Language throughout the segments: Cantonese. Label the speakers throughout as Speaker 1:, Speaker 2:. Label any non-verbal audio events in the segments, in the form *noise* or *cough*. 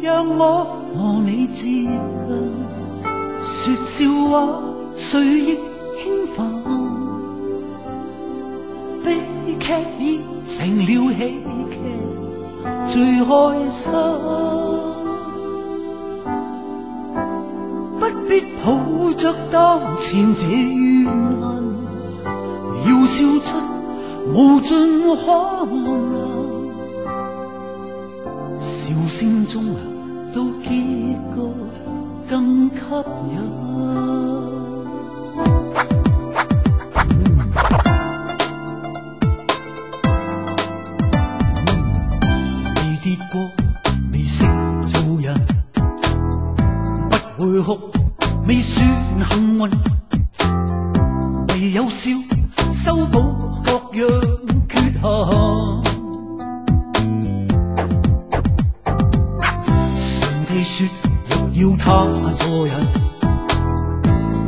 Speaker 1: 让我和你接近。说笑话，睡意兴奋，悲劇已成了喜劇，最開心。不必抱着當前這怨恨，要笑出無盡可能。笑聲中啊，到結局更吸引。未跌過，未識做人，不會哭，未算幸運，唯有笑修補各樣缺陷。上帝說，若要他做人，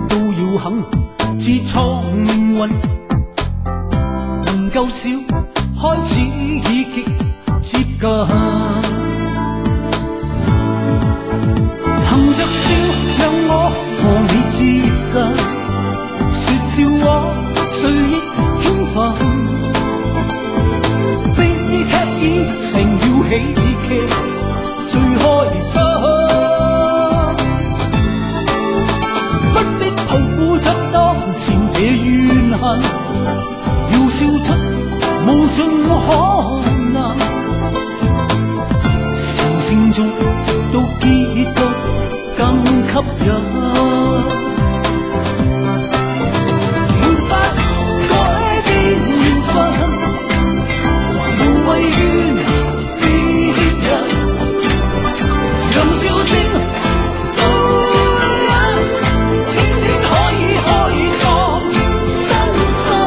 Speaker 1: 都要肯自創命運。能夠笑，開始已極接近。憑着笑，讓我和你接近，說笑話，誰亦興奮。悲劇已成了喜劇，最開心。不必抱着當前這怨恨，要笑出無盡可能。笑聲中到結局更吸引。沒法改變緣分。無謂怨別人，任笑聲導引，天天可以開創新生。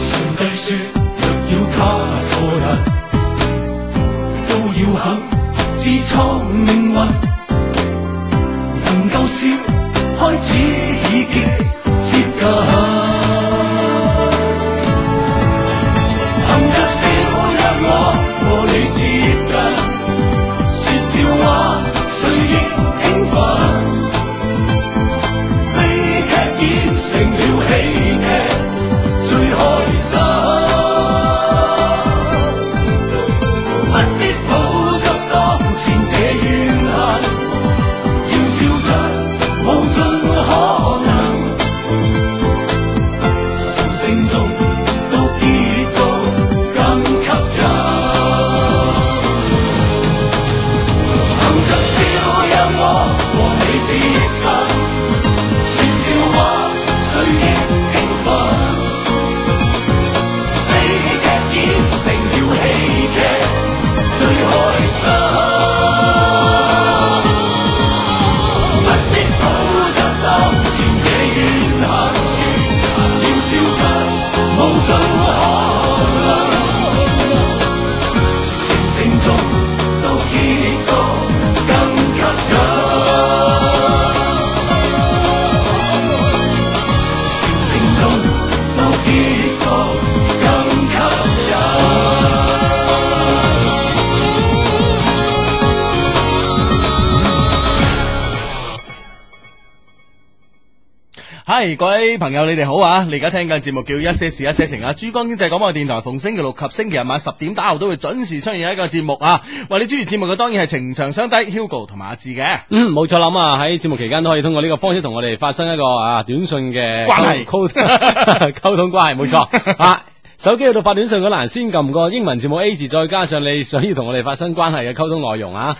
Speaker 1: 上帝説，若要他做人，都要肯自創命運，能夠笑，開始已經接近。憑着笑，讓我和你接近，說笑話，誰亦興奮。悲劇已成了喜劇，最開心。不必抱着當前這怨恨，要笑出無盡可能。笑聲中到結局更吸引。憑着笑，讓我和你接近，說笑話，誰亦興奮。悲劇已成了喜劇，最開心。不必抱着當前這怨恨，要笑出無盡可能。笑聲中到結局更吸引，笑聲中到結局更吸引。
Speaker 2: 系各位朋友，你哋好啊！你而家听紧节目叫一些事一些情啊，珠江经济广播电台逢星期六及星期日晚十点打后都会准时出现一个节目啊！为你主持节目嘅当然系情长相低 Hugo 同埋阿志嘅。
Speaker 3: 嗯，冇錯啦，咁啊喺節目期間都可以通過呢個方式同我哋發生一個啊短信嘅
Speaker 2: 關係
Speaker 3: 溝 *laughs* 溝溝通關係，
Speaker 2: *laughs*
Speaker 3: 冇錯啊。手機去到發短信嗰欄，先撳個英文字母 A 字，再加上你想要同我哋發生關係嘅溝通內
Speaker 2: *laughs*
Speaker 3: 容啊。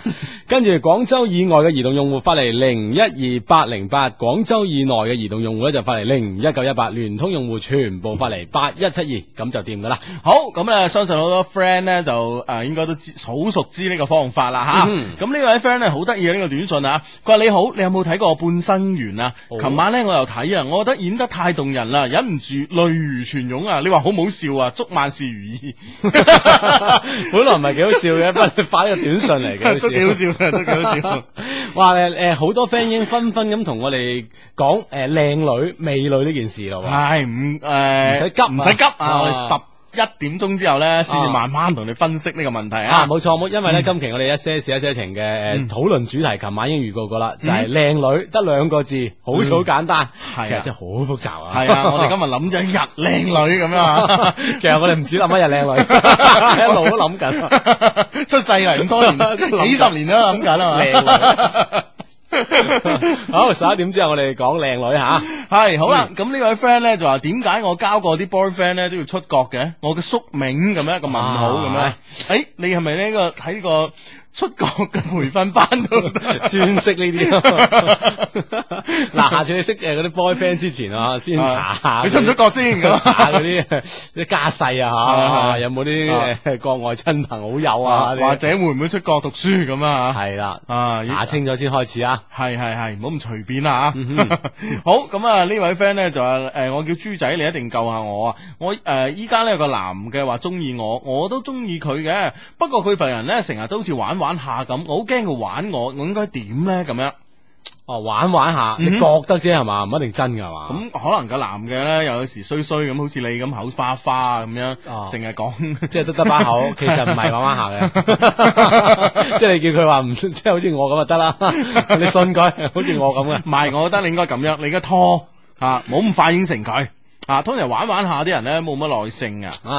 Speaker 3: 跟住廣州以外嘅移動用戶發嚟零一二八零八，廣州以內嘅移動用戶咧就發嚟零一九一八，聯通用戶全部發嚟八一七二，咁就掂噶啦。
Speaker 2: 好咁咧，相信好多 friend 咧就诶、呃，应该都知好熟知呢個方法啦吓。咁呢、
Speaker 3: 嗯
Speaker 2: 位 friend 咧好得意啊，呢個短信啊，佢話你好，你有冇睇過《半生緣》啊？
Speaker 3: 哦
Speaker 2: 琴、晚咧我又睇啊，我覺得演得太動人啦，忍唔住淚如泉湧啊！你話好唔好笑啊？祝萬事如意，
Speaker 3: 本來唔係幾好笑嘅，不過你發呢個短信嚟
Speaker 2: *laughs*
Speaker 3: 嘅，
Speaker 2: 都幾好笑嘅，都幾好
Speaker 3: *laughs*
Speaker 2: 笑。
Speaker 3: 哇！誒誒，好多 friend 已經紛紛咁同我哋講誒靚女美女呢件事咯喎，
Speaker 2: 唉，唔诶，
Speaker 3: 唔使急啊
Speaker 2: 唔使急啊！
Speaker 3: 啊
Speaker 2: 我哋十一點鐘之後咧，先至
Speaker 3: 啊
Speaker 2: 慢慢同你分析呢個問題
Speaker 3: 啊，
Speaker 2: 啊。
Speaker 3: 冇錯，冇，因為咧，今期我哋一些事一些情嘅诶討論主題，琴晚已經預告過啦，就係靚女得兩個字，好草簡單，
Speaker 2: 係啊
Speaker 3: 其實真係好複雜啊。
Speaker 2: 係
Speaker 3: *laughs*
Speaker 2: 啊，我哋今日諗咗一日靚女咁樣啊，
Speaker 3: 其實我哋唔止諗乜嘢靚女，一路都諗
Speaker 2: *laughs*
Speaker 3: 緊。
Speaker 2: 出世嚟咁
Speaker 3: *laughs*
Speaker 2: 多年，幾十年都諗緊啊嘛。
Speaker 3: 好，十一點之後我哋講靚
Speaker 2: *laughs*
Speaker 3: 女吓，
Speaker 2: 系好
Speaker 3: 嗯
Speaker 2: 啦，咁呢位 friend 咧就話點解我交過啲 boyfriend 咧都要出國嘅？我嘅宿命咁樣一個問號咁樣
Speaker 3: 啊。
Speaker 2: 诶，你係咪呢個喺個出國嘅培訓班度？
Speaker 3: *laughs*
Speaker 2: *laughs*
Speaker 3: 專識呢啲咯。嗱，下次你識诶嗰啲 boyfriend 之前啊，先查下
Speaker 2: 你出唔出國先
Speaker 3: *laughs*
Speaker 2: 咁 *laughs*
Speaker 3: 查下嗰啲 *laughs* 啲家世啊
Speaker 2: 啊
Speaker 3: 吓，有冇啲
Speaker 2: 啊
Speaker 3: 诶國外親朋好友啊
Speaker 2: 啊？或
Speaker 3: 啲？
Speaker 2: 者會唔會出國讀書咁啊？
Speaker 3: 係啦，
Speaker 2: 啊，
Speaker 3: 查清嗯咗先開始啊。
Speaker 2: 系系系，唔好咁隨便啦吓。 *laughs* 好咁啊，呢位 friend 咧就話诶、誒我叫豬仔，你一定救下我啊！我诶依家咧有個男嘅話中意我，我都中意佢嘅，不過佢份人咧成日都好似玩玩下咁，我好驚佢玩我，我應該點咧咁樣？
Speaker 3: 哦，玩玩下，你覺得啫係嘛，唔一定真噶嘛。
Speaker 2: 咁可能個男嘅咧又有時衰衰咁，好似你咁口花花啊咁
Speaker 3: 哦
Speaker 2: 樣，成日講。
Speaker 3: 即係得得把口，其實唔係玩玩下嘅，即係你叫佢話唔，即係好似我咁就得啦。你信佢，好似我咁嘅。
Speaker 2: 唔係，我覺得你應該咁樣，你應該拖啊，冇咁快應承佢啊。通常玩玩下啲人咧冇乜耐性啊，
Speaker 3: 啊，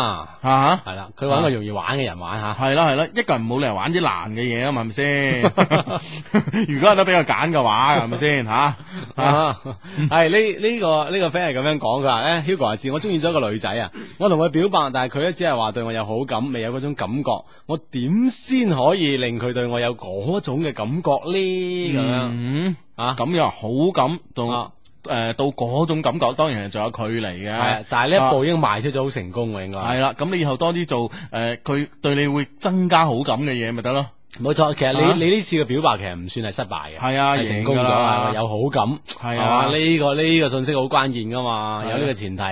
Speaker 2: 啊
Speaker 3: 系啦，佢揾個容易玩嘅人玩下。
Speaker 2: 系啦系啦，一個人冇理由玩啲難嘅嘢啊嘛，係咪先？ *laughs* 如果有得俾佢揀嘅話，係咪先吓？啊
Speaker 3: 啊， *laughs* 係呢呢個呢個 friend 係咁樣講，佢話咧，Hugo 阿志，我中意咗一個女仔啊，我同佢表白，但係佢咧只係話對我有好感，未有嗰種感覺，我點先可以令佢對我有嗰種嘅感覺咧？咁樣
Speaker 2: 嗯，
Speaker 3: 啊，
Speaker 2: 咁又好感
Speaker 3: 啊
Speaker 2: 到诶到嗰種感覺，當然係仲有距離
Speaker 3: 係啊
Speaker 2: 嘅，。
Speaker 3: 但係呢一步已經邁出咗好成功嘅，應該。
Speaker 2: 係啦，咁你以後多啲做诶，佢對你會增加好感嘅嘢咪得咯。
Speaker 3: 冇錯，其實你、
Speaker 2: 啊
Speaker 3: 你呢次嘅表白其實唔算係失敗嘅，
Speaker 2: 係啊
Speaker 3: 係成功咗，
Speaker 2: 贏㗎啦
Speaker 3: 係有好感，
Speaker 2: 係
Speaker 3: 係
Speaker 2: 啊
Speaker 3: 嘛呢、個呢、個信息好關鍵噶嘛，
Speaker 2: 係啊
Speaker 3: 有呢個前提，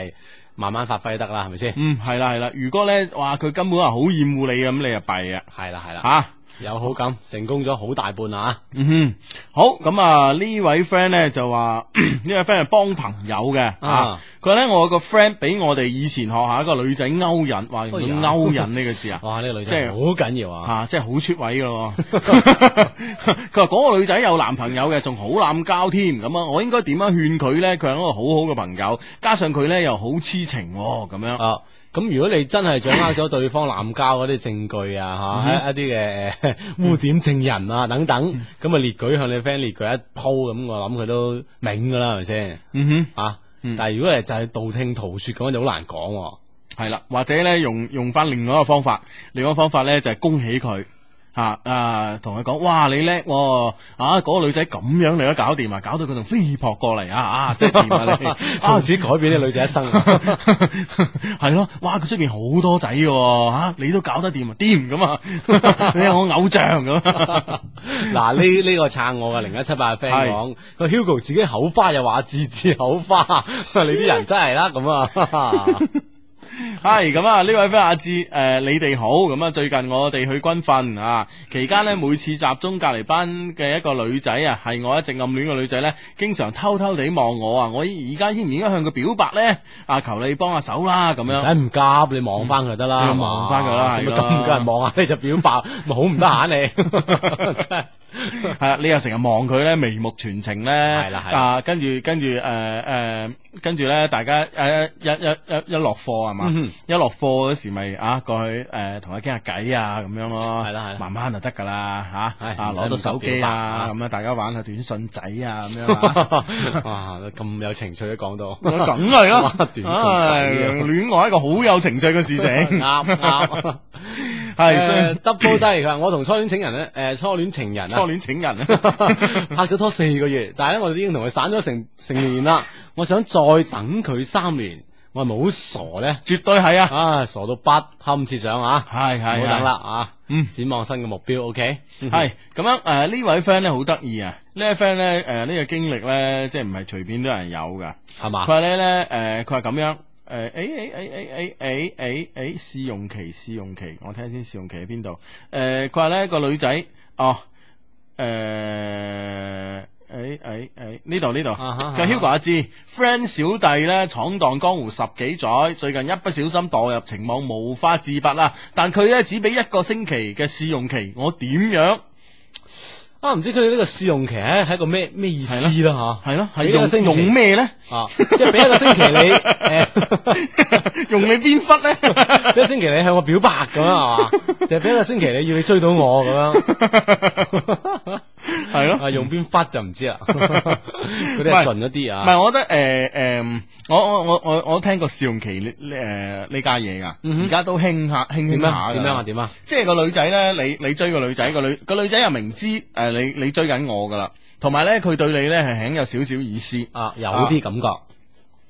Speaker 3: 慢慢發揮得啦，係咪先？
Speaker 2: 嗯，係啦係啦，如果咧哇佢根本係好厭惡你咁，你就弊啊
Speaker 3: 係啦係啦，
Speaker 2: 吓。
Speaker 3: 有好感，成功咗好大半啦啊！
Speaker 2: 嗯哼，好咁啊！呢位 friend 咧就話 *clears throat* 呢位 friend 係幫朋友嘅
Speaker 3: 啊
Speaker 2: 啊，佢咧我有個 friend 俾我哋以前學校一個女仔勾引，話用
Speaker 3: 哎呀。
Speaker 2: 勾引呢個字啊
Speaker 3: *laughs* 哇，呢、個女
Speaker 2: 即
Speaker 3: 仔
Speaker 2: 係
Speaker 3: 好緊要啊！
Speaker 2: 啊，即係好出位噶咯！
Speaker 3: *laughs*
Speaker 2: 佢話嗰個女仔有男朋友嘅，仲好濫交添咁啊！我應該點樣勸佢咧？佢係一個好好嘅朋友，加上佢咧又好痴情喎咁樣。
Speaker 3: 啊，咁如果你真係掌握咗對方濫交嗰啲證據
Speaker 2: 嗯
Speaker 3: 啊，吓、一啲嘅誒污點證人啊等等，
Speaker 2: 嗯
Speaker 3: 咁啊列舉向你 friend 列舉一鋪，咁我諗佢都明噶啦，係咪先？
Speaker 2: 嗯啊
Speaker 3: 啊，但係如果係就係道聽途說咁樣就好難講
Speaker 2: *laughs*
Speaker 3: 喎。
Speaker 2: 哼，係啦，或者咧用用翻另外一個方法，另外一個方法咧就係恭喜佢。吓啊！同佢講，哇，你叻喎！啊，嗰、個女仔咁樣你都搞掂啊，搞到佢仲飛撲過嚟啊！啊，真係掂啊你！
Speaker 3: 從
Speaker 2: 啊，
Speaker 3: *laughs* 此改變呢女仔一生
Speaker 2: *laughs*
Speaker 3: 啊。
Speaker 2: 係咯，哇！佢出面好多仔嘅喎、啊你都搞得掂啊，掂咁啊！ *laughs* 你係我偶像咁啊，
Speaker 3: 嗱，呢呢個撐我嘅零一七八 friend
Speaker 2: 係
Speaker 3: 講，個 Hugo 自己口花又話自字口花， *laughs* 你啲人真係啦咁啊。
Speaker 2: 係咁啊！呢位 friend 阿志，誒、你哋好咁啊！最近我哋去軍訓啊，期間呢，每次集中隔離班嘅一個女仔啊，係我一直暗戀嘅女仔呢，經常偷偷地望我啊！我而家應唔應該向佢表白呢？啊，求你幫下手啦咁
Speaker 3: 唔
Speaker 2: 樣。
Speaker 3: 使唔急，你望翻佢就得啦，
Speaker 2: 嗯
Speaker 3: 係嘛
Speaker 2: 望返佢啦
Speaker 3: 使乜
Speaker 2: 係啦
Speaker 3: 咁多人望啊下你就表白，咪好唔得閒
Speaker 2: *laughs*
Speaker 3: 你，真係
Speaker 2: 系啊，你又成日望佢咧，眉目全情咧，
Speaker 3: 係啦係啦
Speaker 2: 啊，跟住跟住诶诶，跟住咧，大家诶一一一一落課係嘛
Speaker 3: 嗯哼，
Speaker 2: 一落課嗰時咪啊過去诶同佢傾下偈啊咁樣咯，
Speaker 3: 係啦係啦
Speaker 2: 慢慢就得噶啦吓，
Speaker 3: 係
Speaker 2: 啊
Speaker 3: 唔使
Speaker 2: 攞到
Speaker 3: 咁急
Speaker 2: 手機
Speaker 3: 表白啊
Speaker 2: 啊，咁啊大家玩下短信仔啊咁樣
Speaker 3: *laughs*
Speaker 2: 啊。
Speaker 3: 哇，咁有情趣都
Speaker 2: *laughs*
Speaker 3: 講到，
Speaker 2: 梗係啦，
Speaker 3: 哇短信仔啊
Speaker 2: 戀愛一個好有情趣嘅事情，
Speaker 3: *laughs* 啱啱。
Speaker 2: 係所以
Speaker 3: double 低，佢話我同初戀情人咧，诶、初戀情人啊，
Speaker 2: 初戀情人 *laughs* 啊。
Speaker 3: *laughs* 拍咗拖四個月，但係咧我已經同佢散咗成成年啦，我想再等佢三年，我係咪好傻咧？
Speaker 2: 絕對係啊，
Speaker 3: 啊，傻到不堪設想啊！
Speaker 2: 係
Speaker 3: 唔好
Speaker 2: 係
Speaker 3: 等
Speaker 2: 係
Speaker 3: 啦啊！
Speaker 2: 嗯
Speaker 3: 展望新嘅目標，OK，
Speaker 2: 系
Speaker 3: 系
Speaker 2: 咁样诶，呃呢、位 friend 咧好得意啊！呢位 friend 咧诶，呢、個經歷咧，即係唔係隨便都有人有噶。
Speaker 3: 係嘛
Speaker 2: 佢？話咧咧诶，佢話咁樣呃哎诶，诶诶诶诶诶诶诶，哎試用期試用期，我睇下先試用期喺邊呃度？诶、佢話咧個女仔哦诶。誒诶诶诶，呢度呢度，
Speaker 3: 啊哈啊哈
Speaker 2: 佢 Hugo 阿志，friend 小弟呢，闖蕩江湖十幾載，最近一不小心墮入情網，無法自拔啦。但佢呢，只俾一個星期嘅試用期，我點樣？
Speaker 3: 啊，唔知佢哋呢個試用期係係一個咩咩意思啦
Speaker 2: 係咯，係
Speaker 3: 俾一個星
Speaker 2: 用
Speaker 3: 期
Speaker 2: 用咩呢？
Speaker 3: 吓？啊，即係俾一個星期你，诶，
Speaker 2: *laughs* 用你邊忽呢？ *laughs*
Speaker 3: 一個星期你向我表白咁樣係嘛？定係俾一個星期你要你追到我咁
Speaker 2: *laughs*
Speaker 3: 樣？
Speaker 2: 係咯。
Speaker 3: 啊，用邊忽就唔知
Speaker 2: *laughs*
Speaker 3: 啦。佢哋係盡一啲
Speaker 2: 唔
Speaker 3: 啊。
Speaker 2: 係，我覺得诶诶、誒我我我我我聽過試用期呢诶呃呢家嘢㗎，而家、都興下興
Speaker 3: 點
Speaker 2: 興下
Speaker 3: 樣？
Speaker 2: 㗎
Speaker 3: 嗯點樣啊？點啊？
Speaker 2: 即係個女仔咧，你你追個女仔，個女個女仔又明知诶、誒你你追緊我㗎啦，同埋咧佢對你咧係肯有少少意思。
Speaker 3: 啊，有啲感覺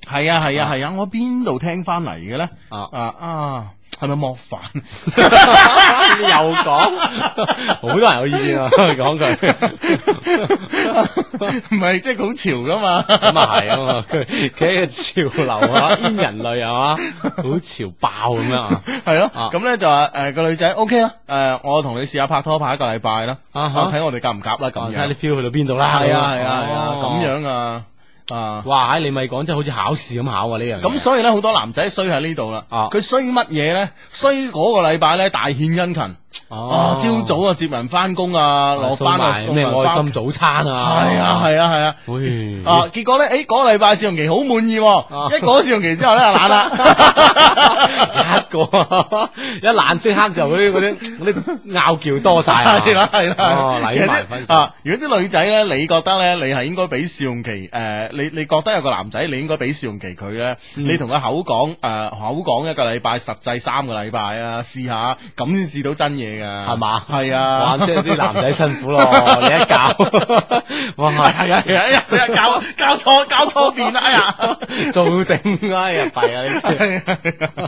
Speaker 2: 係啊係啊係啊，我邊度聽翻嚟嘅咧？
Speaker 3: 啊。
Speaker 2: 啊啊，係咪莫
Speaker 3: *laughs*
Speaker 2: 凡？啊
Speaker 3: 你又講， *laughs* 好多人有意見啊，講佢。
Speaker 2: 唔係，即係佢好潮噶嘛？ *laughs*
Speaker 3: 咁啊系啊嘛，佢佢喺個潮流啊，煙人類啊嘛，好潮爆咁樣啊，
Speaker 2: 係咯，
Speaker 3: 啊
Speaker 2: 咁咧就話诶個女仔 OK 啦，诶我同你試下拍拖拍一個禮拜啦，
Speaker 3: 啊哈
Speaker 2: 睇我哋夾唔夾啦咁
Speaker 3: 咁啊睇下
Speaker 2: 樣
Speaker 3: 你。feel 去到邊度啦。
Speaker 2: 係啊係啊係啊，
Speaker 3: 哦
Speaker 2: 咁。樣啊啊。
Speaker 3: 哇！你咪講真係好似考試咁考啊呢樣嘢。
Speaker 2: 咁所以咧，好多男仔衰喺呢度啦。
Speaker 3: 啊
Speaker 2: 佢衰乜嘢咧？衰嗰個禮拜咧，大獻殷勤。
Speaker 3: 哦
Speaker 2: 啊，朝早啊接人翻工啊，落
Speaker 3: 送
Speaker 2: 班啊
Speaker 3: 埋
Speaker 2: 送
Speaker 3: 咩
Speaker 2: 人
Speaker 3: 愛
Speaker 2: 翻
Speaker 3: 心。嗯早餐啊。
Speaker 2: 係啊係啊係啊。
Speaker 3: 係
Speaker 2: 啊！結果咧，誒嗰個禮拜試用期好滿意
Speaker 3: 哦
Speaker 2: 喎，一過咗試用期之後咧，就懶
Speaker 3: *laughs*
Speaker 2: 啦。
Speaker 3: 一個 *laughs* 一懶即刻就嗰啲嗰啲嗰啲拗撬多晒啊。
Speaker 2: *laughs* 係啦係啦，
Speaker 3: 哦禮埋分
Speaker 2: 其實
Speaker 3: 手
Speaker 2: 啲啊！如果啲女仔咧，你覺得咧，你係應該俾試用期誒、你你覺得有個男仔，你應該俾試用期佢咧，你同佢口講誒、口講一個禮拜，實際三個禮拜啊，試下咁先試到真嘢㗎，
Speaker 3: 係嘛
Speaker 2: 係啊
Speaker 3: 哇！。即係啲男仔辛苦咯，你一搞， *laughs* 哇！係啊
Speaker 2: 係啊哎呀，死 *laughs* 啊！搞搞錯搞錯邊啦！哎呀，
Speaker 3: 做定啊，入弊啊！
Speaker 2: *laughs*
Speaker 3: 你知。
Speaker 2: 啊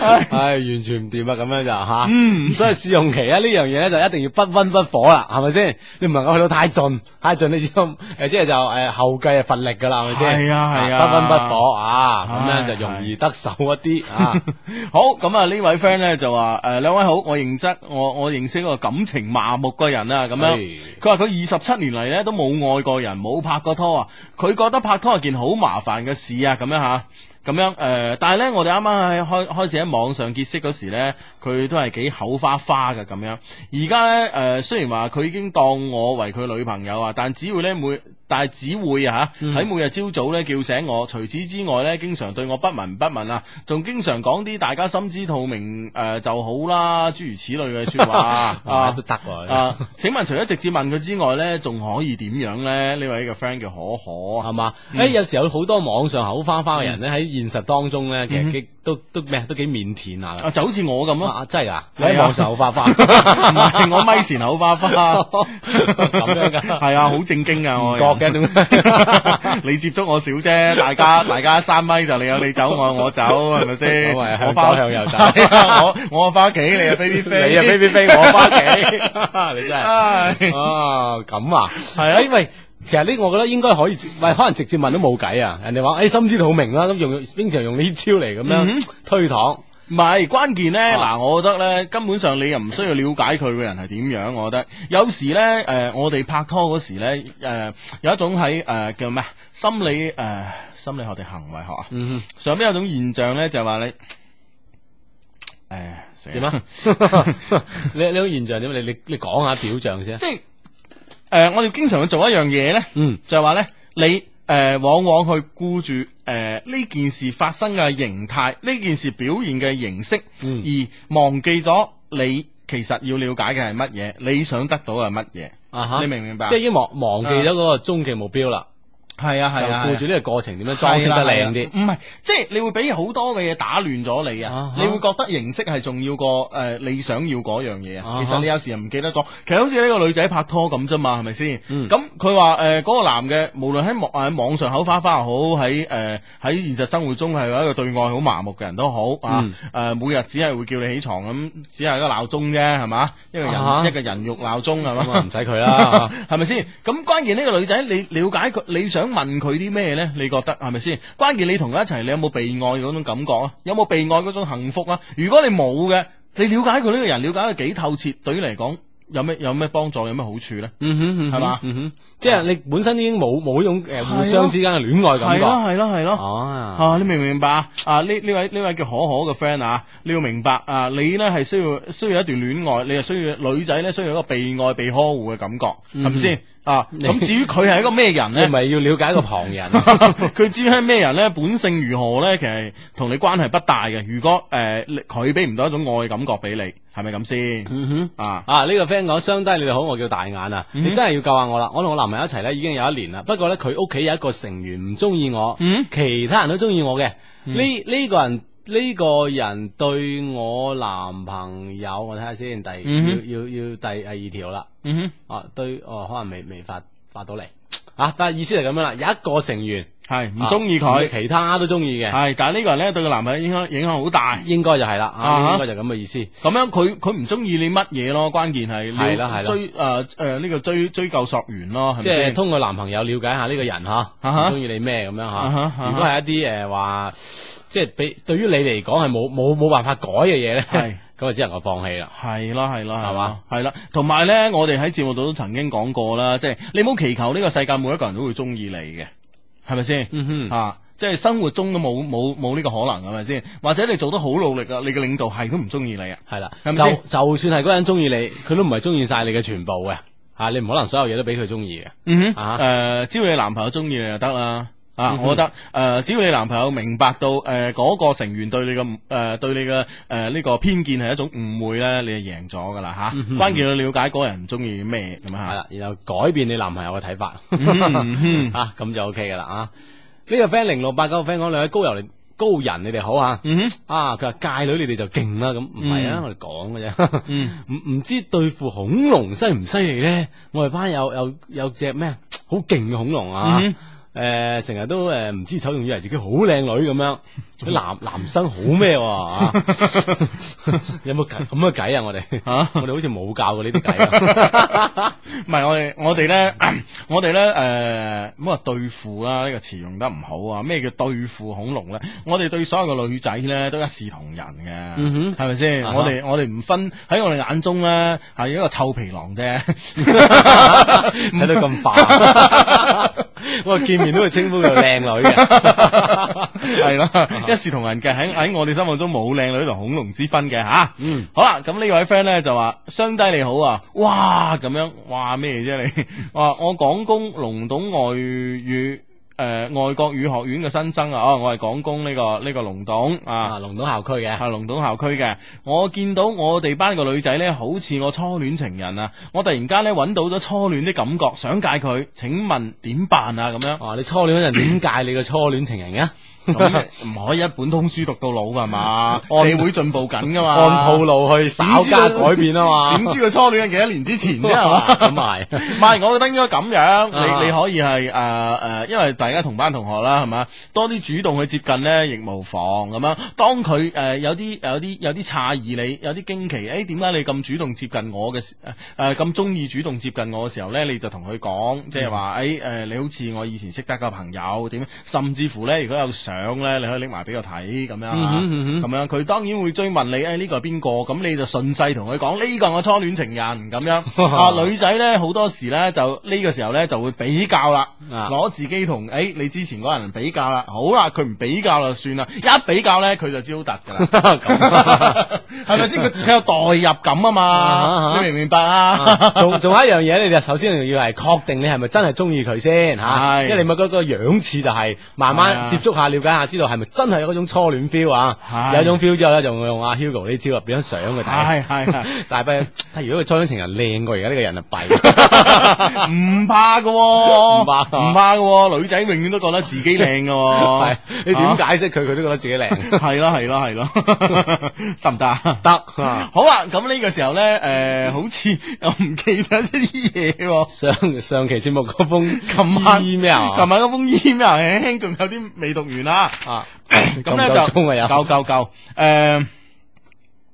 Speaker 3: 唉，完全唔掂啊！咁樣就吓，嗯，所以試用期啊呢樣嘢咧就一定要不温不火啦，係咪先？你唔能夠去到太盡，太盡你知道誒，即係就 *laughs* 誒後繼啊乏力噶啦，係咪先？
Speaker 2: 係啊係啊
Speaker 3: 不温不火啊，咁
Speaker 2: 唉
Speaker 3: 樣就容易得手一啲啊。
Speaker 2: *laughs* 好咁啊！呢位 friend 咧就話：誒兩位好，我認識我我認識一個感情麻木嘅人啊，咁樣。佢話佢二十七年嚟咧都冇愛過人，冇拍過拖啊。佢覺得拍拖係件好麻煩嘅事啊，咁樣吓，咁樣誒、呃但係咧，我哋啱啱喺開開始喺網上結識嗰時咧，佢都係幾口花花嘅咁樣。而家咧誒，雖然話佢已經當我為佢女朋友啊，但只會咧每但係只會啊嚇喺每日朝早咧叫醒我。除此之外咧，經常對我不聞不問啊，仲經常講啲大家心知肚明誒、呃就好啦，諸如此類嘅説話
Speaker 3: 啊
Speaker 2: 啊
Speaker 3: 都。得喎，
Speaker 2: 啊，請問除咗直接問佢之外咧，仲可以點樣咧？呢位嘅 friend 叫可可，
Speaker 3: 係嘛？誒有時有好多網上口花花嘅人咧，
Speaker 2: 嗯
Speaker 3: 喺現實當中咧，其實幾都都咩都幾腼腆下㗎
Speaker 2: 啊就好似我咁
Speaker 3: *laughs*
Speaker 2: 咯，
Speaker 3: 啊！真係啊，你
Speaker 2: 係啊
Speaker 3: 喺網上口花花
Speaker 2: 唔係我咪前口花花，
Speaker 3: 咁樣㗎。
Speaker 2: 係啊，好正經啊，我
Speaker 3: *laughs* 覺
Speaker 2: 人
Speaker 3: 嘅點解？
Speaker 2: *laughs* 你接觸我少啫，大家大家三米就你有你走，我有我走，係咪先？
Speaker 3: 好啊向
Speaker 2: 我返
Speaker 3: 左向右走
Speaker 2: 係啊我我翻屋企，你啊 baby
Speaker 3: 你
Speaker 2: face，
Speaker 3: 啊飛飛飛，我翻屋企，
Speaker 2: *laughs*
Speaker 3: 你真係
Speaker 2: 唉
Speaker 3: *laughs* 啊咁啊，
Speaker 2: 係啊
Speaker 3: 因為其實呢，我覺得應該可以直，喂，可能直接問都冇計啊！人哋話，誒、心知肚明啦，咁用經常用呢招嚟咁
Speaker 2: 嗯
Speaker 3: 樣推搪，
Speaker 2: 唔係關鍵咧，嗱、
Speaker 3: 啊
Speaker 2: 我覺得咧，根本上你又唔需要了解佢嘅人係點樣，我覺得有時咧，誒、我哋拍拖嗰時咧，誒、有一種喺誒、叫咩啊心理誒、心理學定行為學啊，
Speaker 3: 嗯
Speaker 2: 上邊有種現象咧，就係話你誒死啦
Speaker 3: 點啊？ *laughs* 你呢種現象點？你你你講下表象先啊。
Speaker 2: *laughs* 即係誒、我哋經常去做一樣嘢咧，
Speaker 3: 嗯，
Speaker 2: 就係話咧，你誒、往往去顧住誒呢件事發生嘅形態，呢件事表現嘅形式，
Speaker 3: 嗯
Speaker 2: 而忘記咗你其實要了解嘅係乜嘢，你想得到嘅係乜嘢。
Speaker 3: 啊哈
Speaker 2: 你明唔明白
Speaker 3: 即係已經忘忘記咗嗰個終極目標啦，
Speaker 2: 係啊
Speaker 3: 就顧住呢個過程點樣裝飾得靚啲。
Speaker 2: 唔係，啊即係你會俾好多嘅嘢打亂咗你啊
Speaker 3: 啊！哈
Speaker 2: 你會覺得形式係重要過诶、呃你想要嗰樣嘢啊
Speaker 3: 啊！哈
Speaker 2: 其實你有時又唔記得咗，其實好似呢個女仔拍拖咁啫嘛，係咪先？
Speaker 3: 嗯
Speaker 2: 咁佢話诶嗰個男嘅，無論喺網喺網上口花花又好，喺诶喺現實生活中係一個對愛好麻木嘅人都好啊！诶、
Speaker 3: 嗯
Speaker 2: 每日只係會叫你起床咁，只係一個鬧鐘啫，係嘛？一個人、
Speaker 3: 啊哈
Speaker 2: 一個人肉鬧鐘係
Speaker 3: 咁啊
Speaker 2: 嘛？
Speaker 3: 唔使佢啦，
Speaker 2: *laughs* 系咪先？咁關鍵呢個女仔，你了解佢，你想問佢啲咩呢？你覺得係咪先？關鍵你同佢一齊，你有冇被愛嗰種感覺啊？有冇被愛嗰種幸福啊？如果你冇嘅，你了解佢呢個人，了解佢幾透徹，對於你嚟講有咩有咩幫助，有咩好處咧？
Speaker 3: 嗯哼，
Speaker 2: 係嘛
Speaker 3: 嗯哼，即係你本身已經冇冇呢種诶互相之間嘅戀愛感
Speaker 2: 係
Speaker 3: 覺。
Speaker 2: 咯係咯係咯。
Speaker 3: 哦，
Speaker 2: 啊！你明唔明白啊？啊呢呢位呢位叫可可嘅 friend 啊，你要明白啊，你呢係需要需要一段戀愛，你又需要女仔呢需要一個被愛被呵護嘅感覺，係咪先啊？咁至於佢係一個咩人
Speaker 3: 你
Speaker 2: 呢
Speaker 3: 唔？係要了解一個旁人。啊
Speaker 2: *laughs* 佢至於係咩人呢？本性如何呢？其實同你關係不大嘅。如果誒你佢俾唔到一種愛嘅感覺俾你，係咪咁先
Speaker 3: 嗯哼。
Speaker 2: 啊？
Speaker 3: 啊！呢、個 friend 講相低，你哋好，我叫大眼啊！
Speaker 2: 嗯
Speaker 3: 你真係要救下我啦！我同我男朋友一齊咧已經有一年啦，不過咧佢屋企有一個成員唔中意我，
Speaker 2: 嗯
Speaker 3: 其他人都中意我嘅。呢呢、個人呢、個人對我男朋友，我睇下先，第、
Speaker 2: 嗯哼
Speaker 3: 要要要第呃第二條啦。
Speaker 2: 嗯哼。
Speaker 3: 啊，對，哦，可能未未發發到嚟啊，但係意思係咁樣啦，有一個成員
Speaker 2: 係唔中意
Speaker 3: 啊
Speaker 2: 佢，啊
Speaker 3: 其他都中意嘅，
Speaker 2: 係，但係呢個人呢，對個男朋友影響影響好大。
Speaker 3: 應該就係啦，
Speaker 2: 啊哈
Speaker 3: 啊，應該就咁嘅意思。
Speaker 2: 咁樣佢佢唔中意你乜嘢咯？關鍵係
Speaker 3: 係
Speaker 2: 你要
Speaker 3: 啦係啦
Speaker 2: 追誒誒呢個追追究溯源咯，係
Speaker 3: 即
Speaker 2: 咪
Speaker 3: 係
Speaker 2: 先？啊
Speaker 3: 通過男朋友了解下呢個人
Speaker 2: 哈
Speaker 3: 吓，中意你咩咁樣
Speaker 2: 啊哈啊
Speaker 3: 吓。
Speaker 2: 哈
Speaker 3: 如果係一啲誒話，即係俾對於你嚟講係冇冇冇辦法改嘅嘢咧，
Speaker 2: 係
Speaker 3: 咁啊就只能夠放棄啦。
Speaker 2: 係啦，係啦，
Speaker 3: 係嘛，
Speaker 2: 係啦。同埋咧，我哋喺節目度都曾經講過啦，即係你唔好祈求呢個世界每一個人都會中意你嘅，係咪先？
Speaker 3: 嗯哼，
Speaker 2: 啊，即係生活中都冇冇冇呢個可能，係咪先？或者你做得好努力啊，你嘅領導係都唔中意你啊。
Speaker 3: 係啦，
Speaker 2: 係
Speaker 3: 就
Speaker 2: 咪先
Speaker 3: 就算係嗰個人中意你，佢都唔係中意晒你嘅全部嘅嚇，你唔可能所有嘢都俾佢中意嘅。
Speaker 2: 嗯哼，誒、
Speaker 3: 啊
Speaker 2: 只要你男朋友中意你就得啦。啊，我覺得誒、只要你男朋友明白到誒嗰、個成員對你嘅誒、對你嘅誒呢個偏見係一種誤會咧，你就贏咗噶啦嚇。關鍵你了解嗰個人唔中意咩咁
Speaker 3: 係
Speaker 2: 嚇。
Speaker 3: 啦，然後改變你男朋友嘅睇法。
Speaker 2: 啊嗯
Speaker 3: *laughs* 啊，咁就 OK 噶啦啊！呢、個 friend 零六八九 friend 講兩位高人高人，你哋好啊！
Speaker 2: 嗯
Speaker 3: 啊，佢話界女你哋就勁啦，咁唔係啊，
Speaker 2: 嗯
Speaker 3: 我哋講嘅啫。
Speaker 2: 嗯
Speaker 3: *laughs* 唔唔知對付恐龍犀唔犀利咧？我哋班有有有隻咩啊好勁嘅恐龍啊！
Speaker 2: 嗯
Speaker 3: 誒成日都誒唔知醜，仲以為自己好靚女咁樣，啲
Speaker 2: *laughs*
Speaker 3: 男男生好咩喎 *laughs* 啊？有冇計咁嘅計啊？
Speaker 2: *laughs*
Speaker 3: 我哋
Speaker 2: 啊
Speaker 3: 我哋好似冇教過呢啲
Speaker 2: *laughs*
Speaker 3: 計啊。
Speaker 2: 唔係我哋我哋咧， *clears throat* 我哋咧誒唔好話啊對付啦，呢、個詞用得唔好啊。咩叫對付恐龍咧？我哋對所有嘅女仔咧都一視同仁嘅，
Speaker 3: 嗯哼
Speaker 2: 係咪先？
Speaker 3: 啊哈
Speaker 2: 我哋我哋唔分喺我哋眼中咧係一個臭皮囊啫。
Speaker 3: *laughs* 睇到
Speaker 2: *laughs*
Speaker 3: 咁化，我見面都會稱呼佢靚女嘅，
Speaker 2: 系啦，一視同仁嘅喺喺我哋心目中冇靚女同恐龍之分嘅吓。嗯，好啦，咁呢位 friend 咧就話：雙低你好啊，哇咁樣，哇咩啫你？ *laughs* 哇，我廣工龍洞外語。誒、外國語學院嘅新生啊，哦，我係廣工呢、個呢、個龍洞
Speaker 3: 啊，
Speaker 2: 啊，
Speaker 3: 龍島校區嘅，
Speaker 2: 係龍洞校區嘅。我見到我哋班個女仔呢，好似我初戀情人啊，我突然間呢，揾到咗初戀的感覺，想戒佢。請問點辦啊？咁
Speaker 3: *laughs*
Speaker 2: 樣。
Speaker 3: 哇！哦你初戀嗰陣點解你個初戀情啊人嘅？
Speaker 2: 咁啊唔可以一本通書讀到老噶嘛？
Speaker 3: *laughs* 按
Speaker 2: 社會進步緊噶嘛？
Speaker 3: 按套路去稍加改變啊嘛，
Speaker 2: 點知佢初戀係幾多年之前啫？係
Speaker 3: 哇
Speaker 2: 嘛？
Speaker 3: 咁啊 *laughs* 係，
Speaker 2: 唔係，我覺得應該咁樣，
Speaker 3: 啊
Speaker 2: 你你可以係誒誒，因為大家同班同學啦，係嘛，多啲主動去接近咧，亦無妨咁樣。當佢誒、呃有啲有啲有啲詫異你，有啲驚奇，誒點解你咁主動接近我嘅時誒咁中意主動接近我嘅時候咧，你就同佢講，即係
Speaker 3: 嗯
Speaker 2: 話誒誒，你好似我以前識得嘅朋友點，甚至乎咧，如果有相咧，你可以拎埋俾我睇咁樣
Speaker 3: 嗯
Speaker 2: 啊
Speaker 3: 哼嗯哼
Speaker 2: 咁樣佢當然會追問你，誒、哎呢個係邊個？咁你就順勢同佢講呢個係我初戀情人咁
Speaker 3: *laughs*
Speaker 2: 樣。啊，女仔呢，好多時呢，就呢、個時候呢，就會比較啦，
Speaker 3: 啊
Speaker 2: 攞自己同誒、哎你之前嗰個人比較啦。好啦，佢唔比較就算啦，一比較呢，佢就招突㗎啦。 *laughs* 係咪
Speaker 3: *laughs*
Speaker 2: 先？佢佢有代入感啊
Speaker 3: 啊
Speaker 2: 嘛，
Speaker 3: 啊
Speaker 2: 你明唔明白啊？ *laughs*
Speaker 3: 啊仲仲有一樣嘢，你就首先要係確定你係咪真係中意佢先嚇，
Speaker 2: 係
Speaker 3: 因為你咪嗰個樣似就係慢
Speaker 2: 係
Speaker 3: 慢
Speaker 2: 啊
Speaker 3: 接觸下、了解下，知道係咪真係有嗰種初戀 feel 啊？
Speaker 2: 係
Speaker 3: 有一種 feel 之後咧，就會用阿 Hugo 呢招啊，變咗相佢睇。
Speaker 2: 係係係。
Speaker 3: *laughs* 但係不，哎如果佢初戀情人靚過而家呢個人就啊弊。
Speaker 2: 唔怕噶，
Speaker 3: 唔
Speaker 2: 唔
Speaker 3: 怕
Speaker 2: 唔怕噶，女仔永遠都覺得自己靚噶，
Speaker 3: 係 *laughs*
Speaker 2: 係
Speaker 3: 你
Speaker 2: 哦
Speaker 3: 點解釋佢，佢都覺得自己靚
Speaker 2: *laughs* 係啦係啦係啦，得唔得啊？
Speaker 3: 得啊！
Speaker 2: 好啊，咁呢個時候咧，诶、好似我唔記得啲嘢喎。
Speaker 3: 上上期節目嗰封
Speaker 2: 琴晚
Speaker 3: email 啊
Speaker 2: 琴晚嗰封 email 輕輕仲有啲未讀完 *laughs* 啦。
Speaker 3: 啊，
Speaker 2: 咁咧
Speaker 3: 夠唔
Speaker 2: 就
Speaker 3: 夠鐘啊有
Speaker 2: 夠夠夠诶。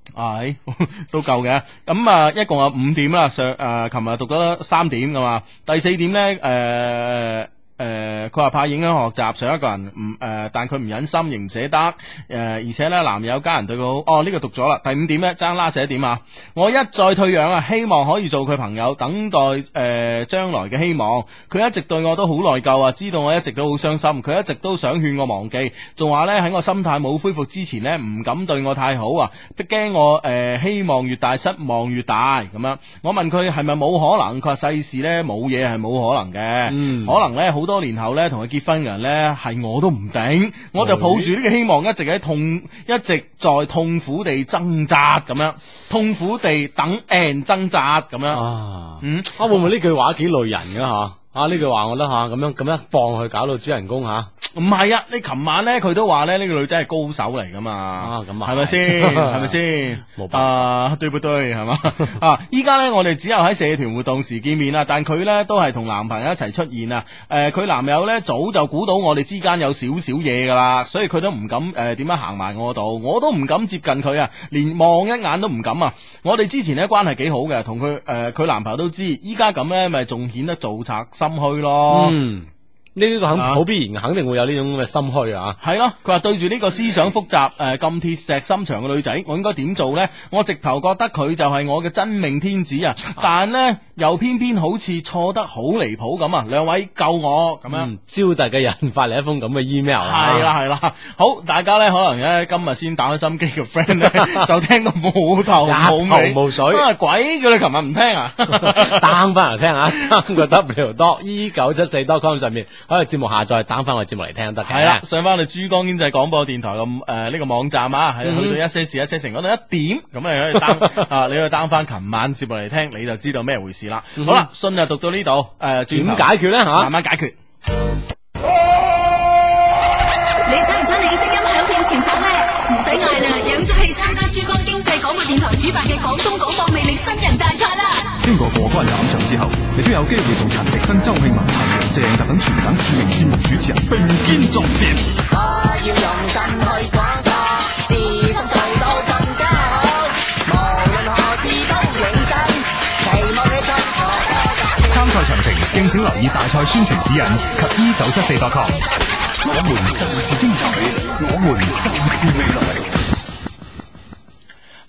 Speaker 2: 系呃 *laughs* 都夠嘅，咁啊一呃共有五點啦，上誒琴日讀咗三點噶嘛，第四點咧誒呃诶，佢話怕影響學習，想一個人唔诶、呃但佢唔忍心，亦唔捨得诶、呃而且咧男友家人對佢好。哦，呢、個讀咗啦。第五點咧，爭拉扯點啊！我一再退讓啊，希望可以做佢朋友，等待诶将、將來嘅希望。佢一直對我都好內疚啊，知道我一直都好傷心，佢一直都想勸我忘記，仲話咧喺我心態冇恢復之前咧，唔敢對我太好啊，都驚我诶、呃希望越大，失望越大咁樣。我問佢係咪冇可能，佢話世事咧冇嘢係冇可能嘅，
Speaker 3: 嗯
Speaker 2: 可能咧好多年後咧同佢結婚嘅人咧係我都唔頂，我就抱住呢個希望一直喺痛，一直在痛苦地掙扎咁樣，痛苦地等 and 掙扎咁樣。
Speaker 3: 啊，
Speaker 2: 嗯，
Speaker 3: 啊会唔會呢句話幾累人噶吓？啊呢句話我覺得吓咁樣咁一放佢搞到主人公吓，
Speaker 2: 唔係啊，你琴晚咧佢都話咧呢個女仔係高手嚟噶嘛，
Speaker 3: 啊咁啊
Speaker 2: 係咪
Speaker 3: *laughs*
Speaker 2: 先？係咪先？
Speaker 3: 冇辦
Speaker 2: 啊，對不對？係嘛？ *laughs* 啊，依家咧我哋只有喺社團活動時見面啦，但佢咧都係同男朋友一齊出現啊。誒、佢男友咧早就估到我哋之間有少少嘢噶啦，所以佢都唔敢誒點、樣行埋我度，我都唔敢接近佢啊，連望一眼都唔敢啊。我哋之前咧關係幾好嘅，同佢誒佢男朋友都知，依家咁咧咪仲顯得做賊心虛咯。
Speaker 3: 嗯，呢啲肯
Speaker 2: 啊
Speaker 3: 好必然肯定會有呢種咁嘅心虛啊。
Speaker 2: 系咯，佢話對住呢個思想複雜、诶咁鐵石心腸嘅女仔，我應該點做呢？我直頭覺得佢就係我嘅真命天子啊！但呢，又偏偏好似錯得好離譜咁啊！兩位救我咁樣。
Speaker 3: 嗯，招達嘅人發嚟一封咁嘅 email 啊
Speaker 2: 係啦係啦，好，大家呢，可能咧今日先打開心機嘅 friend 咧，就聽到冇頭
Speaker 3: 一頭
Speaker 2: 冇尾，*laughs*
Speaker 3: 霧水
Speaker 2: 啊鬼叫你琴日唔聽啊！
Speaker 3: down 翻嚟聽下，三個 W 多 E 九七四 dot com 上面，喺個節目下載 down 翻我節目嚟聽得嘅。
Speaker 2: 系啦， *laughs* 上翻我哋珠江經濟廣播電台嘅诶呢個網站啊，
Speaker 3: 嗯
Speaker 2: 係去到一些事一些情嗰度一點，咁你可以
Speaker 3: *laughs*
Speaker 2: down 啊，你可以 down 翻琴晚節目嚟聽，你就知道咩回事啦。好啦，信就讀到呢度，诶，
Speaker 3: 嗯點
Speaker 2: 點
Speaker 3: 解決啊咧
Speaker 2: 慢
Speaker 3: 吓？
Speaker 2: 慢解決。
Speaker 4: 你使唔使你嘅聲音響遍全省呢？唔使嗌啦，仰咗氣參加珠江經濟廣播電台主辦嘅廣東廣播魅力新人大賽啦！
Speaker 5: 經過過關斬將之後，你都有機會同陳迪生、周慶文、陳陽、鄭達等全省著名節目主持人並肩作戰。
Speaker 6: 我要用心去廣播，自信做到更加好。無論何事都認真，期望你給我多多。
Speaker 5: 參賽詳情敬請留意大賽宣傳指引及 E 九七四 .com。我們就是精彩，我們就是未來。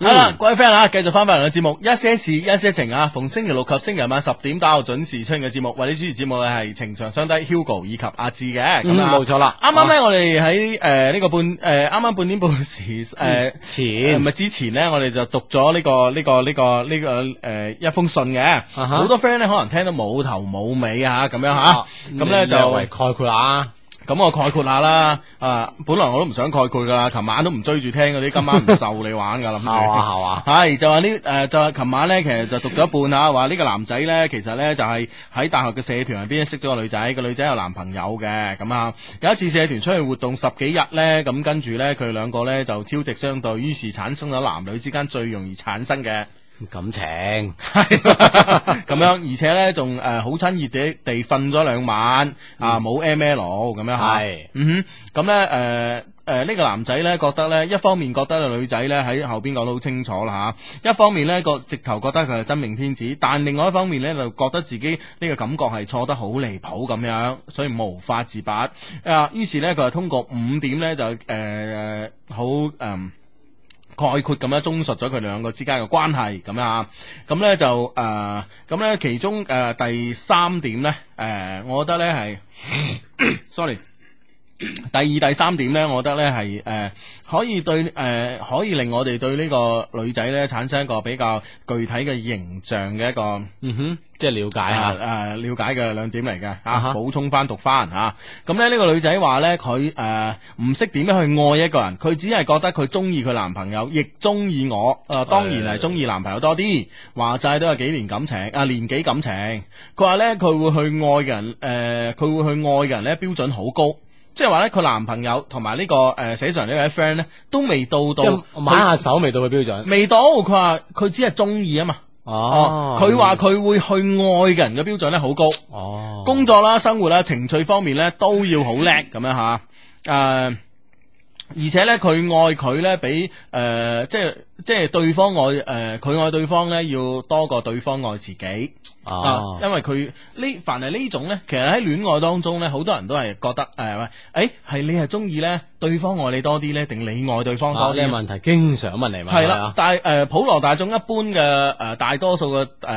Speaker 3: 嗯
Speaker 2: 系啦，各位 friend 啊，繼續翻返嚟嘅節目《一些事一些情》啊，逢星期六及星期晚十點打後準時出現嘅節目，為你主持節目嘅係情長相低 Hugo 以及阿志嘅。
Speaker 3: 嗯
Speaker 2: 咁啊
Speaker 3: 冇錯啦
Speaker 2: 啱啱咧，我哋喺诶呢個半诶啱啱半點半時呃诶。誒
Speaker 3: 前
Speaker 2: 唔係之前咧，我哋就讀咗呢、個呢、個呢、個呢、個誒、一封信嘅，好、
Speaker 3: 啊哈
Speaker 2: 多 friend 咧可能聽到冇頭冇尾啊咁樣嚇
Speaker 3: 啊，，
Speaker 2: 咁咧、就
Speaker 3: 略為概括啊啦。
Speaker 2: 咁我概括下啦。啊，本來我都唔想概括噶啦，琴晚都唔追住聽嗰啲，今晚唔受你玩噶啦，諗住
Speaker 3: 係嘛係
Speaker 2: *laughs*
Speaker 3: 嘛
Speaker 2: 係就話呢誒，就話琴晚咧，其實就讀咗一半啊，話呢個男仔咧，其實咧就係喺大學嘅社團入邊識咗個女仔，個女仔有男朋友嘅咁啊。有一次社團出去活動十幾日咧，咁跟住咧佢兩個咧就朝夕相對，於是產生咗男女之間最容易產生嘅。 *laughs*
Speaker 3: 感情
Speaker 2: 系咁样，而且咧仲诶好親熱地地瞓咗兩晚啊，冇 M L 咁樣吓。
Speaker 3: 係
Speaker 2: 嗯哼，咁咧诶诶呢個男仔咧覺得咧，一方面覺得個女仔咧喺後邊講得好清楚啦吓，一方面咧個直頭覺得佢係真命天子，但另外一方面咧就覺得自己呢個感覺係錯得好離譜咁樣，所以無法自拔。啊，於是咧佢就通過五點咧就诶好诶。嗯概括咁樣中述咗佢兩個之間嘅關係咁啊，咁呢就誒，呃咁、呢其中誒、呃第三點呢，誒、呃我覺得呢係 *coughs* ，sorry。第二、第三點呢，我覺得呢係誒可以對誒、呃可以令我哋對呢個女仔呢產生一個比較具體嘅形象嘅一個。
Speaker 3: 嗯哼，即係了解
Speaker 2: 係啊
Speaker 3: 下。
Speaker 2: 誒了解嘅兩點嚟嘅
Speaker 3: 啊哈
Speaker 2: 嚇，補充翻讀翻嚇。啊咁咧呢個女仔話咧，佢誒唔識點樣去愛一個人，佢只係覺得佢中意佢男朋友，亦中意我。誒、當然係中意男朋友多啲。話晒都有幾年感情啊，年幾感情。佢話咧，佢會去愛嘅人，誒、呃佢會去愛嘅人咧標準好高。即係話咧，佢男朋友同埋呢個誒寫上呢位 friend 咧，都未到
Speaker 3: 即
Speaker 2: 到
Speaker 3: 係
Speaker 2: 佢，
Speaker 3: 挽下手未到嘅標準。
Speaker 2: 未到。佢話佢只係中意啊嘛。哦，佢話佢會去愛嘅人嘅標準咧好高。
Speaker 3: 哦，
Speaker 2: 工作啦、生活啦、情趣方面咧都要好叻咁樣吓，诶、而且咧佢愛佢咧比呃诶、呃誒即係即系对方愛诶，誒佢、愛對方咧要多過對方愛自己。
Speaker 3: 啊
Speaker 2: 啊
Speaker 3: 哦，
Speaker 2: 因為佢呢凡係呢種咧，其實喺戀愛當中咧，好多人都係覺得誒喂，誒係你係中意咧對方愛你多啲咧，定你愛對方
Speaker 3: 啊
Speaker 2: 多
Speaker 3: 呢
Speaker 2: 啲
Speaker 3: 個
Speaker 2: 啊？
Speaker 3: 問題經常問嚟問
Speaker 2: 係
Speaker 3: 去
Speaker 2: 啦
Speaker 3: 啊，，
Speaker 2: 但係誒普羅大眾一般嘅誒大多數嘅誒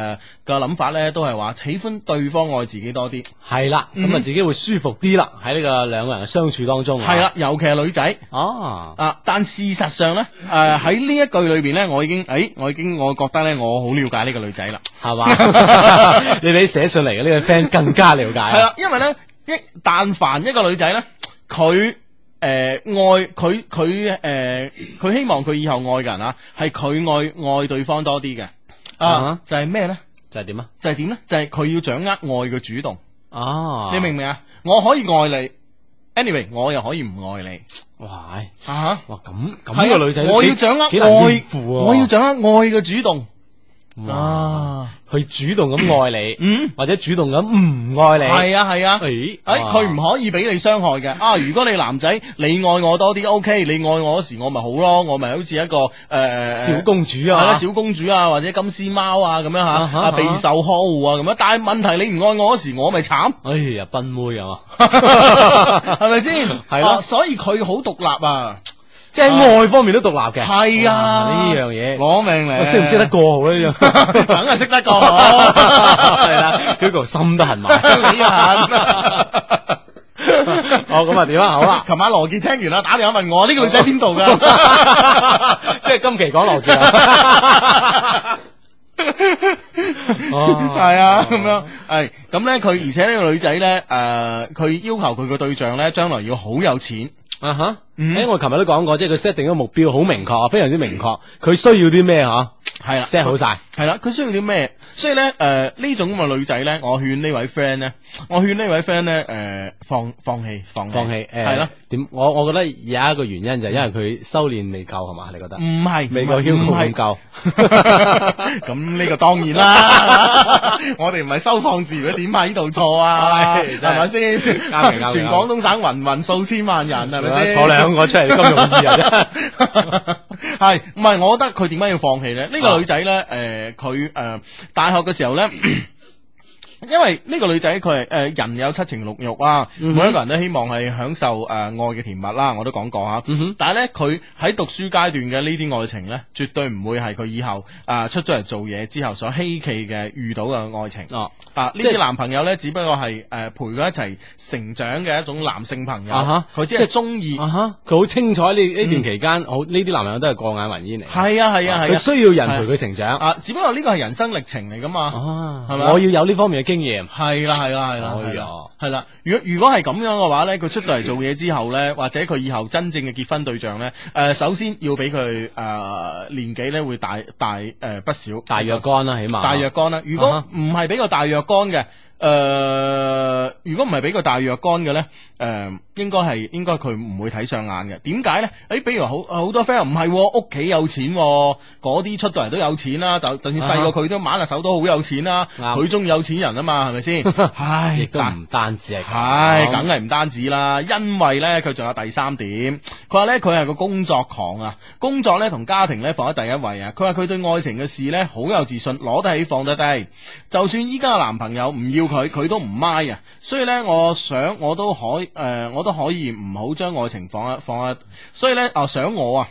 Speaker 2: 嘅諗法咧，都係話喜歡對方愛自己多啲。
Speaker 3: 係啦，
Speaker 2: 嗯
Speaker 3: 咁啊自己會舒服啲啦，喺呢個兩個人嘅相處當中啊，
Speaker 2: 係啦，尤其係女仔
Speaker 3: 哦，
Speaker 2: 啊，但事實上咧，誒喺呢一句裏邊咧，我已經誒、哎我已經我覺得咧，我好了解呢個女仔啦。
Speaker 3: 係
Speaker 2: *laughs*
Speaker 3: 嘛，你比寫信嚟嘅呢個 friend 更加了解
Speaker 2: 係
Speaker 3: 啊，
Speaker 2: 啦，因為咧一但凡一個女仔咧，佢诶、呃愛佢佢诶佢希望佢以後愛嘅人啊，係佢愛愛對方多啲嘅
Speaker 3: 啊
Speaker 2: 啊
Speaker 3: 哈，
Speaker 2: 就係咩咧？
Speaker 3: 就係點啊？
Speaker 2: 就係點咧？就係佢要掌握愛嘅主動，
Speaker 3: 哦，
Speaker 2: 你明唔明啊？我可以愛你，anyway，我又可以唔愛你
Speaker 3: 哦哇，唉
Speaker 2: 啊哈。
Speaker 3: 哇咁
Speaker 2: 係
Speaker 3: 咁
Speaker 2: 啊
Speaker 3: 個女仔都
Speaker 2: 我要
Speaker 3: 幾
Speaker 2: 掌握
Speaker 3: 幾難應
Speaker 2: 愛，
Speaker 3: 付喎
Speaker 2: 我要掌握愛嘅主啊動。
Speaker 3: 哇，佢主動咁愛你，
Speaker 2: 嗯，
Speaker 3: 或者主動咁唔愛你，哎
Speaker 2: 係啊係啊。
Speaker 3: 誒
Speaker 2: 诶，佢唔可以俾你傷害嘅啊！如果你男仔，你愛我多啲，OK，你愛我嗰時我咪好咯，我咪好似一個诶
Speaker 3: 小公主
Speaker 2: 係
Speaker 3: 啊
Speaker 2: 啦，，小公主啊，或者金絲貓啊咁樣
Speaker 3: 啊
Speaker 2: 吓，
Speaker 3: 哈
Speaker 2: 啊
Speaker 3: 啊哈
Speaker 2: 備受呵護啊咁樣。但係問題你唔愛我嗰時，我咪
Speaker 3: *laughs*
Speaker 2: 慘，
Speaker 3: 哎呀，賓妹啊嘛，
Speaker 2: *laughs* 係咪先？
Speaker 3: 係咯
Speaker 2: 啊所以佢好獨立啊，
Speaker 3: 即係愛方面都獨立嘅，
Speaker 2: 係啊
Speaker 3: 哇呢樣嘢
Speaker 2: 攞命嚟，
Speaker 3: 我識唔識得過好呢樣？
Speaker 2: *laughs* 梗係識得過，
Speaker 3: 係
Speaker 2: 係
Speaker 3: 啦
Speaker 2: 啦，
Speaker 3: ，Hugo 心都痕埋。
Speaker 2: *laughs* 你啊！
Speaker 3: 哦，咁啊點啊？
Speaker 2: *laughs*
Speaker 3: 好啦，
Speaker 2: 琴晚羅傑聽完啦，打電話問我呢個女仔邊度
Speaker 3: *laughs*
Speaker 2: 㗎？
Speaker 3: 即係今期講落
Speaker 2: *laughs*
Speaker 3: 嘅啦。哦，
Speaker 2: 係啊，咁樣係咁咧，佢而且呢個女仔咧，诶，佢要求佢個對象咧，將來要好有錢。
Speaker 3: 啊哈，
Speaker 2: 嗯
Speaker 3: 誒，我琴日都講過，即係佢 set 定個目標好明確，非常之明確，佢需要啲咩吓
Speaker 2: 係啦
Speaker 3: ，set 好晒。
Speaker 2: 係啦，佢需要啲咩？所以咧，诶、呢種咁嘅女仔咧，我勸呢位 friend 咧，我勸呢位 friend 咧，诶、放放棄，放棄
Speaker 3: 放棄誒，
Speaker 2: 係啦，
Speaker 3: 點？我我覺得有一個原因就係因為佢修煉未夠係嘛？你覺得
Speaker 2: 唔？係
Speaker 3: 未夠
Speaker 2: 唔係
Speaker 3: Hugo
Speaker 2: 嗯唔
Speaker 3: 咁
Speaker 2: 係
Speaker 3: 夠，
Speaker 2: *laughs* 咁呢個當然啦， *laughs* 我哋唔係收放自如嘅，點解呢度錯啊？
Speaker 3: 係真係
Speaker 2: 係咪先？
Speaker 3: 啱明啱明
Speaker 2: 全廣東省雲雲數千萬人係咪先？
Speaker 3: 坐兩個出嚟咁容易啊！真係
Speaker 2: *laughs* 係唔係？我覺得佢點解要放棄咧？呢、
Speaker 3: 啊
Speaker 2: 個女仔咧，诶、佢诶、誒大學嘅時候咧。 *clears throat* 因為呢個女仔佢係誒人有七情六欲啊，
Speaker 3: 嗯
Speaker 2: 每一個人都希望係享受誒、愛嘅甜蜜啦，我都講過
Speaker 3: 嗯
Speaker 2: 嚇。但係咧，佢喺讀書階段嘅呢啲愛情咧，絕對唔會係佢以後啊、出咗嚟做嘢之後所希冀嘅遇到嘅愛情。
Speaker 3: 哦，
Speaker 2: 啊！呢啲男朋友咧，只不過係誒、陪佢一齊成長嘅一種男性朋友，佢、
Speaker 3: 啊
Speaker 2: 只
Speaker 3: 哈即
Speaker 2: 係
Speaker 3: 係
Speaker 2: 中意。
Speaker 3: 啊哈，佢好清楚呢
Speaker 2: 嗯
Speaker 3: 呢段期間，好呢啲男朋友都係過眼雲煙嚟。
Speaker 2: 係啊係啊係啊！
Speaker 3: 佢需要人陪佢成長。
Speaker 2: 啊，只不過呢個係人生歷程嚟噶嘛。
Speaker 3: 啊
Speaker 2: 係咪
Speaker 3: 我要有呢方面嘅經驗。
Speaker 2: 係啦，係啦，係啦，
Speaker 3: 哎
Speaker 2: 係
Speaker 3: 呀
Speaker 2: 啦，係啦。如果如果係咁樣嘅話咧，佢出到嚟做嘢之後咧，或者佢以後真正嘅結婚對象咧，誒、首先要俾佢誒年紀咧會大大誒、呃不少，
Speaker 3: 大若干啦，起碼
Speaker 2: 大若干啦。如果
Speaker 3: 啊
Speaker 2: 唔係俾個大若干嘅，誒、呃如果唔係俾個大若干嘅咧，誒、應該係應該佢唔會睇上眼嘅。點解咧？誒、哎比如話好好多 friend 話唔係喎屋企有錢喎，嗰啲出到嚟都有錢啦，就就算細個佢都馬下手都好有錢啦，
Speaker 3: 啊啱
Speaker 2: 佢中意有錢人啊嘛，係咪
Speaker 3: *laughs*
Speaker 2: 先？唉，
Speaker 3: 亦都
Speaker 2: 但
Speaker 3: 唔單止係咁
Speaker 2: 係，梗係唔單止啦，因為呢，佢仲有第三點，佢話呢，佢係個工作狂啊，工作呢同家庭呢放喺第一位啊。佢話佢對愛情嘅事呢好有自信，攞得起放得低，就算依家嘅男朋友唔要佢，佢都唔咪啊。所以呢，我想我都可誒、呃我都可以唔好將愛情放喺放喺，所以呢，啊想我啊。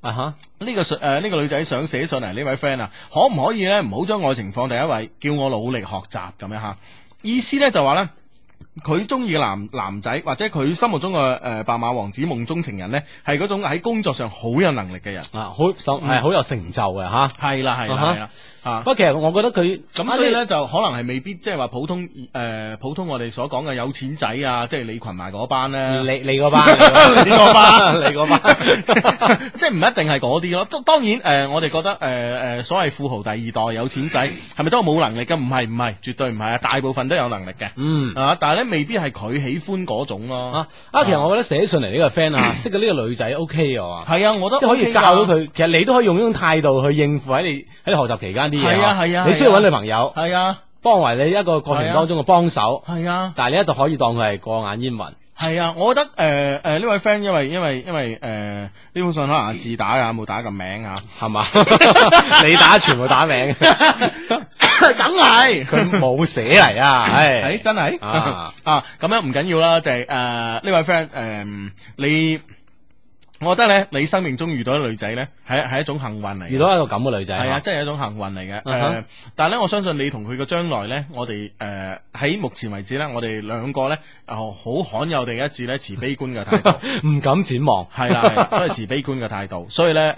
Speaker 3: 啊哈，
Speaker 2: 呢、個个呃诶呢、個女仔想寫信嚟呢位 friend 啊，可唔可以咧唔好將愛情放第一位，叫我努力學習咁樣吓？意思咧就話咧，佢中意嘅男男仔或者佢心目中嘅诶、呃白馬王子夢中情人咧，係嗰種喺工作上好有能力嘅人。
Speaker 3: 啊好受
Speaker 2: 嗯
Speaker 3: 係好有成就嘅吓。
Speaker 2: 係啦係
Speaker 3: 啊哈
Speaker 2: 啦係啦
Speaker 3: 不
Speaker 2: 啊！
Speaker 3: 過其實我覺得佢
Speaker 2: 咁所以咧就可能係未必即係話普通诶、呃普通我哋所講嘅有錢仔啊，即係李群埋嗰班咧。
Speaker 3: 你你
Speaker 2: *laughs*
Speaker 3: 嗰班，你
Speaker 2: 嗰班
Speaker 3: *laughs* 你嗰班，
Speaker 2: *laughs* 即系唔一定係嗰啲咯。當當然，诶、我哋覺得诶诶、誒所謂富豪第二代有錢
Speaker 3: 嗯
Speaker 2: 仔，係咪都係冇能力嘅？唔係唔係，絕對唔係啊！大部分都有能力嘅，
Speaker 3: 嗯。
Speaker 2: 啊，但係咧未必係佢喜歡嗰種咯。
Speaker 3: 啊啊！其實我覺得寫信嚟呢個 friend 啊，識嘅呢個女仔 OK 嘅啊，
Speaker 2: 嗯係啊，我覺得
Speaker 3: 即係可
Speaker 2: OK
Speaker 3: 以
Speaker 2: 㗎
Speaker 3: 教到。佢。其實你都可以用呢種態度去應付喺你喺你學習期間啲嘢。
Speaker 2: 係啊係啊
Speaker 3: 你需要
Speaker 2: 係啊
Speaker 3: 揾女朋友
Speaker 2: 係啊，
Speaker 3: 幫為你一個過程當中嘅幫手，
Speaker 2: 係啊，
Speaker 3: 但係你一度可以當佢係過眼煙雲。
Speaker 2: 系啊，我覺得诶诶呢位 friend 因為因為因為诶呢封信可能阿志打噶，冇打個名
Speaker 3: *laughs*
Speaker 2: 啊，*laughs*
Speaker 3: 系嘛？你打全部打名，
Speaker 2: 梗 *laughs* 係。
Speaker 3: 佢冇寫嚟啊！
Speaker 2: 诶，
Speaker 3: 唉，
Speaker 2: 哎真系
Speaker 3: 啊
Speaker 2: 啊咁樣唔緊要啦，就係诶呢位 friend 诶、你，我覺得咧，你生命中遇到嘅女仔咧，係係一種幸運嚟嘅。
Speaker 3: 遇到一個咁嘅女仔，
Speaker 2: 係啊，真係一種幸運嚟嘅。
Speaker 3: 啊哈
Speaker 2: 誒但係咧，我相信你同佢嘅將來咧，我哋誒喺目前為止咧，我哋兩個咧，哦好罕有地一致咧持悲觀嘅態
Speaker 3: *laughs*
Speaker 2: 度。
Speaker 3: 唔敢展望。
Speaker 2: 係啦，係啦都係持悲觀嘅態度。所以咧，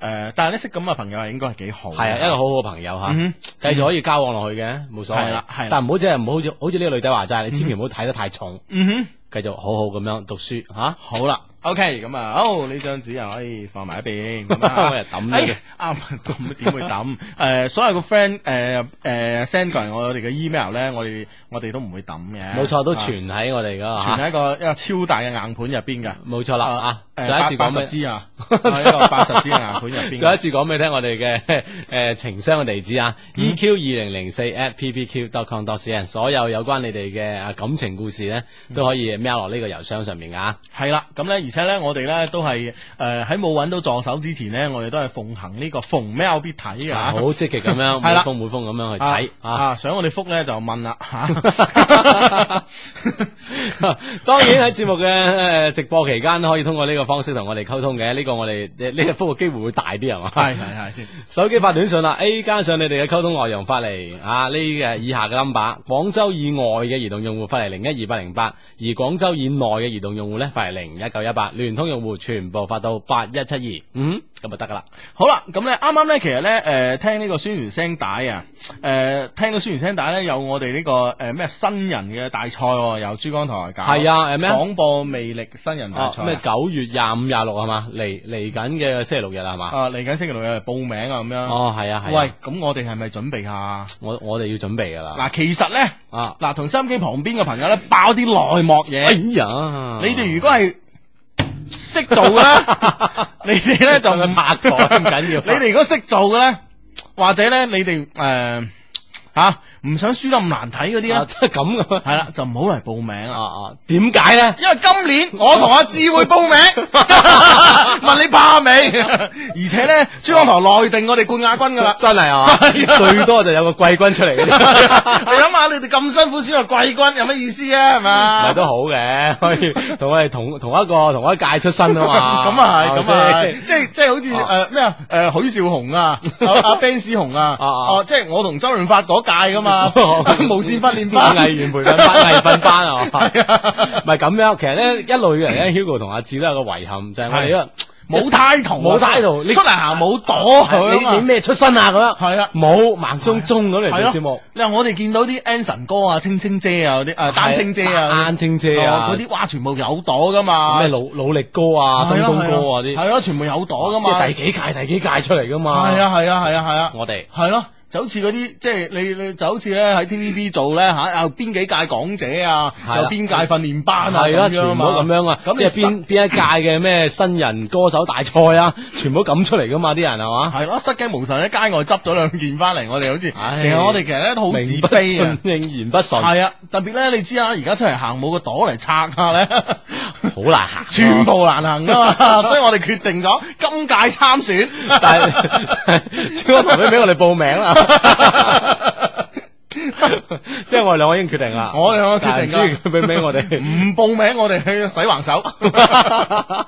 Speaker 2: 誒誒，但係咧識咁嘅朋友係應該係幾好嘅。
Speaker 3: 係啊，一個好好嘅朋友吓，
Speaker 2: 嗯哼
Speaker 3: 繼續可以交往落去嘅，冇所謂。
Speaker 2: 係啦係啦
Speaker 3: 但唔好即係唔好好似好似呢個女仔話齋，你千祈唔好睇得太重，
Speaker 2: 嗯哼。
Speaker 3: 繼續好好咁樣讀書吓。
Speaker 2: 好啦，OK，咁啊，好呢張紙又可以放埋一邊，咁啊
Speaker 3: *laughs* 我又抌呢
Speaker 2: 哎
Speaker 3: 啲
Speaker 2: 啱抌點會
Speaker 3: *laughs*
Speaker 2: 抌？誒，所有個 friend 誒誒 send 過嚟我哋嘅 email 咧，我哋我哋都唔會抌嘅。
Speaker 3: 冇錯，都
Speaker 2: 啊
Speaker 3: 存喺我哋噶
Speaker 2: 存
Speaker 3: 吓，
Speaker 2: 喺一個一個超大嘅硬盤入邊嘅。
Speaker 3: 冇錯啦啊！
Speaker 2: 誒
Speaker 3: 仲有一次
Speaker 2: 八
Speaker 3: 講
Speaker 2: 八十
Speaker 3: 俾，
Speaker 2: 支
Speaker 3: *laughs*
Speaker 2: 啊，一個八十啊支嘅硬盤入邊
Speaker 3: 仲有
Speaker 2: 嘅。
Speaker 3: 一次講俾你聽，我哋嘅 *laughs* 诶情商嘅地址啊，eq
Speaker 2: 嗯
Speaker 3: 二零零四 at ppq dot com dot cn，所有有關你哋嘅啊感情故事咧，
Speaker 2: 嗯
Speaker 3: 都可以 mail 落呢個郵箱上面噶啊。
Speaker 2: 係啦，咁咧，而且咧，我哋咧都係誒喺冇揾到助手之前咧，我哋都係奉行呢個逢喵必睇嘅啊
Speaker 3: 好積極咁樣，
Speaker 2: *laughs* 係
Speaker 3: 每
Speaker 2: 啦
Speaker 3: 封每封咁樣去睇啊。
Speaker 2: 啊！想我哋覆咧就問啦啊嚇。
Speaker 3: *laughs* 當然喺節目嘅呃直播期間可以通過呢個方式同我哋溝通嘅，呢、個我哋呃呢、個复嘅機會會大啲係嘛？
Speaker 2: 係係係。
Speaker 3: 手機發短信啦，A 加上你哋嘅溝通內容發嚟啊，呢嘅以下嘅 number，廣州以外嘅移動用戶發嚟零一二八零八，而廣州以內嘅移動用戶咧發嚟零一九一八，聯通用戶全部發到八一七二，嗯，咁就得噶啦。
Speaker 2: 好啦，咁咧啱啱咧，其實咧，誒、聽呢個宣傳聲帶啊，誒、聽到宣傳聲帶咧，有我哋呢、個誒咩、新人嘅大賽喎，由珠江台搞。
Speaker 3: 係啊誒咩啊
Speaker 2: 廣播魅力新人大
Speaker 3: 哦
Speaker 2: 賽啊
Speaker 3: 咩九月廿五廿六係嘛？嚟嚟緊嘅星期六日啦係嘛？
Speaker 2: 啊，嚟緊星期六日報名啊，咁樣。
Speaker 3: 哦係啊係啊，
Speaker 2: 喂，咁我哋係咪準備下？
Speaker 3: 我我哋要準備噶啦。
Speaker 2: 嗱，其實咧，
Speaker 3: 啊
Speaker 2: 嗱，同收音機旁邊嘅朋友咧，爆啲內幕
Speaker 3: 哎
Speaker 2: 嘢。
Speaker 3: 呀，
Speaker 2: 你哋如啊果係識做嘅
Speaker 3: *laughs*
Speaker 2: 咧，你哋咧就唔
Speaker 3: 拍台咁緊
Speaker 2: *laughs*
Speaker 3: 要
Speaker 2: 你哋如果識做嘅咧，或者咧你哋誒嚇唔想輸得咁難睇嗰啲
Speaker 3: 啊
Speaker 2: 咧，
Speaker 3: 真係咁嘅咩
Speaker 2: 係啦，就唔好嚟報名
Speaker 3: 啊
Speaker 2: 啦。
Speaker 3: 啊，點解咧？
Speaker 2: 因為今年我同阿志會報名，
Speaker 3: *laughs*
Speaker 2: 問你怕未？而且咧，珠江台內定我哋冠亞軍噶
Speaker 3: *laughs*
Speaker 2: 啦。
Speaker 3: 真係啊，最多就有個季軍出嚟嘅
Speaker 2: 你
Speaker 3: 啫。
Speaker 2: 諗下，你哋咁辛苦先入季軍，有咩意思啊？係嘛？
Speaker 3: 咪都好嘅， *laughs* 可以同我哋同同一個同一屆出身啊
Speaker 2: *laughs*
Speaker 3: 嘛。
Speaker 2: 咁啊係，咁啊
Speaker 3: 咪
Speaker 2: 係，
Speaker 3: 先
Speaker 2: 即係即係好似
Speaker 3: 啊
Speaker 2: 誒咩啊誒許少雄
Speaker 3: *laughs*
Speaker 2: 啊，阿阿 Ben 史雄啊，
Speaker 3: 啊啊
Speaker 2: 哦，即係我同周潤發嗰屆噶
Speaker 3: *laughs*
Speaker 2: 嘛， *laughs* 無線訓練班
Speaker 3: 藝員培訓班、藝訓班啊
Speaker 2: *laughs*
Speaker 3: 嘛，
Speaker 2: 係啊
Speaker 3: 咪咁樣。其實咧，一類嘅人咧，Hugo 同阿志都有個遺憾，就係我哋呢
Speaker 2: *laughs* 冇態度啊，
Speaker 3: 冇態度你
Speaker 2: 出嚟行冇躲
Speaker 3: 個
Speaker 2: 佢啊
Speaker 3: 你你
Speaker 2: 嘛。
Speaker 3: 咩出身啊咁樣，
Speaker 2: 係啊
Speaker 3: 冇盲中中咁嚟做節目，
Speaker 2: 你話我哋見到啲 Anson 哥啊、青青姐啊嗰啲，誒單青姐啊、
Speaker 3: 單青姐啊
Speaker 2: 哦嗰啲，哇，全部有朵噶嘛，
Speaker 3: 咩努努力哥啊、
Speaker 2: 啊係
Speaker 3: 東
Speaker 2: 咯
Speaker 3: 東哥啊啲
Speaker 2: 係，咯，全部有朵噶嘛，
Speaker 3: 即係第幾屆、第幾屆出嚟噶嘛。
Speaker 2: 係啊，係啊，係啊，係啊，
Speaker 3: 我哋
Speaker 2: 係咯。就好似嗰啲，即係你你就好似咧喺 TVB 做咧吓，啊有邊幾屆港姐啊，
Speaker 3: 係啦
Speaker 2: 有邊屆訓練班啊，
Speaker 3: 系啦，
Speaker 2: 咁
Speaker 3: 全
Speaker 2: 樣啊
Speaker 3: 部
Speaker 2: 嘛
Speaker 3: 都咁樣啊！
Speaker 2: 咁
Speaker 3: 即係邊边一屆嘅咩新人歌手大賽啊，全部都咁出嚟噶嘛，啲人係嘛？
Speaker 2: 係咯，失驚無神喺街外執咗兩件翻嚟，我哋好似
Speaker 3: 唉
Speaker 2: 成日我哋其實咧都好自
Speaker 3: 名不
Speaker 2: 卑啊
Speaker 3: 盡。應，言不順，
Speaker 2: 系啊，特別咧，你知啊，而家出嚟行冇個朵嚟拆下
Speaker 3: *laughs*
Speaker 2: 咧，
Speaker 3: 好難行啊。
Speaker 2: 全部難行啊嘛， *laughs* 所以我哋決定咗今屆參選。
Speaker 3: 但係
Speaker 2: *laughs*
Speaker 3: *laughs* 珠江台俾俾我哋報名啦。即係我哋兩個已經決定啦，
Speaker 2: 我哋兩個決
Speaker 3: 但
Speaker 2: 定㗎
Speaker 3: 係唔知佢俾唔俾我哋？
Speaker 2: *laughs* 唔報名，我哋去洗橫手。
Speaker 3: *laughs*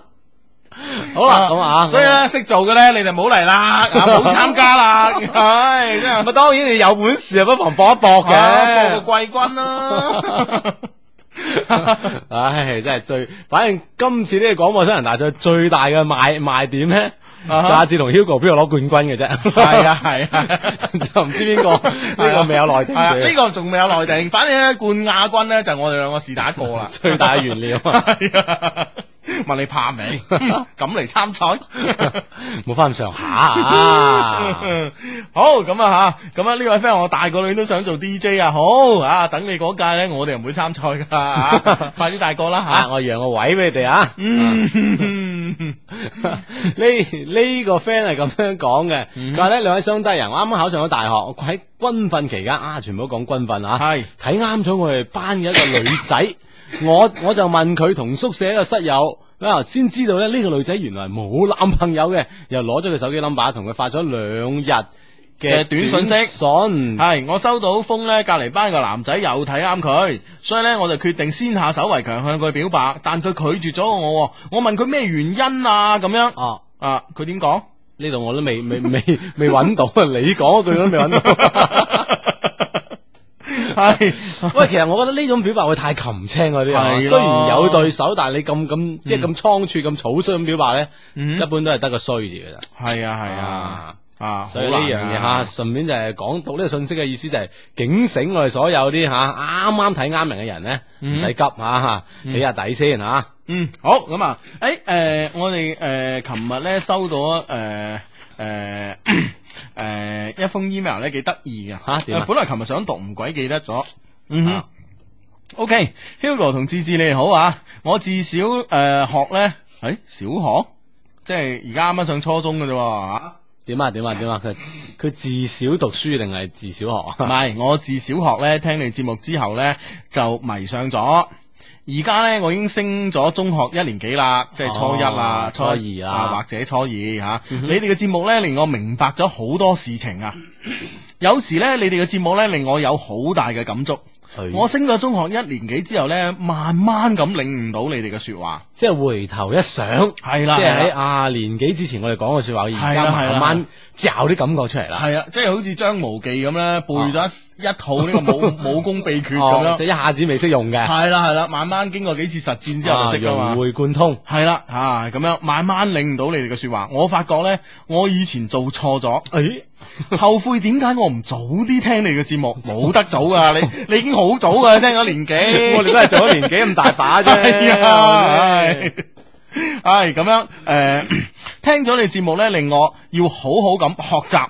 Speaker 3: 好啦，咁啊，
Speaker 2: 所以咧識做嘅咧，你哋唔好嚟啦，
Speaker 3: *laughs*
Speaker 2: 啊唔好參加啦，唉，真係
Speaker 3: 咁啊，當然你有本事啊，不妨搏一搏
Speaker 2: 啊
Speaker 3: 嘅
Speaker 2: 報。
Speaker 3: *laughs*
Speaker 2: 個季軍啦。
Speaker 3: 唉，真係最，反正今次呢個廣播新人大賽最大嘅賣賣點咧，就
Speaker 2: 啊哈
Speaker 3: 阿志同 Hugo 邊度攞冠軍嘅啫，
Speaker 2: 係啊係啊
Speaker 3: 就唔知邊個呢個未有內定
Speaker 2: 係啊呢
Speaker 3: 嘅，
Speaker 2: 個仲未有內定，反正咧冠亞軍咧就我哋兩個是打一個啦。
Speaker 3: *laughs* 最大嘅原料啊，
Speaker 2: *laughs* 係啊，問你怕
Speaker 3: *laughs*
Speaker 2: 未？咁嚟參賽。
Speaker 3: 冇翻咁上下
Speaker 2: *laughs*
Speaker 3: 啊，
Speaker 2: 嗯好咁啊吓，咁啊呢位 friend 話我大個女都想做 DJ 啊，好啊，等你嗰屆咧，我哋唔會參賽噶，啊 *laughs* 快啲大個啦
Speaker 3: 啊，
Speaker 2: 吓。
Speaker 3: *laughs* 我讓個位俾你哋啊，
Speaker 2: 嗯，
Speaker 3: 呢個 friend 係咁樣講嘅，佢話咧兩位雙低人，我啱啱考上咗大學，我喺軍訓期間啊，全部都講軍訓啊，
Speaker 2: *laughs* 係
Speaker 3: 睇啱咗我哋班嘅一個女仔， *laughs* 我我就問佢同宿舍一個室友。啊！先知道咧，呢個女仔原來冇男朋友嘅，又攞咗佢手機 number 同佢發咗兩日嘅
Speaker 2: 嘅短信息
Speaker 3: 信
Speaker 2: 系我收到風咧，隔離班個男仔又睇啱佢，所以咧我就決定先下手為強向佢表白，但佢拒絕咗我喎。我問佢咩原因啊？咁樣
Speaker 3: 哦。
Speaker 2: 啊，佢點 *laughs* 講？
Speaker 3: 呢度我都未未未未揾到啊！你講嗰句我都未揾到。
Speaker 2: 係
Speaker 3: *laughs* 喂，其實我覺得呢種表白會太擒青嗰啲啊。
Speaker 2: 係咯
Speaker 3: 雖然有對手，但係你咁咁即係咁倉促、咁草率咁表白咧，
Speaker 2: 嗯
Speaker 3: 一般都係得個衰字嘅咋。
Speaker 2: 係啊係啊啊！
Speaker 3: 所以呢樣嘢吓，順便就係講到呢個信息嘅意思，就係警醒我哋所有啲吓啱啱睇啱人嘅人咧，唔使急吓吓，起下底先吓。
Speaker 2: 嗯，好咁啊，诶、诶、我哋诶，琴日咧收到诶诶 *coughs* 诶一封 email 咧，幾得意嘅
Speaker 3: 吓點啊
Speaker 2: 本來琴日想讀，唔鬼記得咗。嗯
Speaker 3: 哼
Speaker 2: OK，Hugo 同志志你哋好啊！我自小诶、呃、学咧，诶、小學，即係而家啱啱上初中嘅啫喎吓。
Speaker 3: 點啊點
Speaker 2: 嗯
Speaker 3: 啊點啊！佢佢自小讀書定係自小學
Speaker 2: *laughs* 唔？系，我自小學咧聽你節目之後咧就迷上咗。而家咧，我已經升咗中學一年幾啦，即係初一啦、
Speaker 3: 哦
Speaker 2: 初
Speaker 3: 初二啦嗯
Speaker 2: 或者初二吓。你哋嘅節目咧，令我明白咗好多事情啊！有時咧，你哋嘅節目咧，令我有好大嘅感觸。
Speaker 3: 係 *laughs*
Speaker 2: 我升咗中學一年幾之後咧，慢慢咁領悟到你哋嘅说話。
Speaker 3: 即係回頭一想，
Speaker 2: 係啦
Speaker 3: 即係
Speaker 2: 係
Speaker 3: 喺啊年幾之前我哋講嘅说話，我而
Speaker 2: 係啦
Speaker 3: 家
Speaker 2: 係啦
Speaker 3: 慢慢嚼啲感覺出嚟啦。
Speaker 2: 係啊，即係好似張無忌咁咧，背咗一一套呢個武 *laughs* 武功秘訣咁
Speaker 3: 哦
Speaker 2: 樣。
Speaker 3: 即係一下子未識用
Speaker 2: *laughs*
Speaker 3: 嘅，
Speaker 2: 係啦係啦，慢慢經過幾次實戰之後就識啦嘛
Speaker 3: 融。啊會貫通。
Speaker 2: 系啦，啊咁样慢慢領到你哋嘅说話。我發覺呢，我以前做錯
Speaker 3: *laughs*
Speaker 2: 咗，
Speaker 3: 诶，
Speaker 2: 後悔點解我唔早啲聽你嘅節目？冇得早噶，你你已經好早噶，聽咗年幾，
Speaker 3: 我哋都係做
Speaker 2: *laughs*
Speaker 3: 咗年紀咁大把啫。哦
Speaker 2: 係
Speaker 3: *laughs*
Speaker 2: 啊，係係咁樣诶、聽咗你節目呢，令我要好好咁學習。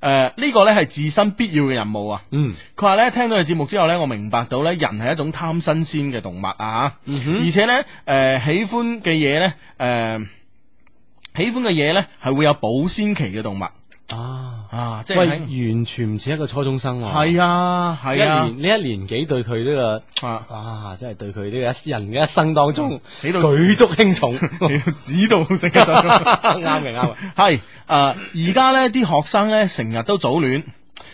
Speaker 2: 诶、呢、個呢係自身必要嘅任務啊！
Speaker 3: 嗯，
Speaker 2: 佢話咧聽到你節目之後咧，我明白到咧人係一種貪新鮮嘅動物啊，而且咧誒、呃喜歡嘅嘢咧誒喜歡嘅嘢咧係會有保鮮期嘅動物
Speaker 3: 啊，
Speaker 2: 啊，即
Speaker 3: 喂，
Speaker 2: 係喺
Speaker 3: 完全唔似一個初中生喎。
Speaker 2: 係啊
Speaker 3: 一
Speaker 2: 係啊
Speaker 3: 年呢一年幾對佢呢
Speaker 2: 啊
Speaker 3: 個，哇，真係對佢呢個一人嘅一生當中
Speaker 2: 死到
Speaker 3: 舉足輕重。 *laughs* 啱
Speaker 2: 指導性嘅作用。
Speaker 3: *laughs* 嘅，啱嘅。
Speaker 2: 系啊，而家呢啲學生呢，成日都早戀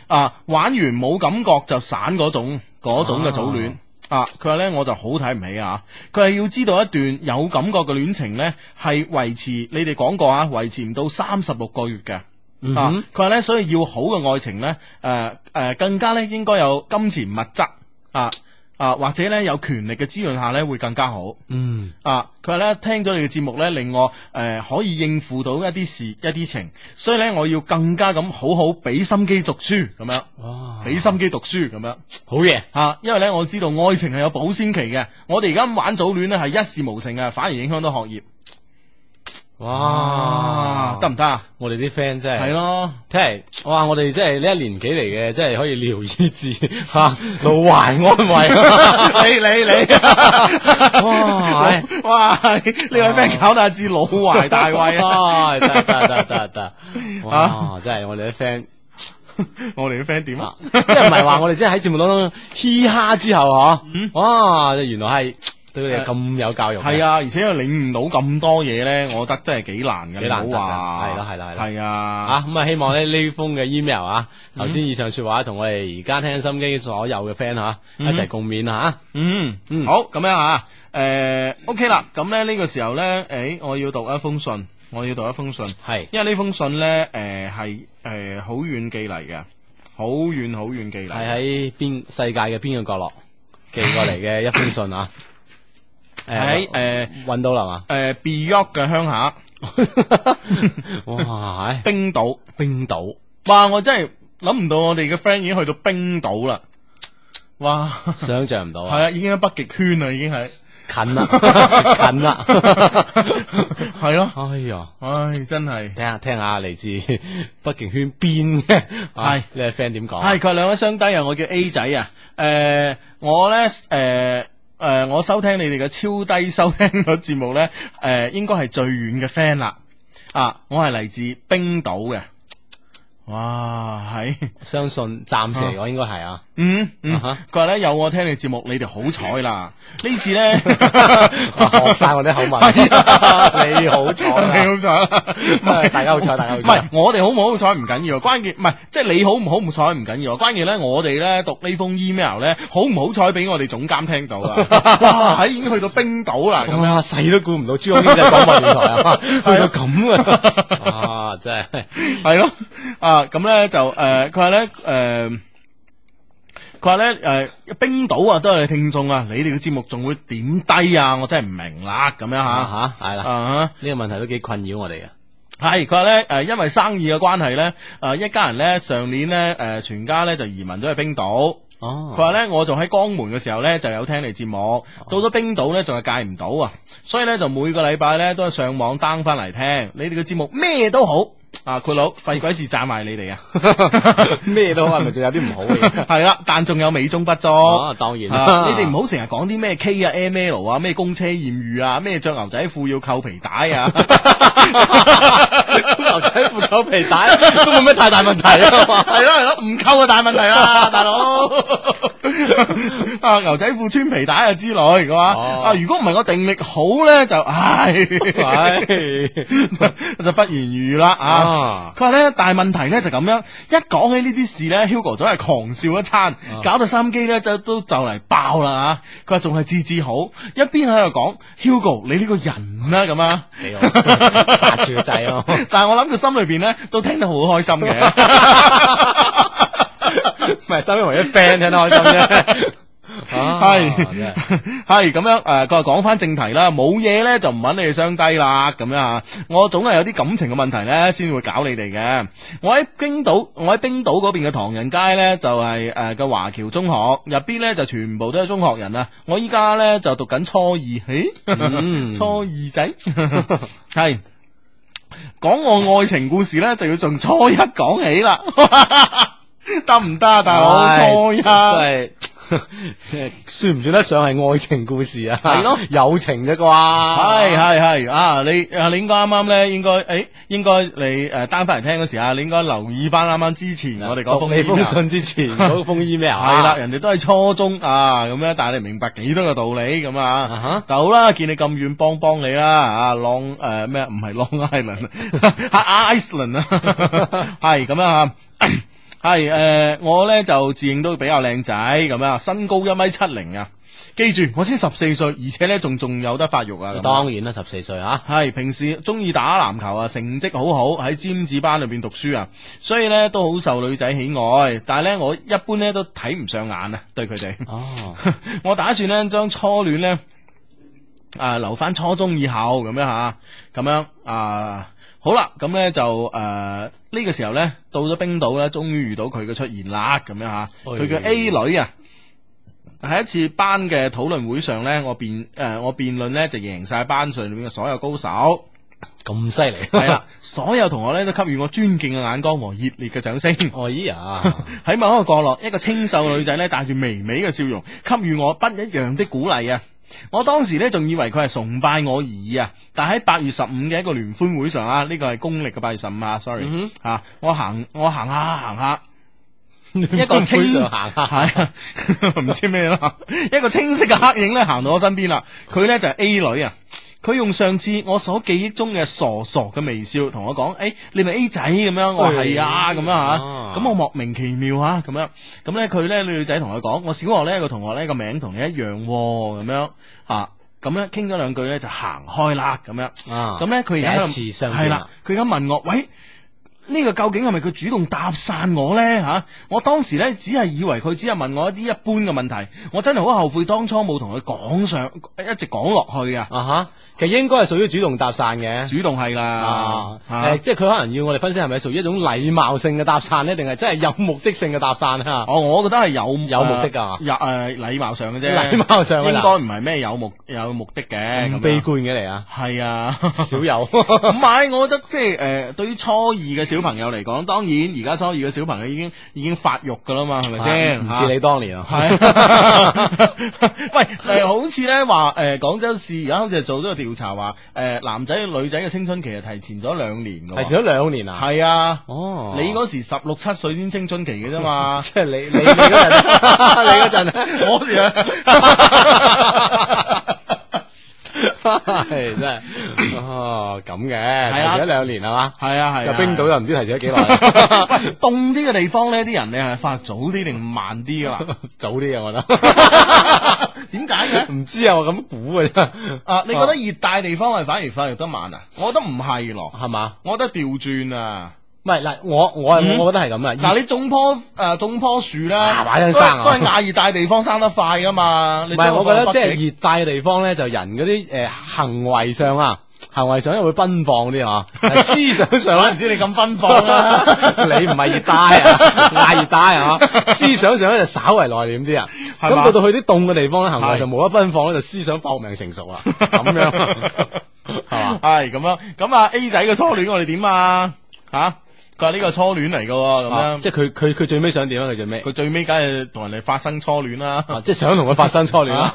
Speaker 2: 啊，玩完冇感覺就散嗰種嗰種嘅早戀啊。佢話呢，我就好睇唔起啊。佢係要知道一段有感覺嘅戀情呢，係維持你哋講過啊，維持唔到三十六個月嘅。
Speaker 3: 嗯
Speaker 2: 啊，佢話呢，所以要好嘅愛情呢，诶、诶、更加呢應該有金錢物質啊啊，或者呢，有權力嘅滋潤下呢，會更加好。
Speaker 3: 嗯，
Speaker 2: 啊，佢話咧聽咗你嘅節目咧，令我誒、呃可以應付到一啲事一啲情，所以咧我要更加咁好好俾心機讀書咁樣，
Speaker 3: 哇，
Speaker 2: 俾心機讀書咁樣
Speaker 3: 好嘢。
Speaker 2: 啊，因為咧我知道愛情係有保鮮期嘅，我哋而家玩早戀咧係一事無成啊嘅，反而影響到學業
Speaker 3: 哇
Speaker 2: 啊，，得唔得啊？
Speaker 3: 我哋啲 friend 真係
Speaker 2: 係。咯， *laughs*
Speaker 3: 即系，哇！我哋即系呢一年幾嚟嘅，即係可以聊以 *laughs* 至吓，老懷
Speaker 2: *laughs*
Speaker 3: 安慰。你 *laughs* 你你，哇！唉
Speaker 2: 哇，呢位 friend 搞到阿志老懷大慰啊！
Speaker 3: *laughs* 哇哦得得得
Speaker 2: *laughs*
Speaker 3: 得得，哇！真係我哋啲 friend，
Speaker 2: 我哋嘅 friend 點啊
Speaker 3: 啊？即係唔係話我哋即係喺節目當中嘻哈之後嗬，哇！原來係對佢哋咁有教育嘅。
Speaker 2: 嗯係啊，而且又領悟到咁多嘢咧，我覺得真係幾難嘅，
Speaker 3: 幾難
Speaker 2: 你
Speaker 3: 得啊
Speaker 2: 唔好話
Speaker 3: 㗎係啦係啦係啦
Speaker 2: 係啊，
Speaker 3: 啊，咁啊，希望咧呢封嘅 email 啊，
Speaker 2: 嗯
Speaker 3: 頭先以上说話同我哋而家聽心機所有嘅 friend 吓，一齊共勉吓。
Speaker 2: 嗯，
Speaker 3: 嗯
Speaker 2: 好咁样啊，诶、o k 啦，咁咧呢個時候咧，诶、我要讀一封信，我要讀一封信，
Speaker 3: 係
Speaker 2: 因為呢封信咧，诶係诶好遠寄嚟嘅，好遠好遠寄嚟，
Speaker 3: 系喺边世界嘅边個角落寄過嚟嘅一封信啊？
Speaker 2: 係
Speaker 3: 誒
Speaker 2: 喺诶
Speaker 3: 搵到啦嘛？
Speaker 2: 诶 Beyond 嘅鄉 *laughs* 下
Speaker 3: 哇！
Speaker 2: *laughs*
Speaker 3: 喺
Speaker 2: 冰島，
Speaker 3: 冰島
Speaker 2: 哇，我真係諗唔到我哋嘅 friend 已經去到冰島啦，哇，
Speaker 3: 想象唔到
Speaker 2: 係
Speaker 3: 啊！
Speaker 2: 啊，已經喺北極圈啦，已經 *laughs* 係，
Speaker 3: 近 *laughs* 啦，近啦！
Speaker 2: 係咯，
Speaker 3: *laughs* 哎呀，
Speaker 2: 唉，真係。
Speaker 3: 聽下聽下嚟自北極圈邊嘅，
Speaker 2: 係
Speaker 3: 係你啊係 friend 點講啊？
Speaker 2: 系佢係兩位雙低啊，我叫 A 仔啊，诶、我咧诶诶我收聽你哋嘅超低收聽率節目咧，诶應該係最遠嘅 friend 啦。啊，我係嚟自冰島嘅。哇，係，
Speaker 3: 相信暫時嚟講應該係啊，
Speaker 2: 嗯嗯
Speaker 3: 啊哈，
Speaker 2: 佢話咧有我聽你節目，你哋好彩啦。呢 *laughs* 次
Speaker 3: *laughs*
Speaker 2: 咧
Speaker 3: 啊學晒我啲口 *laughs* 吻，你好彩
Speaker 2: *laughs* 你
Speaker 3: 啊
Speaker 2: 好彩
Speaker 3: *laughs*
Speaker 2: 啦，唔係
Speaker 3: 大家好彩大家好彩啊
Speaker 2: 唔係我哋好唔好彩唔緊要，關鍵唔係即係你好唔好唔彩唔緊要，關鍵咧我哋咧讀呢封 email 咧好唔好彩俾我哋總監聽到
Speaker 3: *laughs*
Speaker 2: 啊！哇，喺已經去到冰島啦咁樣。
Speaker 3: 哇！啊細都估唔到珠江經濟廣播電台啊，去到咁 *laughs* 啊！啊，真係
Speaker 2: 系咯，啊咁咧就诶，佢話咧诶。誒佢話咧，誒、冰島啊，都係聽眾啊，你哋嘅節目仲會點低啊？我真係唔明啦，咁樣嚇嚇
Speaker 3: 啊嚇，係啦，
Speaker 2: 啊
Speaker 3: 呢個問題都幾困擾我哋嘅。啊
Speaker 2: 係，佢話咧誒，因為生意嘅關係咧，誒、一家人咧上年咧誒、全家咧就移民咗去冰島。
Speaker 3: 哦
Speaker 2: 佢話咧，我仲喺江門嘅時候咧就有聽你節目，到咗冰島咧仲係戒唔到啊，所以咧就每個禮拜咧都係上網 down 翻嚟聽，你哋嘅節目咩都好啊，
Speaker 3: *laughs*
Speaker 2: 佢佬廢鬼事讚埋你哋啊！ *laughs*
Speaker 3: 咩都好，係咪仲有啲唔好嘅嘢？
Speaker 2: 系啦，但仲有美中不足。
Speaker 3: *laughs* 哦，當然
Speaker 2: 啊
Speaker 3: *laughs* 啦，
Speaker 2: 你哋唔好成日講啲咩 K 啊、ML 啊、咩公車豔遇啊、咩着牛仔褲要扣皮帶
Speaker 3: *laughs*
Speaker 2: 啊，
Speaker 3: 牛仔褲扣皮帶 *laughs* 都冇咩太大問題啊嘛。
Speaker 2: *laughs* 係咯係咯，唔扣啊大問題啦，大
Speaker 3: *laughs*
Speaker 2: 佬。啊，牛仔褲穿皮帶啊之類嘅話，
Speaker 3: 哦
Speaker 2: 啊，如果唔係我定力好咧，就唉，
Speaker 3: *laughs* *laughs* 係
Speaker 2: 就不言喻啦啊。
Speaker 3: 啊，
Speaker 2: 佢話咧，但係問題咧就咁樣，一講起呢啲事咧，Hugo 總係狂笑一餐，
Speaker 3: 啊
Speaker 2: 搞到心機咧就都就嚟爆啦啊嚇。佢話仲係自治好，一邊喺度講 Hugo 你呢個人啦咁啊。
Speaker 3: 幾好，剎住個掣 *laughs* 咯。
Speaker 2: *laughs* 但係我諗佢心裏邊咧都聽得好開心嘅，
Speaker 3: *laughs* 唔係身邊唯一 friend 聽得開心啫。哎啊
Speaker 2: 係 *laughs* 係咁樣誒。呃佢話講翻正題啦，冇嘢咧就唔揾你哋相低啦咁樣啊。我總係有啲感情嘅問題咧，先會搞你哋嘅。我喺冰島，我喺冰島嗰邊嘅唐人街咧，就係誒嘅華僑中學入邊咧，就全部都係中學人啊。我依家咧就讀緊初二，嘿， *laughs* 初二仔係。講我愛情故事咧，就要從初一講起啦， *laughs* 得唔得啊，大佬？初一
Speaker 3: 都 *laughs* 係算唔算得上係愛情故事啊？
Speaker 2: 係咯，
Speaker 3: 友情啫啩。
Speaker 2: 系
Speaker 3: 係
Speaker 2: 系系啊！你啊，你应该啱啱咧，应该诶，应该你诶单翻嚟听嗰时啊，你應該留意翻啱啱之前我哋嗰封
Speaker 3: 啊你封
Speaker 2: email
Speaker 3: 信啊之前嗰 *laughs* 封 email
Speaker 2: 係啦，人哋都係初中啊，咁樣，但係你明白幾多個道理咁
Speaker 3: 啊
Speaker 2: 啊？
Speaker 3: 哈
Speaker 2: 但好啦，見你咁遠，幫幫你啦啊！浪誒咩？唔係 Long *laughs* Island，係 Iceland
Speaker 3: *laughs*
Speaker 2: 啊，係咁樣啊。 *coughs* 係誒、我咧就自認都比較靚仔咁樣啊，身高一米七零啊。記住，我先十四歲，而且咧仲仲有得發育啊。咁啊
Speaker 3: 當然啦，十四歲啊，
Speaker 2: 系平時中意打籃球啊，成績好好，喺尖子班裏边讀書啊，所以咧都好受女仔喜愛。但係咧，我一般咧都睇唔上眼啊，對佢哋。
Speaker 3: 哦，
Speaker 2: 我打算咧將初戀咧啊留翻初中以後咁樣吓，咁樣啊好啦，咁咧就诶呢、個時候咧到咗冰島咧，終於遇到佢嘅出現啦，咁樣吓，佢嘅 A 女啊。喺一次班嘅討論會上咧，我辯誒、呃我辯論咧就贏晒班上面嘅所有高手，
Speaker 3: 咁犀利，
Speaker 2: 係啦，所有同學咧都給予我尊敬嘅眼光和熱烈嘅掌聲。
Speaker 3: 哦，哎 *laughs* 呀，
Speaker 2: 喺某一個角落，一個清秀嘅女仔咧，帶住微微嘅笑容，給予我不一樣的鼓勵啊！我當時咧仲以為佢係崇拜我而已啊，但喺八月十五嘅一個聯歡會上啊，呢個係公歷嘅八月十五啊，sorry 啊，我行我行下行下。一個清
Speaker 3: *laughs* 杯上行
Speaker 2: *laughs*
Speaker 3: 下
Speaker 2: 係啊 *laughs* 唔知咩啦，一個清晰嘅黑影咧行到我身邊啦。佢咧就係 A 女啊，佢用上次我所記憶中嘅傻傻嘅微笑同我講：，誒、你咪 A 仔咁樣，我話係啊，咁樣嚇。
Speaker 3: 哎啊
Speaker 2: 咁我莫名其妙啊，咁樣。咁咧佢咧女仔同佢講：，我小學咧個同學咧個名同你一樣喎，咁樣啊。咁樣傾咗兩句咧就行開啦，咁樣。
Speaker 3: 啊
Speaker 2: 咁咧佢而家喺度
Speaker 3: 第一次相
Speaker 2: 係
Speaker 3: 見啊
Speaker 2: 啦
Speaker 3: 啦，
Speaker 2: 佢而家問我：，喂，呢、個究竟係咪佢主動搭訕我呢？吓、我當時呢，只係以為佢只係問我一啲一般嘅問題，我真係好後悔當初冇同佢講上，一直講落去啊！
Speaker 3: 啊哈，其實應該係屬於主動搭訕嘅。
Speaker 2: 主動係啦
Speaker 3: 啊，，
Speaker 2: 啊
Speaker 3: 誒，即係佢可能要我哋分析係咪屬於一種禮貌性嘅搭訕呢？定係真係有目的性嘅搭訕啊？
Speaker 2: 哦，我覺得係有
Speaker 3: 有目的㗎
Speaker 2: 呃有誒禮貌上嘅啫，
Speaker 3: 禮貌上㗎
Speaker 2: 應
Speaker 3: 啦
Speaker 2: 該唔係咩有目有目的嘅，咁
Speaker 3: 唔
Speaker 2: 樣
Speaker 3: 悲觀嘅嚟啊，
Speaker 2: 係啊。 *laughs*
Speaker 3: 少有。
Speaker 2: 唔係，我覺得即係誒、呃對於初二嘅小小朋友嚟講，當然而家初二嘅小朋友已經已經發育㗎啦嘛，係咪先？
Speaker 3: *laughs* 唔似你當年啊。
Speaker 2: 系， *laughs* 喂，诶，好似咧話诶，广州市而家好似係做咗個調查話，诶，男仔女仔嘅青春期係提前咗兩年㗎
Speaker 3: 提
Speaker 2: 喎。
Speaker 3: 前咗兩年啊！
Speaker 2: 係啊，
Speaker 3: 哦
Speaker 2: 你嗰時十六七歲先青春期嘅啫嘛。
Speaker 3: *laughs* 即係你你你
Speaker 2: *laughs*
Speaker 3: 嗰陣，你嗰陣
Speaker 2: 我時
Speaker 3: *laughs*
Speaker 2: 啊，
Speaker 3: 係真係 *laughs* 哦咁嘅，
Speaker 2: 係啊
Speaker 3: 提前咗兩年係嘛？
Speaker 2: 係啊係啊。
Speaker 3: 就冰島又唔知提前咗幾耐，
Speaker 2: *laughs* 冻啲嘅地方咧，啲人你係發育早啲定慢啲㗎啦？
Speaker 3: *laughs* 早啲啊，我覺得。
Speaker 2: *laughs* 點解嘅？
Speaker 3: 唔知啊，我咁估嘅啫，
Speaker 2: 啊，你覺
Speaker 3: 哦
Speaker 2: 得熱帶地方係反而發育得慢啊？我覺得唔係咯，
Speaker 3: 係嘛？
Speaker 2: 我覺得調轉啊。
Speaker 3: 唔係嗱，我我
Speaker 2: 嗯
Speaker 3: 係我覺得係咁啊。
Speaker 2: 嗱，你種棵誒種棵樹啦，
Speaker 3: 啊玩緊生啊
Speaker 2: 都係亞熱帶地方生得快噶嘛。
Speaker 3: 唔
Speaker 2: 唔
Speaker 3: 係，我覺得即係熱帶嘅地方咧，就人嗰啲誒行為上啊，行為上又會奔放
Speaker 2: *laughs*
Speaker 3: 啲啊，思想上
Speaker 2: 我唔
Speaker 3: 咧。
Speaker 2: 知你咁奔放啊啦。
Speaker 3: *laughs* 你唔係熱帶啊， *laughs* 亞熱帶啊，思想上咧就稍為內斂啲啊。
Speaker 2: 係嘛
Speaker 3: 咁到到去啲凍嘅地方咧，行為
Speaker 2: 係
Speaker 3: 就冇得奔放咧，就思想搏命成熟啊，咁樣係嘛？
Speaker 2: 係咁樣，咁啊 A 仔嘅初戀我哋點啊？嚇，佢話呢個初戀嚟嘅喎，咁
Speaker 3: 啊
Speaker 2: 樣
Speaker 3: 即係佢佢佢最尾想點啊？佢最尾
Speaker 2: 佢最尾梗係同人哋發生初戀啦。
Speaker 3: 啊，即係想同佢發生初戀啦，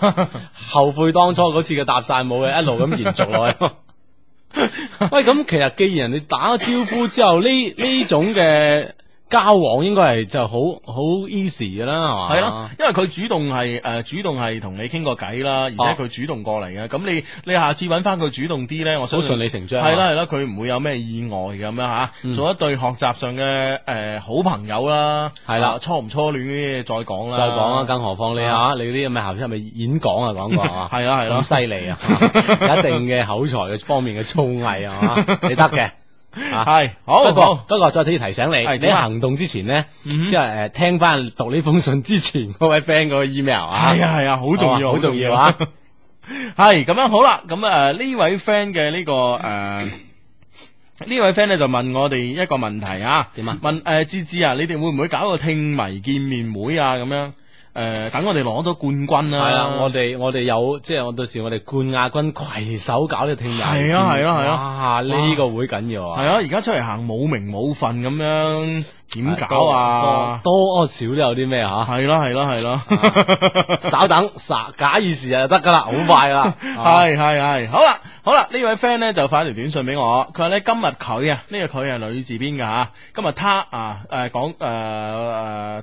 Speaker 3: 後悔當初嗰次嘅搭訕舞嘅一路咁延續落去。 *laughs* 喂，咁其實既然人哋打咗招呼之後，呢呢種嘅交往應該係就好好 easy 嘅啦，係嘛？
Speaker 2: 係咯，因為佢主動係誒、呃主動係同你傾過偈啦，而且
Speaker 3: 哦
Speaker 2: 佢主動過嚟嘅。咁你你下次揾翻佢主動啲咧，我
Speaker 3: 好
Speaker 2: 相
Speaker 3: 順
Speaker 2: 信
Speaker 3: 理成章啊。嗯
Speaker 2: 係啦係啦，佢唔會有咩意外咁樣吓，做一對學習上嘅诶、呃好朋友啦，
Speaker 3: 係啦
Speaker 2: 啊初唔初戀嗰啲嘢再講啦，
Speaker 3: 再講啊，更何況你
Speaker 2: 啊
Speaker 3: 嚇你呢啲咁嘅校係咪演講啊講過
Speaker 2: *laughs*
Speaker 3: 啊？
Speaker 2: 係啦係啦
Speaker 3: 咁犀
Speaker 2: *laughs*
Speaker 3: 利啊！有一定嘅口才嘅方面嘅造詣
Speaker 2: *laughs*
Speaker 3: 啊，嚇你得嘅。啊
Speaker 2: 係好
Speaker 3: 不過
Speaker 2: 好
Speaker 3: 不過再次提醒你，
Speaker 2: 係
Speaker 3: 你
Speaker 2: 點
Speaker 3: 喺
Speaker 2: 啊嗯
Speaker 3: 行動之前咧，即係誒呃聽翻讀呢封信之前嗰位 friend 嗰個 email 啊，
Speaker 2: 係啊係啊，好重要
Speaker 3: 哦好重
Speaker 2: *laughs*
Speaker 3: 要啊！
Speaker 2: 係咁樣好啦，咁诶呢位 friend 嘅呢個诶。呢位 friend 咧就問我哋一個問題啊，
Speaker 3: 點啊
Speaker 2: 問誒芝芝啊，你哋會唔會搞個聽迷見面會啊？咁樣誒、呃等我哋攞咗冠軍
Speaker 3: 係
Speaker 2: 啦、
Speaker 3: 啊，我哋我哋有即係我到時我哋冠亞軍攜手搞呢個聽友，
Speaker 2: 係啊係啊係
Speaker 3: 啊，呢個會緊要啊！
Speaker 2: 係啊，而家出嚟行冇名冇份咁樣，點搞啊？
Speaker 3: 多多多少都有啲咩啊嚇。
Speaker 2: 係啦係啦係啦，
Speaker 3: 稍等，稍假以時日就得噶啦，好快
Speaker 2: *laughs*
Speaker 3: 啦，啊係
Speaker 2: 係係係，好啦好啦，呢位 friend 咧就發條短信俾我，佢話咧今日佢啊，呢、個佢係女字邊噶吓，今日他啊誒講誒誒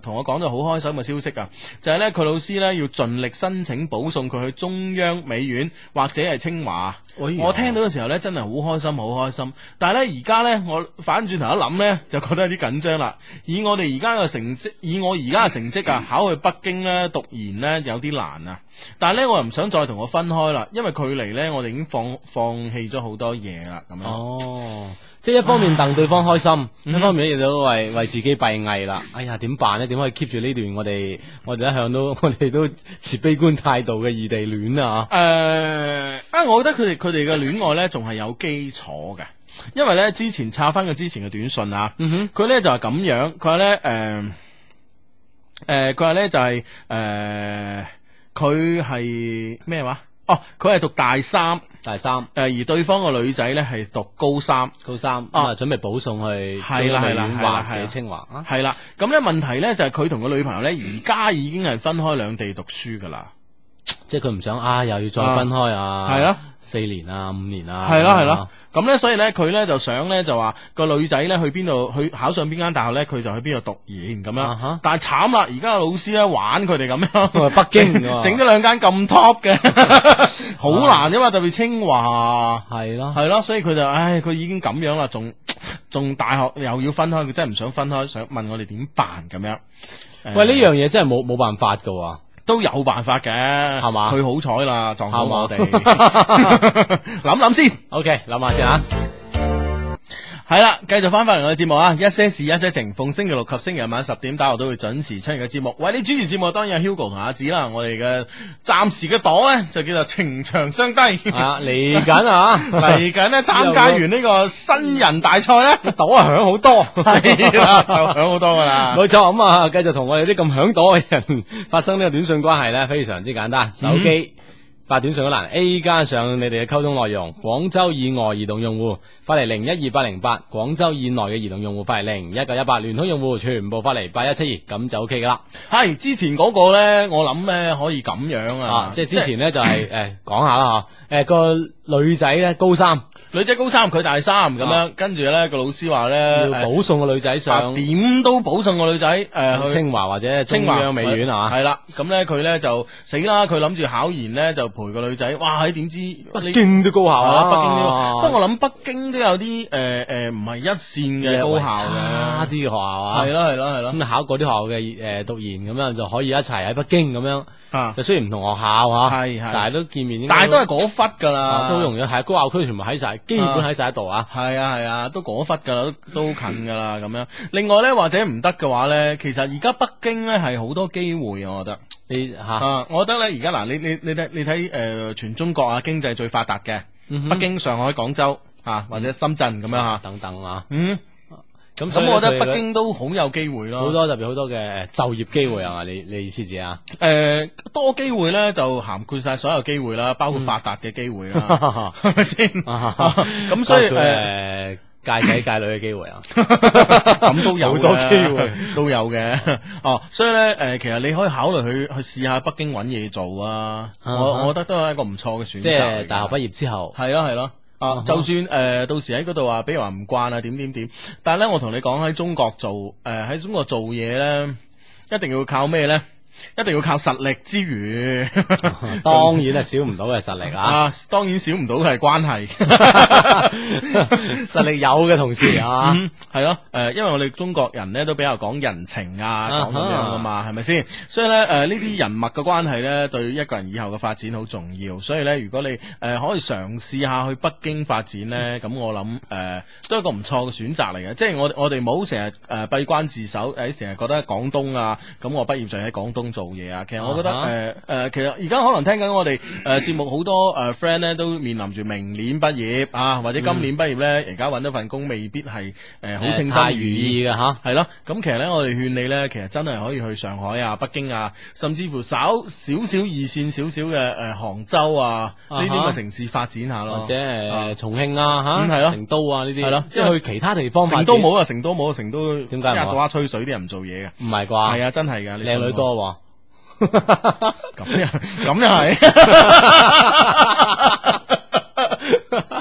Speaker 2: 同我講咗好開心嘅消息啊，就係咧佢老師咧要盡力申請保送佢去中央美院或者係清華。
Speaker 3: 哎呀
Speaker 2: 我聽到嘅時候咧，真係好開心，好開心。但係咧，而家咧，我反轉頭一諗咧，就覺得有啲緊張啦。以我哋而家嘅成績，以我而家嘅成績啊，考去北京咧讀研咧有啲難啊。但係咧，我又唔想再同我分開啦，因為距離咧，我哋已經放放棄咗好多嘢啦。咁樣。
Speaker 3: 哦，即係一方面戥對方開心，
Speaker 2: 嗯
Speaker 3: 一方面亦都為為自己閉翳啦。哎呀，點辦咧？點可以 keep 住呢段我哋我哋一向都 *laughs* 我哋都持悲觀態度嘅異地戀啊？
Speaker 2: 誒、啊！我覺得佢哋佢哋嘅戀愛呢，仲係有基礎嘅，因為呢，之前查翻佢之前嘅短信啊，佢呢就係咁樣，佢話呢，誒、呃誒，佢話、呢就係、誒，佢係咩話？哦，佢係讀大三，誒、呃
Speaker 3: 大三、
Speaker 2: 而對方個女仔呢係讀高三。
Speaker 3: 高三咁啊，準備保送去
Speaker 2: 係啦
Speaker 3: 中
Speaker 2: 係啦
Speaker 3: 央美院
Speaker 2: 係啦
Speaker 3: 或
Speaker 2: 係
Speaker 3: 者
Speaker 2: 啦
Speaker 3: 清華啊。
Speaker 2: 係啦，咁呢問題呢就係佢同個女朋友呢而家已經係分開兩地讀書㗎啦。
Speaker 3: 即係佢唔想啊，又要再分開啊，
Speaker 2: 係啦，
Speaker 3: 四年啊，五年啊，
Speaker 2: 係啦係
Speaker 3: 咁啊
Speaker 2: 啦，，咁咧所以咧佢咧就想咧就話個女仔咧去邊度去考上邊間大學咧，佢就去邊度讀研咁
Speaker 3: 啊哈
Speaker 2: 樣。但係慘啦，而家嘅老師咧玩佢哋咁樣，
Speaker 3: *laughs* 北京啊
Speaker 2: *laughs*
Speaker 3: 㗎
Speaker 2: 整咗兩間咁 top 嘅，
Speaker 3: *laughs*
Speaker 2: 好難啫嘛，特別清華
Speaker 3: 係咯。
Speaker 2: 係咯，所以佢就唉，佢已經咁樣啦，仲仲大學又要分開，佢真係唔想分開，想問我哋點辦咁樣。誒
Speaker 3: 喂，呢樣嘢真係冇冇辦法㗎喎。
Speaker 2: 都有辦法嘅，係
Speaker 3: 嘛
Speaker 2: 佢好彩啦，撞到
Speaker 3: 係嘛
Speaker 2: 我哋， *laughs* 諗諗先。
Speaker 3: O K，諗下先啊。
Speaker 2: 系啦，繼續翻返嚟我嘅節目啊！一些事，一些情，逢星期六及星期日晚十點打我都會準時出現嘅節目。為你主持節目當然係 Hugo 同阿子啦，我哋嘅暫時嘅檔咧就叫做情長相低。
Speaker 3: *laughs* 啊，嚟緊啊，
Speaker 2: *laughs* 嚟緊咧參加完呢個新人大賽咧，
Speaker 3: *laughs* 朵啊響好多。
Speaker 2: *laughs* 係啊啦，就響好多噶啦。
Speaker 3: *laughs* 冇錯，咁啊，繼
Speaker 2: 嗯
Speaker 3: 續同我哋啲咁響朵嘅人發生呢個短信關係咧，非常之簡單。手機發短信嗰欄 A 加上你哋嘅溝通內容，廣州以外移動用戶發嚟零一二八零八，廣州以內嘅移動用戶發嚟零一九一八，聯通用戶全部發嚟八一七二，咁就 OK 噶啦。
Speaker 2: 系之前嗰個咧，我諗咧可以咁樣
Speaker 3: 啊
Speaker 2: 啊，，
Speaker 3: 即係之前咧就
Speaker 2: *clears throat*
Speaker 3: 係诶講下啦吓，诶個女仔咧高三
Speaker 2: 女仔高三，佢大三咁樣，跟住咧個老師話
Speaker 3: 啊要
Speaker 2: 咧，
Speaker 3: 保送個女仔
Speaker 2: 啊
Speaker 3: 上
Speaker 2: 點都保送個女仔呃诶啊去。
Speaker 3: 清華或者中
Speaker 2: 清華
Speaker 3: 央美院啊。
Speaker 2: 系啦，咁咧佢咧就死啦，佢諗住考研咧就陪個女仔，哇！點知北
Speaker 3: 北京都高校
Speaker 2: 啊，
Speaker 3: 啊，
Speaker 2: 北京都，不過我諗北京都有啲诶诶唔係一線嘅高校嘅，
Speaker 3: 差啲嘅學校啊，
Speaker 2: 係啦係啦係啦，
Speaker 3: 咁考過啲學校嘅诶讀研咁樣就可以一齊喺北京咁樣，
Speaker 2: 啊
Speaker 3: 就雖然唔同學校啊，
Speaker 2: 係係
Speaker 3: 但係都見面應該，
Speaker 2: 但係都係嗰忽噶啦，
Speaker 3: 啊都容易係高校區全部喺晒，基本喺晒一度啊。
Speaker 2: 係啊係啊，都嗰忽噶啦，都都近噶啦咁樣。另外咧，或者唔得嘅話咧，其實而家北京咧係好多機會啊，我覺得。
Speaker 3: 你吓
Speaker 2: 啊，我覺得咧而家嗱，你你你睇你睇诶、呃全中國啊經濟最發達嘅，
Speaker 3: 嗯
Speaker 2: 北京、上海、廣州啊，或者深圳咁樣吓。
Speaker 3: 等等啊，
Speaker 2: 嗯，
Speaker 3: 咁所以
Speaker 2: 咁
Speaker 3: 呢
Speaker 2: 我覺得
Speaker 3: 佢哋
Speaker 2: 北京都好有機會咯。
Speaker 3: 好多特別好多嘅就業機會啊嘛，你你意思指啊？
Speaker 2: 诶、多機會咧就涵括晒所有機會啦，包
Speaker 3: 嗯
Speaker 2: 括發達嘅機會
Speaker 3: *laughs*
Speaker 2: 啦，係咪先？ *laughs*
Speaker 3: 啊
Speaker 2: 啊咁所以诶。
Speaker 3: 诶。界
Speaker 2: *laughs*
Speaker 3: 仔界女嘅機會啊，
Speaker 2: 咁都有
Speaker 3: 好
Speaker 2: 嘅
Speaker 3: 多機會，
Speaker 2: *laughs* 都有嘅。哦，所以咧，诶，其實你可以考慮去去試下北京揾嘢做啊。
Speaker 3: 啊
Speaker 2: 我我覺得都係一個唔錯嘅選擇嚟啊
Speaker 3: 即
Speaker 2: 嘅。
Speaker 3: 係大學畢業之後，
Speaker 2: 系咯系咯。啊，就算誒、呃到時喺嗰度啊，比如話唔慣啊，點點點，但係咧，我同你講喺中國做呃誒喺、中國做嘢咧，一定要靠咩咧？一定要靠實力之餘，
Speaker 3: 當然係少唔到嘅實力啊。
Speaker 2: 嗯 *laughs* 啊，當然少唔到嘅係關係，
Speaker 3: *laughs*
Speaker 2: *laughs*
Speaker 3: 實力有嘅同時啊，
Speaker 2: 嗯係咯，誒、因為我哋中國人咧都比較講人情啊，講咁樣噶嘛，係咪先？所以咧，誒呢啲人脈嘅關係咧，對一個人以後嘅發展好重要。所以咧，如果你誒、呃可以嘗試下去北京發展
Speaker 3: 嗯
Speaker 2: 咧，咁我諗誒、呃都係一個唔錯嘅選擇嚟嘅。即係我我哋唔好成日誒閉關自守，誒成日覺得廣東啊，咁我畢業就喺廣東做嘢啊。其實我覺得誒誒、
Speaker 3: 啊哈
Speaker 2: 呃呃其實而家可能聽緊我哋誒節目好多誒 friend 咧都面臨住明年畢業啊，或者今年畢業咧，而家揾到份工未必係誒。呃好稱
Speaker 3: 太
Speaker 2: 心
Speaker 3: 如
Speaker 2: 如意。
Speaker 3: 意嘅吓。
Speaker 2: 係咯，咁其實咧，我哋勸你咧，其實真係可以去上海啊、北京啊，甚至乎稍少少二線少少嘅诶杭州啊呢啲咁
Speaker 3: 啊哈
Speaker 2: 嘅城市發展下咯，
Speaker 3: 或者
Speaker 2: 啊
Speaker 3: 誒重慶啊
Speaker 2: 嗯
Speaker 3: 嚇，
Speaker 2: 係咯
Speaker 3: 成都啊呢啲，
Speaker 2: 係咯
Speaker 3: 即係去其他地方發
Speaker 2: 成
Speaker 3: 展
Speaker 2: 都冇啊，成都冇啊，成都
Speaker 3: 點解唔
Speaker 2: 一日
Speaker 3: 好啊
Speaker 2: 到黑吹水啲人唔做嘢嘅，
Speaker 3: 唔
Speaker 2: 係
Speaker 3: 係啩？
Speaker 2: 啊，真係噶，你信
Speaker 3: 靚
Speaker 2: 我
Speaker 3: 女多喎，
Speaker 2: 咁又咁又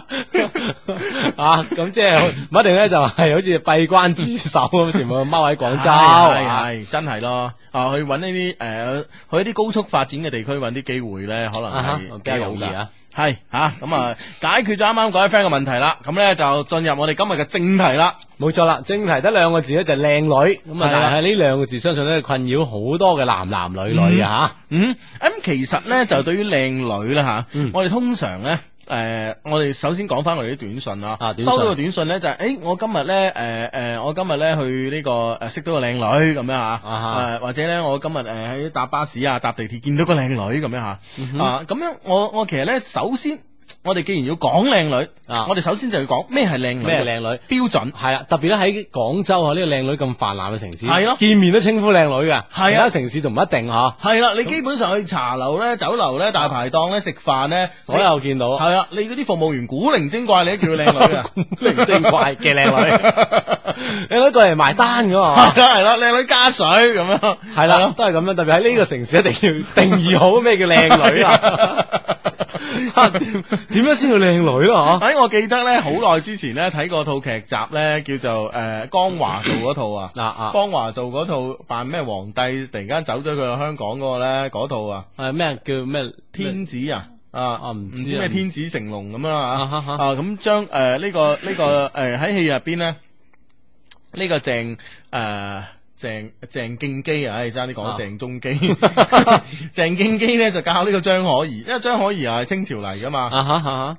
Speaker 2: 係
Speaker 3: 啊
Speaker 2: *laughs*
Speaker 3: 咁即係唔一定咧，就係好似閉關自守咁，全部踎喺廣州啊。
Speaker 2: *laughs* 係係真係咯，啊去揾呢啲诶，去一啲高速發展嘅地區揾啲機會咧，可能
Speaker 3: 啊哈
Speaker 2: 係
Speaker 3: 比較容易
Speaker 2: 幾好㗎
Speaker 3: 啊！
Speaker 2: 系吓咁啊，解決咗啱啱嗰位 friend 嘅問題啦，咁咧就進入我哋今日嘅正題啦。
Speaker 3: 冇錯啦，正題得兩個字咧就係靚女，咁啊
Speaker 2: 係啦
Speaker 3: 但係呢兩個字相信咧困擾好多嘅男男女女啊
Speaker 2: 嗯，咁其實咧就對於靚女啦吓，我哋通常咧。诶、我哋首先講翻我哋啲短信啦，
Speaker 3: 啊短信
Speaker 2: 收到個短信咧就係，诶，我今日咧，诶、诶、我今日咧去呢、個个诶识到個靚女咁樣啊，
Speaker 3: 啊哈
Speaker 2: 誒或者咧我今日诶喺搭巴士啊、搭地鐵見到個靚女咁樣吓，啊，咁樣我我其實咧首先，我哋既然要講靚女，
Speaker 3: 啊
Speaker 2: 我哋首先就要講咩係靚女，
Speaker 3: 咩係靚女
Speaker 2: 標準
Speaker 3: 嚇，。係啦，特別咧喺廣州啊呢個靚女咁泛濫嘅城市，
Speaker 2: 係咯
Speaker 3: 見面都稱呼靚女嘅，
Speaker 2: 啊
Speaker 3: 其他城市就唔一定嚇，
Speaker 2: 系啦，你基本上去茶樓咧、酒樓咧、大排檔咧食飯咧，
Speaker 3: 所有見到
Speaker 2: 系啊啦，你嗰啲服務員古靈精怪，你都叫佢靚女
Speaker 3: *laughs*
Speaker 2: 啊，
Speaker 3: 靈精怪嘅靚 *laughs* 女，靚女過嚟埋單噶嘛？
Speaker 2: *laughs* 係啦係啦，靚女加水咁樣，
Speaker 3: *laughs* 係啦，都係咁樣，特別喺呢個城市一定要 *laughs* 定義好咩叫靚 *laughs* 女啊！點點樣先叫靚女啊咯？
Speaker 2: 喺哎我記得咧，好耐之前咧睇過套劇集咧，叫做诶江華做嗰套啊
Speaker 3: 嗬，，嗱啊，
Speaker 2: 江華做嗰套扮咩皇帝，突然間走咗佢去香港嗰個咧，嗰套啊，
Speaker 3: 係咩叫咩
Speaker 2: 天子啊。啊，
Speaker 3: 我唔知啊
Speaker 2: 咩天子成龍咁啦
Speaker 3: 啊哈
Speaker 2: 啊
Speaker 3: 哈，
Speaker 2: 啊咁將诶呢個呢個诶喺戲入邊咧，呢個鄭诶鄭鄭敬基啊，唉爭啲
Speaker 3: 啊
Speaker 2: 講鄭中基， *laughs* 鄭敬基咧就教呢個張可頤，因為張可頤又係清朝嚟噶嘛，
Speaker 3: 啊哈啊哈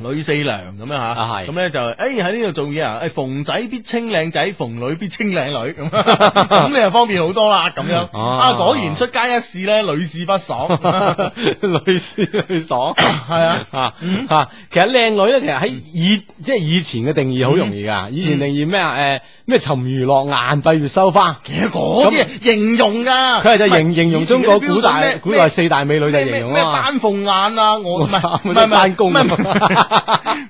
Speaker 2: 女四娘咁樣吓，
Speaker 3: 啊係
Speaker 2: 咁咧就诶喺呢度做嘢啊，诶逢仔必稱靚仔，逢女必稱靚女咁，
Speaker 3: *laughs*
Speaker 2: 咁你就方便好多啦咁樣。
Speaker 3: 哦
Speaker 2: 啊，果然出街一試咧，屢試不爽。
Speaker 3: *laughs* 女士女爽，系
Speaker 2: 啊
Speaker 3: *laughs* 啊啊！其實靚女咧，其實喺以即係以前嘅定義好容易噶，以前定義咩啊？誒咩沉魚落雁、閉月羞花，
Speaker 2: 其實嗰啲係形容噶，
Speaker 3: 佢係就
Speaker 2: 唔係
Speaker 3: 形形容中國古
Speaker 2: 以前嗰啲標準
Speaker 3: 代
Speaker 2: 咩
Speaker 3: 古代
Speaker 2: 咩
Speaker 3: 四大美女就
Speaker 2: 咩
Speaker 3: 係形
Speaker 2: 咩
Speaker 3: 容
Speaker 2: 咩
Speaker 3: 啊嘛。
Speaker 2: 丹鳳眼啊，我
Speaker 3: 我
Speaker 2: 唔係
Speaker 3: 慘
Speaker 2: 唔係唔係
Speaker 3: 單工
Speaker 2: 唔係唔係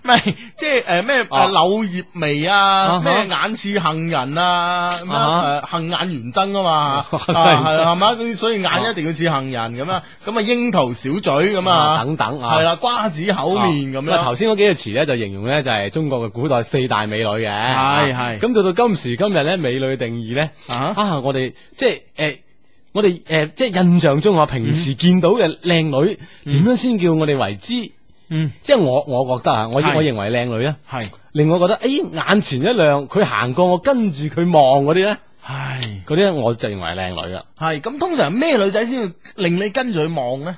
Speaker 2: 唔係即係誒咩
Speaker 3: 啊
Speaker 2: 誒柳葉眉
Speaker 3: 啊
Speaker 2: 啊，
Speaker 3: 哈
Speaker 2: 咩眼似杏仁啊，咩
Speaker 3: 啊
Speaker 2: 誒杏眼圓睜啊
Speaker 3: *laughs*
Speaker 2: 嘛，啊
Speaker 3: 杏眼圓睜
Speaker 2: 係係嘛，咁所以眼一定要似杏仁咁啊，咁啊櫻桃小嘴咁
Speaker 3: 啊
Speaker 2: 啊，
Speaker 3: 等等啊，
Speaker 2: 係啦，瓜子口面咁
Speaker 3: 啊啊
Speaker 2: 樣
Speaker 3: 頭。先嗰幾個詞咧就形容咧就係中國嘅古代四大美女嘅，啊
Speaker 2: 係係
Speaker 3: 咁到到今時今日咧，美女定義咧
Speaker 2: 啊
Speaker 3: 啊，我哋即係誒。我哋誒、即係印象中，我啊平時見到嘅靚女點樣先叫我哋為之？
Speaker 2: 嗯，
Speaker 3: 即係我我覺得啊，我
Speaker 2: 係
Speaker 3: 我認為靚女咧，
Speaker 2: 係，
Speaker 3: 令我覺得誒、眼前一亮，佢行過我跟住佢望嗰啲咧，
Speaker 2: 係，
Speaker 3: 嗰啲咧我就認為係靚女啦。啊
Speaker 2: 係。咁通常咩女仔先會令你跟住去望咧？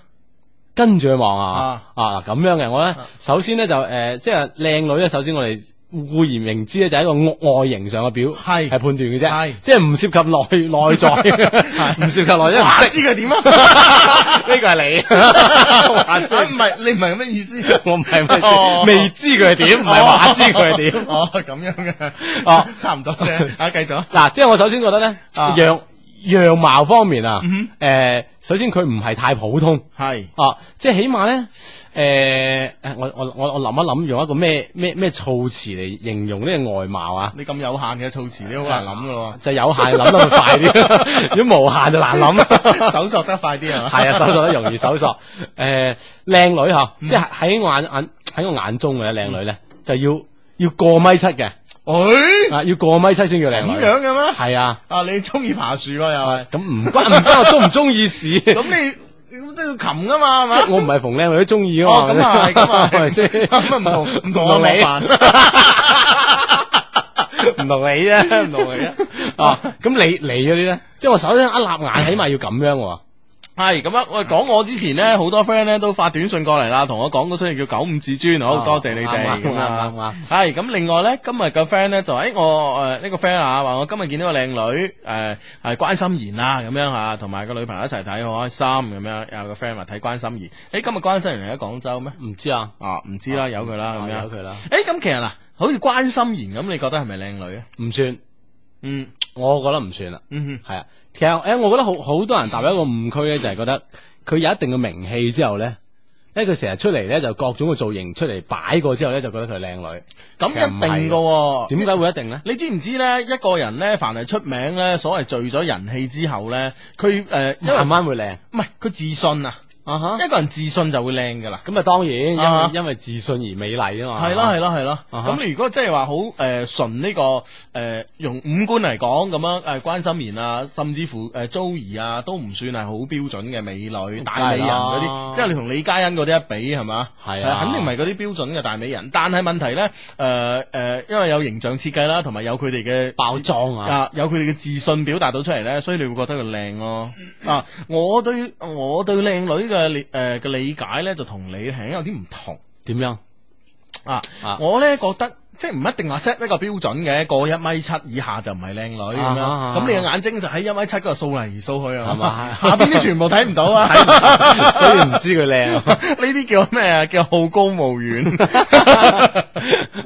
Speaker 3: 跟住去望啊啊咁樣嘅，我咧首先咧就诶，即係靚女咧，首先我哋固然明知咧就係一個外形上嘅表
Speaker 2: 係
Speaker 3: 係判斷嘅啫
Speaker 2: 係，
Speaker 3: 即係唔涉及內內
Speaker 2: *laughs*
Speaker 3: 在，唔涉及內在，唔
Speaker 2: 哇
Speaker 3: 識
Speaker 2: 知佢點啊？
Speaker 3: *laughs* 呢個係
Speaker 2: *laughs*
Speaker 3: 你，
Speaker 2: 啊唔係，你唔係咁嘅意思。
Speaker 3: 我唔係咩
Speaker 2: 哦
Speaker 3: 先，未知佢係點，唔係話知佢係
Speaker 2: *laughs*
Speaker 3: 點。
Speaker 2: 哦，咁樣嘅，
Speaker 3: 哦
Speaker 2: 差唔多啫。啊，繼續。
Speaker 3: 嗱，即係我首先覺得咧，
Speaker 2: 啊
Speaker 3: 樣樣貌方面啊
Speaker 2: 嗯，
Speaker 3: 诶，首先佢唔係太普通。
Speaker 2: 係
Speaker 3: 啊，即係起碼咧，诶、誒我我我我諗一諗，用一個咩咩咩措辭嚟形容呢個外貌啊？
Speaker 2: 你咁有限嘅措辭，你好難諗噶咯
Speaker 3: 就有限諗得快 *laughs* 啲，如果無限就難諗。
Speaker 2: 喎。搜索得快啲係嘛？
Speaker 3: *laughs* 係啊，搜索得容易搜 *laughs* 索。嗯诶、靚女吓，即係喺我眼眼喺我眼中嘅咧，靚女咧就要要過米七嘅，
Speaker 2: 誒
Speaker 3: 啊，要過米七先叫靚
Speaker 2: 哎咁
Speaker 3: 女。
Speaker 2: 樣嘅咩？
Speaker 3: 係啊，
Speaker 2: 啊，你中意爬樹喎又係。
Speaker 3: 咁唔關唔關我 *laughs* 中唔中意事。
Speaker 2: 咁你咁都要擒噶嘛？係嘛？
Speaker 3: 我唔係逢靚女都中意啊嘛，
Speaker 2: 哦，咁啊係，咁啊
Speaker 3: *laughs* 係咪先？
Speaker 2: 係，咁啊唔同唔同我
Speaker 3: 唔同你
Speaker 2: 冇辦。
Speaker 3: 唔同你啫，唔同你啫。啊，咁你你嗰啲咧，即系我首先一立眼，起碼要咁樣喎。
Speaker 2: 系咁啊！喂，講我之前
Speaker 3: 嗯
Speaker 2: 咧，好多 friend 咧都發短信過嚟啦，同我講嗰出嘢叫《九五至尊》，好
Speaker 3: 啊
Speaker 2: 多謝你
Speaker 3: 啱
Speaker 2: 哋
Speaker 3: 啱
Speaker 2: 咁啊
Speaker 3: 啱啱啱
Speaker 2: 係咁，另外咧，今日個 friend 咧就誒我誒呢個 friend 啊，話我今日見到個靚女誒係關心妍啦，咁樣嚇，同埋個女朋友一齊睇，好開心咁樣。有個 friend 話睇關心妍，誒今日關心妍喺廣州咩？
Speaker 3: 唔知啊，
Speaker 2: 啊，唔知啦，由佢啦
Speaker 3: 啊
Speaker 2: 咁樣。
Speaker 3: 由佢啦。
Speaker 2: 誒咁其實嗱，好似關心妍咁，你覺得係咪靚女啊咧？
Speaker 3: 唔算，
Speaker 2: 嗯
Speaker 3: 我覺得唔算啦。
Speaker 2: 嗯
Speaker 3: 係啊，其實诶，誒我覺得好好多人踏入一個誤區咧，就係覺得佢有一定嘅名氣之後咧。咧佢成日出嚟咧就各種嘅造型出嚟擺過之後咧就覺得佢係靚女，
Speaker 2: 哼，咁
Speaker 3: 其實唔
Speaker 2: 一
Speaker 3: 係
Speaker 2: 定噶喎。
Speaker 3: 點解會一定咧？
Speaker 2: 你知唔知咧？一個人咧，凡係出名咧，所謂聚咗人氣之後咧，佢诶、呃因為
Speaker 3: 慢慢會靚
Speaker 2: 唔係佢自信啊，
Speaker 3: 啊哈
Speaker 2: 一個人自信就會靚噶啦。
Speaker 3: 咁啊，當然，因
Speaker 2: 啊
Speaker 3: 為
Speaker 2: 哈
Speaker 3: 因為自信而美麗啊嘛。
Speaker 2: 係咯係咯係咯，
Speaker 3: 啊哈
Speaker 2: 咁你如果即係話好诶纯呢個诶、呃用五官嚟講咁樣诶關心妍啊，甚至乎诶 Joey 啊，都唔算係好標準嘅美女大美人嗰
Speaker 3: 梗係啦
Speaker 2: 啲，因為你同李嘉欣嗰啲一比係嘛，
Speaker 3: 係啊
Speaker 2: 呃肯定唔係嗰啲標準嘅大美人。但係問題咧诶诶，呃因為有形象設計啦，同埋有佢哋嘅
Speaker 3: 包裝啊，
Speaker 2: 啊，有佢哋嘅自信表達到出嚟咧，所以你會覺得佢靚咯。
Speaker 3: 嗯
Speaker 2: 啊，我對我對靚女嘅理誒嘅理解咧，就同你係有啲唔同
Speaker 3: 點
Speaker 2: *laughs*
Speaker 3: 樣？
Speaker 2: 啊。
Speaker 3: 啊
Speaker 2: 我咧覺得。即係唔一定話 set 一個標準嘅，過一米七以下就唔係靚女咁
Speaker 3: 啊
Speaker 2: 樣。
Speaker 3: 啊
Speaker 2: 咁你嘅眼睛就喺一米七嗰度掃嚟掃去 *laughs* 啊，
Speaker 3: 係嘛
Speaker 2: 下邊啲全部睇唔到
Speaker 3: *laughs*
Speaker 2: 啊。
Speaker 3: 所以唔知佢靚
Speaker 2: *laughs* 呢啲叫咩啊？叫好高骛遠。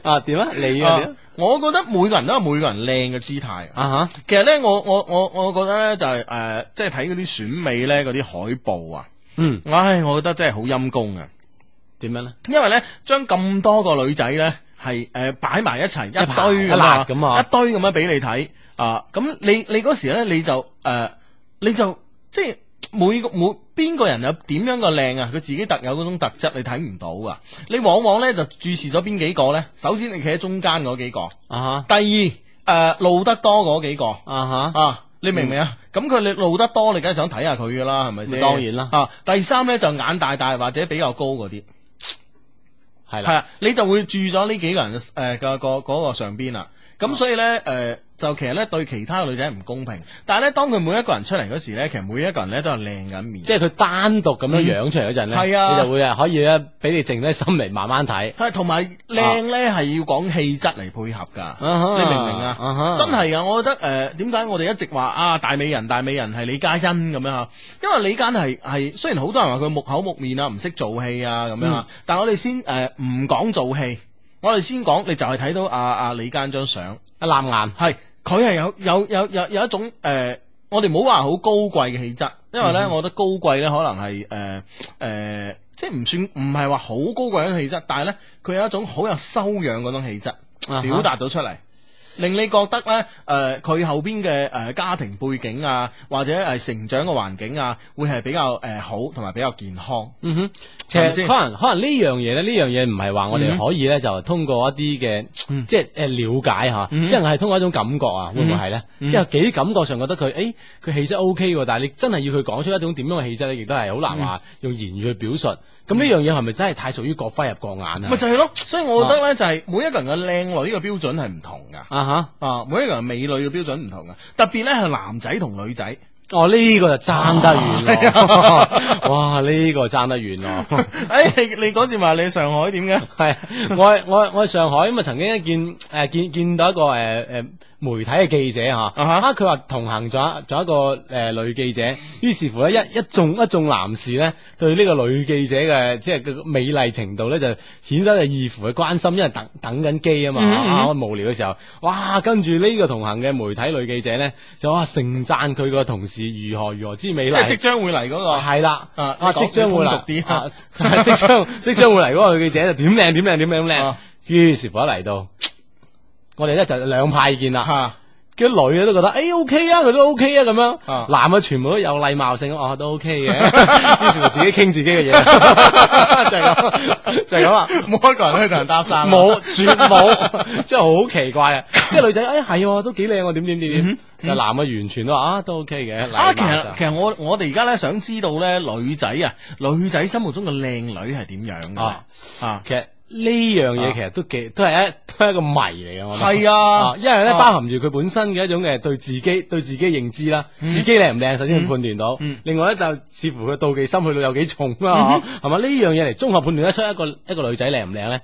Speaker 3: 啊？點啊？你啊？點
Speaker 2: 啊我覺得每個人都有每個人靚嘅姿態。
Speaker 3: 啊吓？
Speaker 2: 其實咧，我我我我覺得咧就係、诶，即係睇嗰啲選美咧嗰啲海報啊，
Speaker 3: 嗯，
Speaker 2: 唉，我覺得真係好陰功啊！
Speaker 3: 點樣咧？
Speaker 2: 因為咧，將咁多個女仔咧係誒擺埋一齊一堆咁
Speaker 3: 一辣咁啊
Speaker 2: 一堆咁樣俾你睇啊！咁你你嗰時咧你就誒、呃你就即係每個每邊個人有點樣個靚啊，佢自己特有嗰種特質你睇唔到啊！你往往咧就注視咗邊幾個咧？首先你企喺中間嗰幾個，
Speaker 3: 啊
Speaker 2: 第二誒、呃露得多嗰幾個。
Speaker 3: 吓？啊吓？
Speaker 2: *laughs* 啊，你明唔明啊？咁佢你露得多，你梗係想睇下佢噶啦，係咪先？
Speaker 3: 當然啦
Speaker 2: 啊，第三咧就眼大大或者比較高嗰啲，
Speaker 3: 係
Speaker 2: 係
Speaker 3: 啦，
Speaker 2: 啊，你就會注咗呢幾個人嘅誒個個嗰個上邊啦。咁所以咧，诶，就其實咧對其他嘅女仔唔公平，但係咧當佢每一個人出嚟嗰時咧，其實每一個人咧都係靚緊面。
Speaker 3: 即係佢單獨咁樣養出嚟嗰陣咧，
Speaker 2: 係啊
Speaker 3: 你就會啊可以咧俾你靜低心嚟慢慢睇。
Speaker 2: 系同埋靚咧係要講氣質嚟配合㗎，
Speaker 3: 啊哈
Speaker 2: 你明唔明
Speaker 3: 啊
Speaker 2: 啊
Speaker 3: 哈？
Speaker 2: 真係㗎，我覺得诶，誒點解我哋一直話啊大美人大美人係李嘉欣咁樣啊？因為李嘉欣係係雖然好多人話佢木口木面啊，唔識做戲啊咁樣啊，
Speaker 3: 嗯
Speaker 2: 但我哋先诶唔講做戲，我哋先講你就係睇到阿阿李嘉欣張相。
Speaker 3: 一攬眼，
Speaker 2: 系佢係有有有有有一種诶、呃我哋唔好話好高貴嘅氣質，因為咧，
Speaker 3: 嗯
Speaker 2: 我覺得高貴咧可能係诶诶，即系唔算唔係話好高貴嘅氣質，但係咧佢有一種好有修養嗰種氣
Speaker 3: 啊哈
Speaker 2: 質，表達到出嚟。令你覺得咧，誒、佢後邊嘅誒家庭背景啊，或者誒成長嘅環境啊，會係比較誒、呃好，同埋比較健康。
Speaker 3: 嗯哼，其
Speaker 2: 係咪
Speaker 3: 實
Speaker 2: 先
Speaker 3: 可能可能呢樣嘢咧，呢樣嘢唔係話我哋可以咧就通過一啲嘅
Speaker 2: 嗯
Speaker 3: 即係誒了解嚇，
Speaker 2: 嗯
Speaker 3: 即係係通過一種感覺啊，會唔會係咧？即
Speaker 2: 嗯
Speaker 3: 係幾感覺上覺得佢誒佢氣質 O K 喎，但係你真係要佢講出一種點樣嘅氣質咧，亦都係好難
Speaker 2: 嗯
Speaker 3: 話用言語去表述。咁呢樣嘢係咪真係太屬於各花入各眼啊
Speaker 2: 咪？就係咯，所以我覺得咧，就係每一個人嘅靚女嘅標準係唔同㗎。
Speaker 3: 啊哈！
Speaker 2: 啊，每一個人美女嘅標準唔同嘅，特別咧係男仔同女仔，
Speaker 3: 哦，呢、個就爭得遠
Speaker 2: 啊
Speaker 3: 咯！ *laughs* 哇，呢、個爭得遠咯！
Speaker 2: *laughs* 哎，你你嗰次話你上海點嘅？
Speaker 3: *laughs* 係啊我喺我喺我喺上海咁啊，曾經一見誒、呃、見見到一個誒誒、呃媒體嘅記者嚇，
Speaker 2: 哈
Speaker 3: 啊佢話同行咗一咗一個誒、呃女記者，於是乎咧一一眾一眾男士咧對呢個女記者嘅即係佢個美麗程度咧就顯得係異乎嘅關心，因為等等緊機啊嘛，
Speaker 2: 嗯嗯
Speaker 3: 啊我無聊嘅時候，哇跟住呢個同行嘅媒體女記者咧就哇盛讚佢個同事如何如何之美
Speaker 2: 即係即
Speaker 3: 麗。
Speaker 2: 將會嚟嗰個。 *laughs*
Speaker 3: 系啦，
Speaker 2: 啊
Speaker 3: 啊
Speaker 2: 你講
Speaker 3: 即將
Speaker 2: 你
Speaker 3: 會嚟
Speaker 2: 通俗啲
Speaker 3: 啊 *laughs* 即
Speaker 2: *laughs*
Speaker 3: 將即將會嚟嗰個記者就點靚點靚點靚點靚
Speaker 2: 啊，
Speaker 3: 於是乎一嚟到，我哋咧就兩派意見啦。
Speaker 2: 吓，
Speaker 3: 啲女嘅都覺得，誒 O K 啊，佢都 O K 啊咁
Speaker 2: 啊
Speaker 3: 樣，男嘅全部都有禮貌性，哦都 O K
Speaker 2: *laughs*
Speaker 3: 嘅，於是乎自己傾自己嘅嘢，就
Speaker 2: *laughs*
Speaker 3: 係咁，就係咁啊啦。
Speaker 2: 啊冇一個人去同人搭啊訕， *laughs*
Speaker 3: 冇，絕 *laughs* 冇，真係好奇怪啊！即係女仔，哎係喎，都幾靚喎，點點點點，但男嘅完全都話啊都 O K 嘅，禮
Speaker 2: 嗯
Speaker 3: 貌
Speaker 2: 啊！其
Speaker 3: 上
Speaker 2: 實其實我我哋而家咧想知道咧女仔啊，女仔心目中嘅靚女係點樣嘅
Speaker 3: 啊
Speaker 2: 啊？
Speaker 3: 其實呢樣嘢其實都幾都係一都係一個謎嚟嘅，我覺得
Speaker 2: 係啊
Speaker 3: 因為咧
Speaker 2: 啊
Speaker 3: 包含住佢本身嘅一種嘅對自己對自己認知啦，自己靚唔靚首先要判斷到
Speaker 2: 嗯，
Speaker 3: 另外咧就視乎佢妒忌心去到有幾重啦，係咪呢樣嘢嚟綜合判斷得出一個一個女仔靚唔靚咧？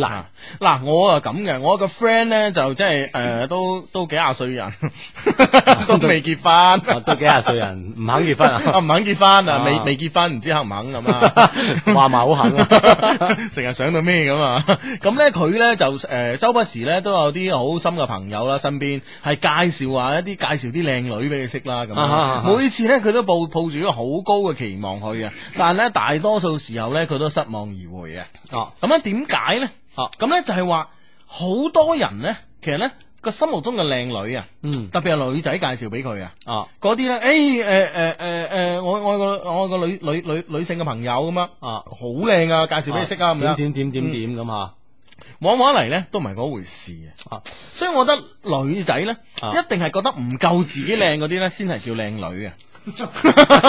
Speaker 2: *laughs*
Speaker 3: 難
Speaker 2: 啊嗱，我啊咁嘅，我個 friend 咧就即係誒都都幾廿歲人， *laughs* 都未結 *laughs*
Speaker 3: 啊
Speaker 2: 婚，
Speaker 3: 都幾廿歲人唔肯結婚
Speaker 2: 啊 *laughs*
Speaker 3: 啊！
Speaker 2: 唔肯結婚啊，未
Speaker 3: 啊
Speaker 2: 未結婚，唔知肯唔肯咁 *laughs* 啊？
Speaker 3: 話埋好肯
Speaker 2: *laughs*
Speaker 3: 啊！
Speaker 2: 成日想到咩咁啊？ *laughs* 咁咧佢咧就誒、呃周不時咧都有啲好深嘅朋友啦，身邊係介紹話一啲介紹啲靚女俾你識啦咁樣。
Speaker 3: 啊哈啊哈
Speaker 2: 每次咧佢都抱抱住一個好高嘅期望去嘅，但係咧大多數時候咧佢都失望而回嘅。
Speaker 3: 哦
Speaker 2: 咁咧點解咧？
Speaker 3: 哦
Speaker 2: 咁咧就係話好多人咧，其實咧個心目中嘅靚女啊，
Speaker 3: 嗯
Speaker 2: 特別係女仔介紹俾佢啊。
Speaker 3: 哦
Speaker 2: 嗰啲咧，誒誒誒誒，我我有個我有個女女女女性嘅朋友咁啊，
Speaker 3: 啊
Speaker 2: 好靚啊，介紹俾你識啊咁
Speaker 3: 點
Speaker 2: 樣，
Speaker 3: 點點點點咁啊
Speaker 2: *laughs*
Speaker 3: *laughs* 嚇。
Speaker 2: 往往嚟咧都唔係嗰回事
Speaker 3: 啊
Speaker 2: 嘅，所以我覺得女仔咧
Speaker 3: 啊
Speaker 2: 一定係覺得唔夠自己靚嗰啲咧，先係叫靚女啊嘅。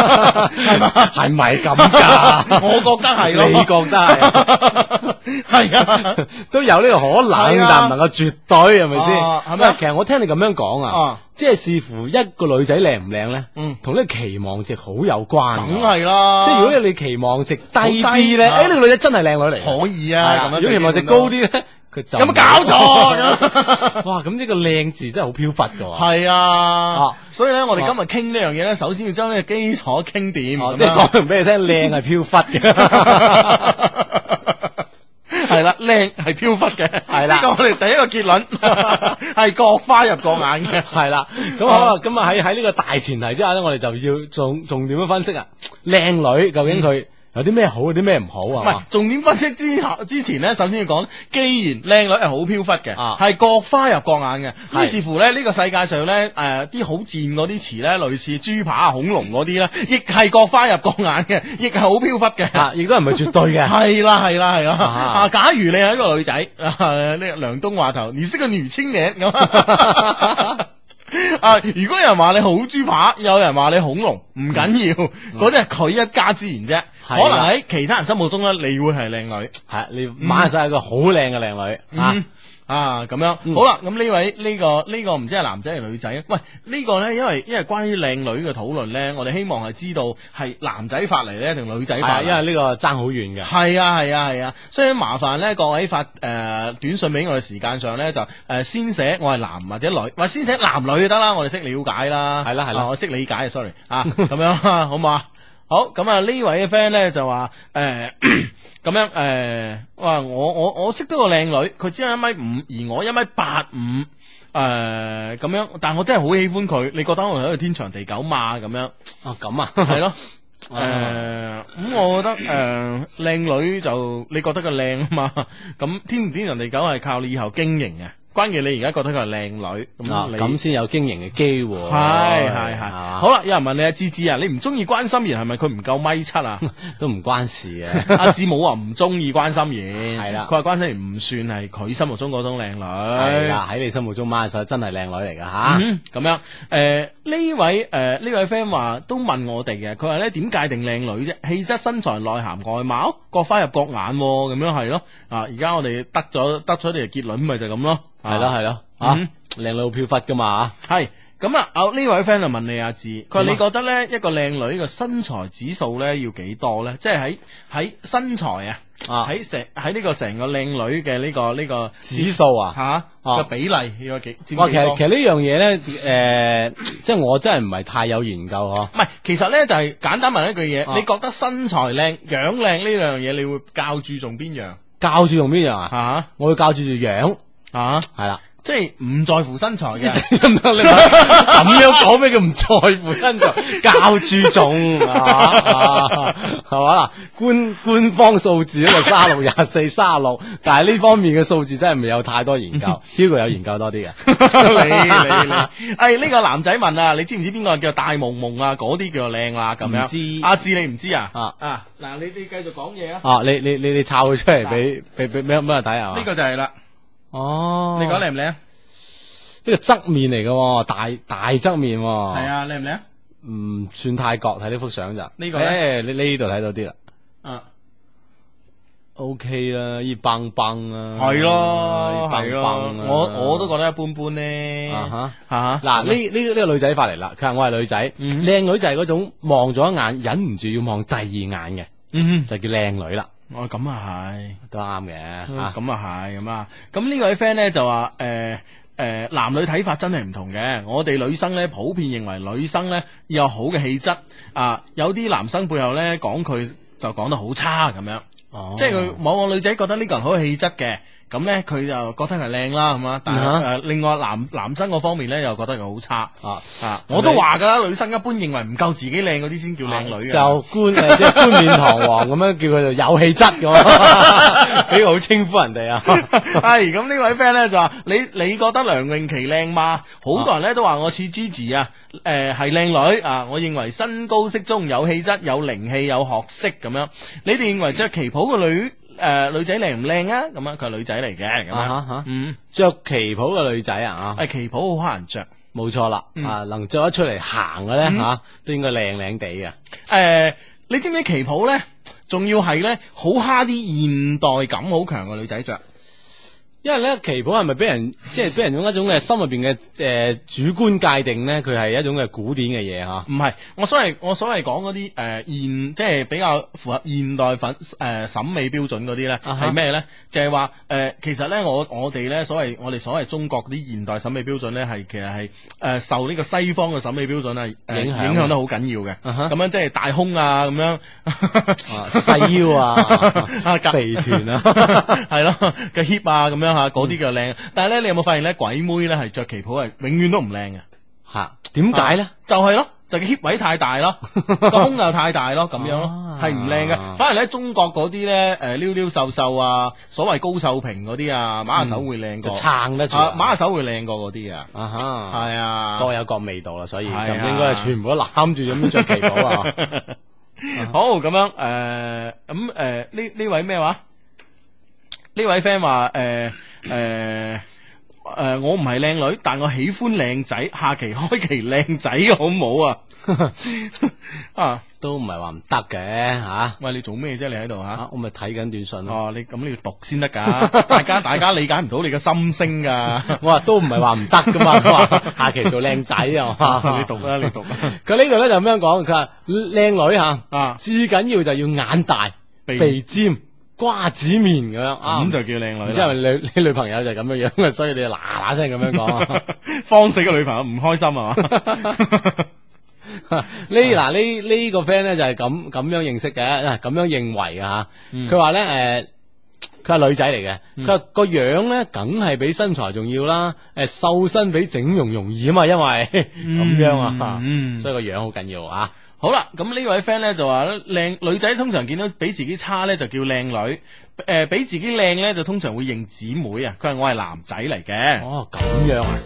Speaker 3: 係咪咁㗎？
Speaker 2: *laughs* 我覺得係咯，
Speaker 3: 啊你覺得係？
Speaker 2: *laughs* 係啊？
Speaker 3: 啊都有呢個可能，
Speaker 2: 係啊
Speaker 3: 但唔能夠絕對，係咪先？
Speaker 2: 啊係咪啊
Speaker 3: 喂其實我聽你咁樣講啊
Speaker 2: 啊，
Speaker 3: 即係視乎一個女仔靚唔靚咧，
Speaker 2: 嗯，
Speaker 3: 同呢個期望值好有關。
Speaker 2: 梗，係啦。
Speaker 3: 即係如果你期望值低啲咧，
Speaker 2: 好低
Speaker 3: 誒呢個女仔真係靚女嚟嘅。
Speaker 2: 可以
Speaker 3: 係
Speaker 2: 啊，
Speaker 3: 啊
Speaker 2: 咁樣
Speaker 3: 如果期望值
Speaker 2: 就
Speaker 3: 高啲咧，佢就
Speaker 2: 有冇搞錯？
Speaker 3: 錯？哇！咁呢個靚字真係好飄忽㗎喎。
Speaker 2: 係啊
Speaker 3: 啊，
Speaker 2: 所以咧，我哋今日傾呢樣嘢咧，首先要將呢個基礎傾掂。
Speaker 3: 哦
Speaker 2: 咁
Speaker 3: 即係
Speaker 2: 樣
Speaker 3: 講明俾你聽，靚係飄忽嘅。 *laughs*
Speaker 2: 系啦，靓系飄忽嘅，
Speaker 3: 係啦
Speaker 2: 呢個我哋第一個
Speaker 3: *laughs*
Speaker 2: 結論係各花入各眼嘅。
Speaker 3: 系啦，咁好啦，咁啊喺喺呢個大前提之下咧，我哋就要重重點咁分析啊，靚女究竟佢有啲咩好，有啲咩唔好
Speaker 2: 嗯唔
Speaker 3: 啊
Speaker 2: 係
Speaker 3: 嘛？
Speaker 2: 重點分析之後之前咧，首先要講，既然靚女係好飄忽嘅，
Speaker 3: 啊
Speaker 2: 係各花入各眼嘅，
Speaker 3: 係
Speaker 2: 於是乎咧，呢個世界上咧，誒啲好賤嗰啲詞咧，類似豬扒啊、恐龍嗰啲咧，亦係各花入各眼嘅，亦係好飄忽嘅。
Speaker 3: 啊，亦都唔係絕對嘅，
Speaker 2: *laughs* 係啦係啦係啦
Speaker 3: 啊
Speaker 2: 啊！假如你係一個女仔， *laughs* 啊呢個梁東話頭，你識個女青年咁 *laughs* 啊！如果有人話你好豬扒，有人話你恐龍，唔緊要，嗰啲係佢一家之言啫。可
Speaker 3: 嗯係啦
Speaker 2: 能喺其他人心目中咧，你會係靚女。
Speaker 3: 系你馬上係一個好靚嘅靚女啊
Speaker 2: 嗯，啊，咁樣好啦，咁呢位呢、個呢、個唔知係男仔定女仔啊？喂，呢、個呢，因為因為關於靚女嘅討論呢，我哋希望係知道係男仔發嚟呢定女仔
Speaker 3: 係
Speaker 2: 發
Speaker 3: 啊，
Speaker 2: 嚟，
Speaker 3: 因為呢個爭好遠嘅。
Speaker 2: 係啊係啊係啊，所以麻煩咧各位發誒、呃短信俾我嘅時間上咧就誒、呃先寫我係男或者女，或先寫男女就得啦，我哋識了解啦，
Speaker 3: 係啦係啦
Speaker 2: 啊我識理解啊，sorry 啊，咁樣好嘛？好咁啊！呢位嘅 friend 咧就話誒 *clears throat* 咁樣誒，呃哇、我我我識得個靚女，佢只有一米五，而我一米八五。呃誒咁、樣，但我真係好喜歡佢，你覺得我喺度天長地久嘛？咁嗯樣
Speaker 3: 哦，咁啊，
Speaker 2: *laughs* 係咯。誒，咁、呃我覺得誒，呃靚、女就你覺得佢靚啊嘛， *laughs* 咁天唔天人哋狗係靠你以後經營嘅，關鍵你而家覺得佢係靚女，
Speaker 3: 啊
Speaker 2: 咁你
Speaker 3: 咁先有經營嘅啊機會。
Speaker 2: 係係係，
Speaker 3: 嘛
Speaker 2: 好啦，有人問你阿芝芝啊，你唔中意關心妍係咪佢唔夠米七
Speaker 3: *laughs*
Speaker 2: 啊？
Speaker 3: 都唔關事啊
Speaker 2: *laughs*
Speaker 3: 嘅。
Speaker 2: 阿志武話唔中意關心妍，
Speaker 3: 係啦
Speaker 2: 佢話關心妍唔算係佢心目中嗰種靚女，
Speaker 3: 係啦，喺你心目中孖手真係靚女嚟噶吓。
Speaker 2: 哎嗯咁樣，诶、呢位诶呢、位 friend 話都問我哋嘅，佢話咧點界定靚女啫？氣質、身材、內涵、外貌，各花入各眼喎咁、樣係咯。啊，而家我哋得咗得咗條結論，咪就係咁咯。啊
Speaker 3: 係咯係咯，啊
Speaker 2: 嗯
Speaker 3: 靚女好飄忽噶嘛
Speaker 2: 係咁啊！啊呢位 friend 就問你阿志，佢話
Speaker 3: 點啊
Speaker 2: 你覺得咧一個靚女嘅身材指數咧要幾多咧？即係喺喺身材啊，
Speaker 3: 啊
Speaker 2: 喺成喺呢個成個靚女嘅呢、個呢、個
Speaker 3: 指數啊。
Speaker 2: 吓
Speaker 3: 啊
Speaker 2: 嘅比例要有幾？佔
Speaker 3: 哇，
Speaker 2: 幾
Speaker 3: 其實
Speaker 2: 多
Speaker 3: 其實呢樣嘢咧，诶，即係我真係唔係太有研究嗬。
Speaker 2: 唔係，其實咧就係、簡單問一句嘢，
Speaker 3: 啊
Speaker 2: 你覺得身材靚、樣靚呢兩樣嘢，你會較注重邊樣？
Speaker 3: 教住用邊樣啊？
Speaker 2: 嚇
Speaker 3: 我會教住住樣，
Speaker 2: 嚇，*laughs*
Speaker 3: 係啦。
Speaker 2: 即係唔在乎身材嘅。 *laughs*
Speaker 3: 咁樣講咩叫唔在乎身材？ *laughs* 教注重啊，係嘛嗱？官官方數字呢個三六廿四三六，但係呢方面嘅數字真係未有太多研究。
Speaker 2: *laughs*
Speaker 3: Hugo 有研究多啲嘅，
Speaker 2: *laughs* 你 *laughs* 你哎你，誒呢、個男仔問啊，你知唔知邊個叫大夢夢啊？嗰啲叫靚啦咁樣。
Speaker 3: 唔知
Speaker 2: 阿志你唔知啊？
Speaker 3: 啊
Speaker 2: 啊嗱，你你繼續講嘢啊！
Speaker 3: 啊！你你你你抄佢出嚟俾俾俾俾俾人睇啊？
Speaker 2: 呢個就係啦，
Speaker 3: 哦，
Speaker 2: 你講靚唔啊靚？
Speaker 3: 呢個側面嚟嘅喎，大大側面喎，
Speaker 2: 係，啊，靚唔靚？
Speaker 3: 唔嗯算泰國睇呢幅相咋？
Speaker 2: 呢個咧
Speaker 3: 誒你呢度睇到啲啦。
Speaker 2: 啊，
Speaker 3: OK 啦，熱崩崩啦，
Speaker 2: 係咯，係
Speaker 3: 熱崩
Speaker 2: 咯
Speaker 3: 崩，啦
Speaker 2: 啊我我都覺得一般般咧。
Speaker 3: 啊哈
Speaker 2: 嚇
Speaker 3: 嗱，呢呢呢個女仔發嚟啦，佢話我係女仔，
Speaker 2: 嗯
Speaker 3: 靚女就係嗰種望咗一眼，忍唔住要望第二眼嘅，
Speaker 2: 嗯，
Speaker 3: 就叫靚女啦，
Speaker 2: 我咁啊係。
Speaker 3: 都啱嘅
Speaker 2: 啊
Speaker 3: 嚇。
Speaker 2: 咁啊係咁啊，咁呢位 friend 咧就話誒誒男女睇法真係唔同嘅，我哋女生咧普遍認為女生咧要有好嘅氣質啊，有啲男生背後咧講佢就講得好差咁樣，
Speaker 3: 哦
Speaker 2: 即係佢往往女仔覺得呢個人好有氣質嘅。咁咧，佢就覺得佢靚啦，係嘛？但係誒、呃
Speaker 3: 啊
Speaker 2: 另外男男生嗰方面咧，又覺得佢好差
Speaker 3: 啊
Speaker 2: 啊！我都話㗎啦，女生一般認為唔夠自己靚嗰啲先叫靚女嘅。啊
Speaker 3: 啊就冠 *laughs* 誒即係冠冕堂皇咁樣叫佢做有氣質咁，
Speaker 2: *laughs*
Speaker 3: 俾個好稱呼人哋啊。
Speaker 2: 系 *laughs* 咁呢位 friend 咧就话你你觉得梁咏琪靓嘛？好多人咧都话我似 Gigi 啊，诶系靓女啊，我认为身高适中，有气质，有灵气，有学识咁样。你哋认为着旗袍嘅女诶、呃女仔靓唔靓啊？咁样佢系女仔嚟嘅咁
Speaker 3: 啊哈
Speaker 2: 样，
Speaker 3: 哈
Speaker 2: 嗯，
Speaker 3: 着旗袍嘅女仔啊，
Speaker 2: 系旗袍好難着。
Speaker 3: 冇錯啦，
Speaker 2: 嗯
Speaker 3: 啊能着得出嚟行嘅咧嚇，都應該靚靚地嘅。
Speaker 2: 诶、你知唔知旗袍咧？仲要系咧好蝦啲現代感好強嘅女仔着。
Speaker 3: 因為咧旗袍係咪
Speaker 2: *laughs*
Speaker 3: 俾人即係俾人用一種嘅心入邊嘅誒主觀界定咧，佢係一種嘅古典嘅嘢啊嚇。
Speaker 2: 唔係，我所謂我所謂講嗰啲誒現，即係比較符合現代粉誒、呃、審美標準嗰啲咧，
Speaker 3: 啊哈
Speaker 2: 係咩咧？就係話誒，其實咧，我我哋咧所謂我哋所謂中國嗰啲現代審美標準咧，係其實係誒、呃受呢個西方嘅審美標準係、呃
Speaker 3: 影響
Speaker 2: 影響得好緊要嘅。
Speaker 3: 啊哈
Speaker 2: 咁樣即係大胸啊，咁樣
Speaker 3: 啊細腰啊
Speaker 2: *laughs* ，啊隔
Speaker 3: 肥臀啊，
Speaker 2: *laughs* 係咯個 hip 啊，咁樣嚇，嗰啲叫靚。但係咧，你有冇發現咧，鬼妹咧係着旗袍係永遠都唔靚嘅？
Speaker 3: 吓點解咧？
Speaker 2: 就係咯，就個 hip 位太大咯，
Speaker 3: *laughs*
Speaker 2: 個胸又太大咯，咁樣咯
Speaker 3: 啊，
Speaker 2: 係唔靚嘅。反而咧，中國嗰啲咧，誒溜溜瘦瘦啊，所謂高瘦平嗰啲啊，馬下手會靚
Speaker 3: 嗯就
Speaker 2: 過，
Speaker 3: 撐得住
Speaker 2: 啊馬下手會靚過嗰啲啊，
Speaker 3: 啊哈，
Speaker 2: 係啊。
Speaker 3: 各有各味道啦，所以
Speaker 2: 係啊
Speaker 3: 就唔應該係全部都攬住咁樣着旗袍
Speaker 2: *laughs*
Speaker 3: 啊。
Speaker 2: 好咁樣誒，咁誒呢呢位咩話？呢位 friend 話誒誒。诶，我唔係靚女，但我喜歡靚仔。下期開期靚仔好唔好
Speaker 3: *laughs*
Speaker 2: 啊？啊，
Speaker 3: 都唔係話唔得嘅吓。
Speaker 2: 喂，你做咩啫？你喺度吓？
Speaker 3: 啊，我咪睇緊短信咯。
Speaker 2: 啊哦，你咁你要讀先得噶， *laughs* 大家大家理解唔到你嘅心聲噶。
Speaker 3: 我話都唔係話唔得噶嘛，我話下期做靚仔啊嘛。
Speaker 2: *laughs* *laughs* 你讀啦，你讀啊啦。
Speaker 3: 佢呢度咧就咁樣講，佢話靚女吓，
Speaker 2: 啊
Speaker 3: 至緊要就要眼大、
Speaker 2: 鼻
Speaker 3: 鼻尖、瓜子面咁樣啊。
Speaker 2: 咁就叫靚女啦。
Speaker 3: 然之後你你女 *laughs* 朋友就係咁樣樣啊嘅，所以你嗱嗱聲咁樣講
Speaker 2: *laughs*
Speaker 3: 啊。
Speaker 2: *laughs* 方死個女朋友唔開心啊嘛？
Speaker 3: 呢嗱呢呢個 friend 咧就係咁咁樣認識嘅，啊咁樣認為嘅吓。
Speaker 2: 嗯
Speaker 3: 佢話咧诶，佢係女仔嚟嘅，佢話個樣咧梗係比身材重要啦。诶，瘦身比整容容易啊嘛，因為咁樣啊，
Speaker 2: 嗯
Speaker 3: 所以個樣好緊要啊。
Speaker 2: *laughs* 好啦，咁呢位 friend 咧就話靚女仔通常見到比自己差咧就叫靚女，誒、比自己靚咧就通常會認姊妹啊。佢話我係男仔嚟嘅。
Speaker 3: 哦，咁樣啊，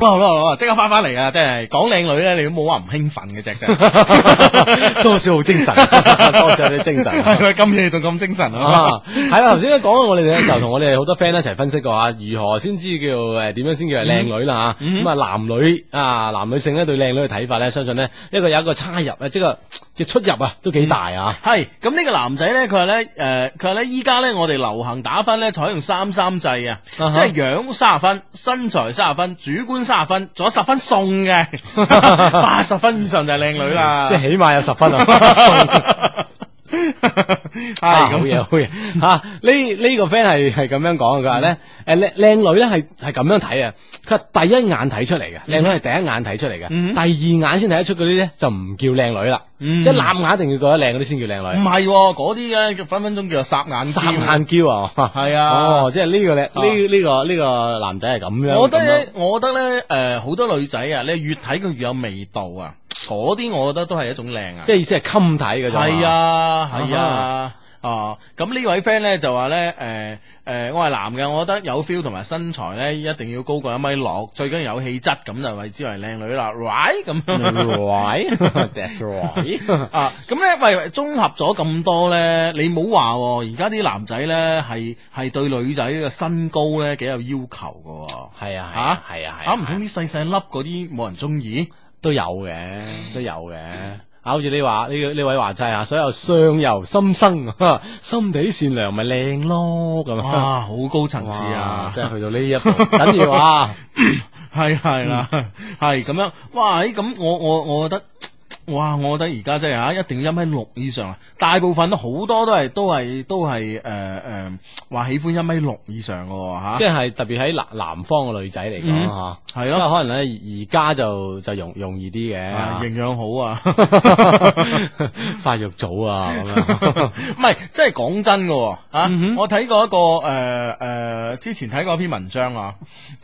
Speaker 2: 好啦好啦，即刻翻翻嚟啊！真係講靚女咧，你都冇話唔興奮嘅啫， *laughs* 真係
Speaker 3: *laughs* 多少好
Speaker 2: *laughs*
Speaker 3: 精神，多少有啲精神啊。
Speaker 2: 係咪咁夜仲咁精神 *laughs* 啊
Speaker 3: 啊，？系啦，頭先咧講到我哋咧就同我哋好多 friend 一齊分析過啊，如何先知叫诶點樣先叫係靚女啦吓，咁啊男女啊男女性咧對靚女嘅睇法咧，相信咧呢個有一個差入啊，即係嘅出入啊都幾大啊，
Speaker 2: 係咁呢個男仔咧，佢話咧誒，呃佢話咧依家咧我哋流行打分咧採用三三制啊，即
Speaker 3: 啊哈
Speaker 2: 係樣三十分，身材三十分，主觀三十分，仲有十分送嘅，
Speaker 3: *laughs*
Speaker 2: 八十分以上就係靚女啦。
Speaker 3: 嗯即
Speaker 2: *laughs*
Speaker 3: 係起碼有十分啊。 *laughs*
Speaker 2: 系
Speaker 3: 啊
Speaker 2: 咁
Speaker 3: 好嘢，好嘢吓！呢呢個 friend 係係咁樣講，
Speaker 2: 嗯
Speaker 3: 佢話咧，诶靚靚女咧係係咁樣睇啊，佢話第一眼睇出嚟嘅，靚女係第一眼睇出嚟嘅，
Speaker 2: 嗯
Speaker 3: 第二眼先睇得出嗰啲咧就唔叫靚女啦，
Speaker 2: 嗯
Speaker 3: 即係攬眼一定要覺得靚嗰啲先叫靚
Speaker 2: 唔
Speaker 3: 女，
Speaker 2: 係喎，嗰啲咧分分鐘叫做霎眼
Speaker 3: 三
Speaker 2: 嬌
Speaker 3: 眼嬌啊！
Speaker 2: 係嗯 *laughs* 啊。
Speaker 3: 哦，即系呢个咧，
Speaker 2: 啊
Speaker 3: 呢呢个呢个男仔系咁样，
Speaker 2: 我覺得
Speaker 3: 咁樣
Speaker 2: 咧，我覺得咧，诶、好多女仔啊，你越睇佢越有味道啊，嗰啲我覺得都係一種靚啊。
Speaker 3: 即系意思系襟睇嘅啫。
Speaker 2: 係，
Speaker 3: *laughs*
Speaker 2: 啊，係啊
Speaker 3: 啊。
Speaker 2: 哦，咁呢位 friend 咧就話咧，誒、誒、我係男嘅，我覺得有 feel 同埋身材咧一定要高過一米六，最緊要有氣質，咁就為之為靚女啦，right 咁
Speaker 3: 嗯
Speaker 2: 樣。
Speaker 3: right，that's
Speaker 2: *laughs*
Speaker 3: right。
Speaker 2: 啊，咁咧，喂，喂綜合咗咁多咧，你冇話喎，而家啲男仔咧係係對女仔嘅身高咧幾有要求嘅喎。
Speaker 3: 系啊，系
Speaker 2: 嚇
Speaker 3: 啊，系啊，
Speaker 2: 啊，唔通啲細細粒嗰啲冇人中意？
Speaker 3: 都有嘅，都有嘅。啊，好似你話呢呢位話齋啊，所有相由心生，心地善良咪靚咯咁啊！
Speaker 2: 哇，好高層次 *laughs* 啊！
Speaker 3: 即係去到呢一
Speaker 2: *laughs*
Speaker 3: 步，緊要啊！
Speaker 2: 係係啦，係咁樣。哇，咦咁我我我覺得。哇！我覺得而家真係嚇，一定要一米六以上啊！大部分都好多都係都係都係誒誒話喜歡一米六以上嘅喎嚇
Speaker 3: 即係特別喺南南方嘅女仔嚟講
Speaker 2: 嗯
Speaker 3: 吓，
Speaker 2: 係
Speaker 3: 因為
Speaker 2: 咯，
Speaker 3: 啊可能咧而家就就容容易啲嘅
Speaker 2: 啊
Speaker 3: *laughs* 啊，
Speaker 2: 營養好啊！
Speaker 3: 發育早啊咁樣。
Speaker 2: 唔係，即係講真嘅喎、啊我睇過一個誒誒、呃之前睇過一篇文章啊，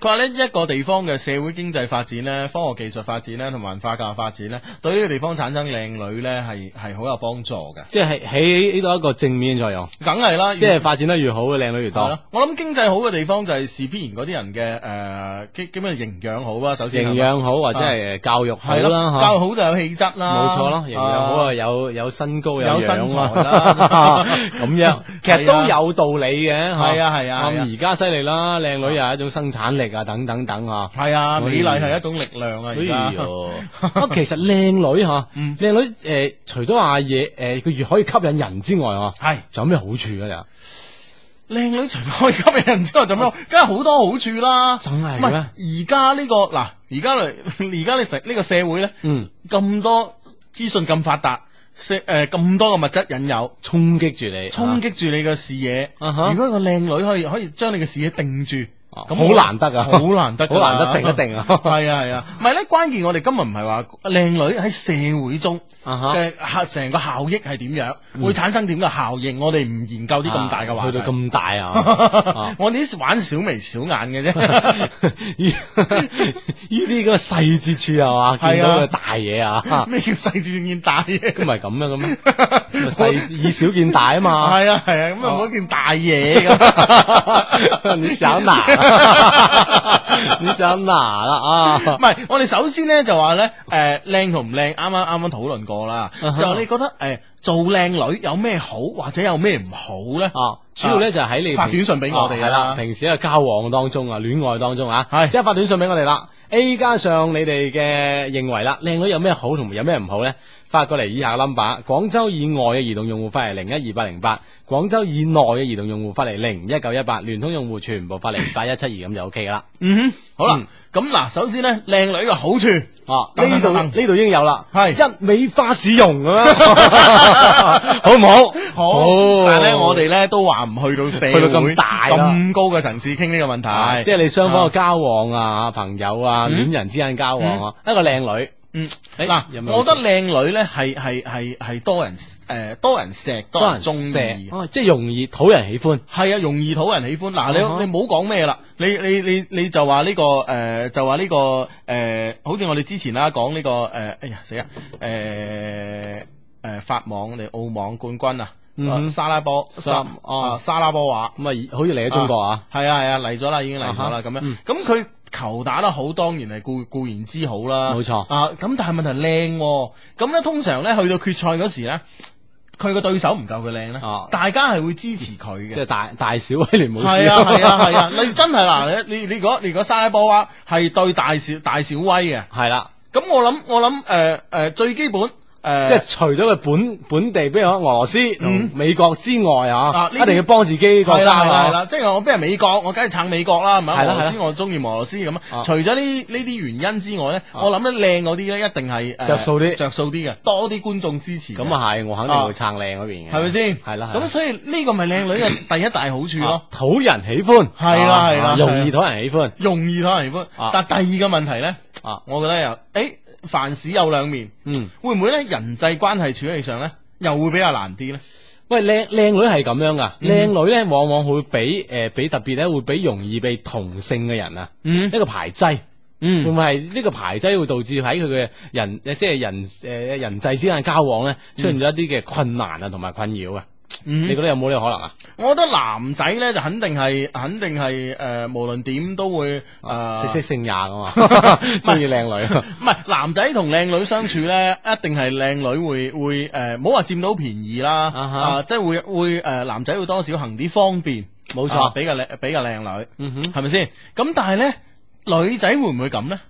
Speaker 2: 佢話呢一個地方嘅社會經濟發展咧、科學技術發展咧同文化教育發展咧，對呢個地方產生靚女咧係係好有幫助嘅，
Speaker 3: 即係起呢度一個正面嘅作用，
Speaker 2: 梗係啦，
Speaker 3: 即係發展得越好，靚女越
Speaker 2: 係
Speaker 3: 多
Speaker 2: 嗯咯。。我諗經濟好嘅地方就係事必然嗰啲人嘅誒基基本上營養好啊啦，首先
Speaker 3: 營養好或者係教育好
Speaker 2: 係
Speaker 3: 啦，
Speaker 2: 啊咯，
Speaker 3: 嚇
Speaker 2: 教育好就有氣質啦，
Speaker 3: 冇錯咯，營養好啊，有有身高
Speaker 2: 啊有
Speaker 3: 樣
Speaker 2: 身材啦
Speaker 3: 啦， *laughs* 咁樣啊其實都有道理嘅，
Speaker 2: 係啊係啊係啊
Speaker 3: 咁而家犀利啦，靚女又係一種生產力啊，等等等啊。
Speaker 2: 係啊，美麗係
Speaker 3: 哎
Speaker 2: 一種力量啊，
Speaker 3: 哎
Speaker 2: 而家。 *laughs*
Speaker 3: 呦，啊其實靚女嚇，
Speaker 2: 嗯
Speaker 3: 靚女誒，除咗話嘢誒，佢越可以吸引人之外啊，
Speaker 2: 係
Speaker 3: 仲有咩好處啊？
Speaker 2: 靓女除咗可以吸引人之外，仲有咩梗係好多好處啦。
Speaker 3: 真係嘅咩
Speaker 2: 唔係而家呢個嗱，而家嚟 *laughs* 而家你成呢個社會咧，
Speaker 3: 你嗯，
Speaker 2: 咁多資訊咁發達，社诶咁多嘅物質引誘，
Speaker 3: 衝擊住你，
Speaker 2: 衝擊住你嘅視野。
Speaker 3: 啊哈
Speaker 2: 如果個靚女可以可以將你嘅視野定住，
Speaker 3: 啊
Speaker 2: 咁
Speaker 3: 好難得啊
Speaker 2: 好難得㗎，
Speaker 3: 好難得定一定啊
Speaker 2: *laughs* 係啊係啊，唔係咧，關鍵我哋今日唔係話靚女喺社會中
Speaker 3: 啊哈
Speaker 2: 嘅效成個效益係點樣，會產生點嘅效應，我哋唔研究啲咁大嘅話
Speaker 3: 嗯啊去
Speaker 2: 題
Speaker 3: 到。
Speaker 2: *laughs*
Speaker 3: 咁大啊！啊
Speaker 2: 我哋啲玩小眉小眼嘅啫，
Speaker 3: *laughs* 呢啲咁嘅細節處係嘛，
Speaker 2: 係啊
Speaker 3: 見到個大嘢啊！
Speaker 2: 咩叫細緻見大嘢？
Speaker 3: 咁
Speaker 2: 係
Speaker 3: 咪咁樣
Speaker 2: *laughs*
Speaker 3: 咁咩，咪細以小見大啊哦嘛，
Speaker 2: 啊係啊，咁啊冇一件大嘢咁。 *laughs*
Speaker 3: 你想嗱，啊你想哪啦啊？
Speaker 2: 唔系，我哋首先咧就話咧，诶、靚同唔靚，啱啱啱啱討論過啦。
Speaker 3: Uh-huh。
Speaker 2: 就你覺得诶、誒做靚女有咩好，或者有咩唔好咧？
Speaker 3: 啊，主要咧就喺你
Speaker 2: 發短信俾我哋
Speaker 3: 系
Speaker 2: 啦
Speaker 3: 啦，平時喺交往當中啊，戀愛當中啊，
Speaker 2: 係
Speaker 3: 即係發短信俾我哋啦。A 加上你哋嘅認為啦，靚女有咩好同有咩唔好咧？發過嚟以下嘅 number，廣州以外嘅移動用戶發嚟零一二八零八，廣州以內嘅移動用戶發嚟零一九一八，聯通用戶全部發嚟八一七二咁就 OK 噶啦。
Speaker 2: 嗯哼，好啦，咁嗱、首先咧，靚女嘅好處，
Speaker 3: 哦，
Speaker 2: 啊等
Speaker 3: 呢度
Speaker 2: 等等
Speaker 3: 呢度已經有啦，
Speaker 2: 係
Speaker 3: 一味花啊使用咁樣，好唔好？
Speaker 2: 但係咧我哋咧都話唔去到社會
Speaker 3: *laughs* 去到咁大啦
Speaker 2: 咁高嘅層次傾呢個問題，
Speaker 3: 啊即係你雙方嘅交往啊，朋友啊，
Speaker 2: 嗯
Speaker 3: 戀人之間交往啊，一個靚女。
Speaker 2: 嗯，
Speaker 3: 誒
Speaker 2: 嗱
Speaker 3: 有，冇
Speaker 2: 我覺得靚女咧係係係係多人诶多人錫，多人中意。
Speaker 3: 哦，即系容易讨人喜欢。
Speaker 2: 係啊，容易討人喜歡。嗱，
Speaker 3: 啊哈
Speaker 2: 你你唔好講咩啦，你你你你就話呢、個誒、呃就話呢、個誒、呃好似我哋之前啦講呢個誒、呃哎呀死啊誒誒法網我哋澳網冠軍啊，
Speaker 3: 嗯哼
Speaker 2: 啊沙拉波
Speaker 3: 沙
Speaker 2: 沙
Speaker 3: 哦
Speaker 2: 啊沙拉波娃。
Speaker 3: 咁啊，好似嚟咗中國啊，
Speaker 2: 係啊係啊嚟咗啦，已經嚟咗啦
Speaker 3: 啊哈
Speaker 2: 咁
Speaker 3: 嗯
Speaker 2: 樣。咁佢球打得好，當然係固固然之好啦。
Speaker 3: 冇錯
Speaker 2: 啊，咁但係問題靚喎，咁咧通常咧去到決賽嗰時咧，佢個對手唔夠佢靚咧
Speaker 3: 哦，
Speaker 2: 大家係會支持佢嘅
Speaker 3: 即。係大大小威廉姆斯。
Speaker 2: 係啊係啊係 *laughs* 啊！你真係嗱，你你你如果你如果沙拉波娃係對大小大小威嘅，
Speaker 3: 係啦，
Speaker 2: 咁我諗我諗誒誒最基本呃誒，
Speaker 3: 即係除咗佢本本地，比如講俄羅斯同
Speaker 2: 嗯
Speaker 3: 美國之外啊
Speaker 2: 啊，
Speaker 3: 一
Speaker 2: 呢啲
Speaker 3: 定要幫自己國
Speaker 2: 係啦
Speaker 3: 家
Speaker 2: 係
Speaker 3: 啊。
Speaker 2: 啦，即係我邊係美國，我梗係撐美國啦，係咪？
Speaker 3: 係
Speaker 2: 俄
Speaker 3: 啦
Speaker 2: 羅
Speaker 3: 係
Speaker 2: 斯我中意俄羅斯咁
Speaker 3: 啊
Speaker 2: 啊。除咗呢呢啲原因之外咧，我諗咧靚嗰啲咧一定係呃
Speaker 3: 哦着數啲
Speaker 2: 着數啲嘅，多啲觀眾支持嘅。
Speaker 3: 咁啊係，我肯定會撐靚嗰邊嘅。
Speaker 2: 係咪先？
Speaker 3: 係啦。係啦
Speaker 2: 咁所以呢個咪靚女
Speaker 3: *laughs*
Speaker 2: 嘅第一大好處
Speaker 3: 啊
Speaker 2: 咯，
Speaker 3: 討人喜歡。
Speaker 2: 係啦
Speaker 3: 啊
Speaker 2: 係啦
Speaker 3: 啊
Speaker 2: 係啦
Speaker 3: 容易討人喜歡
Speaker 2: 容易討人喜歡
Speaker 3: 啊。
Speaker 2: 但第二個問題咧，
Speaker 3: 啊。
Speaker 2: 我覺得又誒凡事有兩面，
Speaker 3: 嗯，
Speaker 2: 會唔會咧人際關係處理上咧又會比較難啲咧？
Speaker 3: 喂，靚靚女係咁樣
Speaker 2: 嗯
Speaker 3: 噶，靚女咧往往會比誒比特別咧會比容易被同性嘅人啊，
Speaker 2: 嗯
Speaker 3: 一個排擠。會唔
Speaker 2: 嗯，
Speaker 3: 會係呢個排擠會導致喺佢嘅人誒即係人誒、呃人際之間嘅交往咧
Speaker 2: 嗯
Speaker 3: 出現咗一啲嘅困難啊同埋困擾啊？你覺得有冇呢個可能啊？
Speaker 2: 我覺得男仔咧就肯定係肯定係誒、呃，無論點都會誒。
Speaker 3: 啊
Speaker 2: 呃
Speaker 3: 色色性也噶
Speaker 2: *laughs*
Speaker 3: 嘛， *laughs* 中意靚女啊
Speaker 2: 唔係男仔同靚女相處咧，一定係靚女會會誒，唔好話佔到便宜啦，
Speaker 3: 啊哈
Speaker 2: 啊，即係會會誒男仔會多少行啲方便，
Speaker 3: 冇錯
Speaker 2: 啊比較靚比較靚女，
Speaker 3: 嗯哼，
Speaker 2: 係咪先？咁但係咧，女仔會唔會咁咧？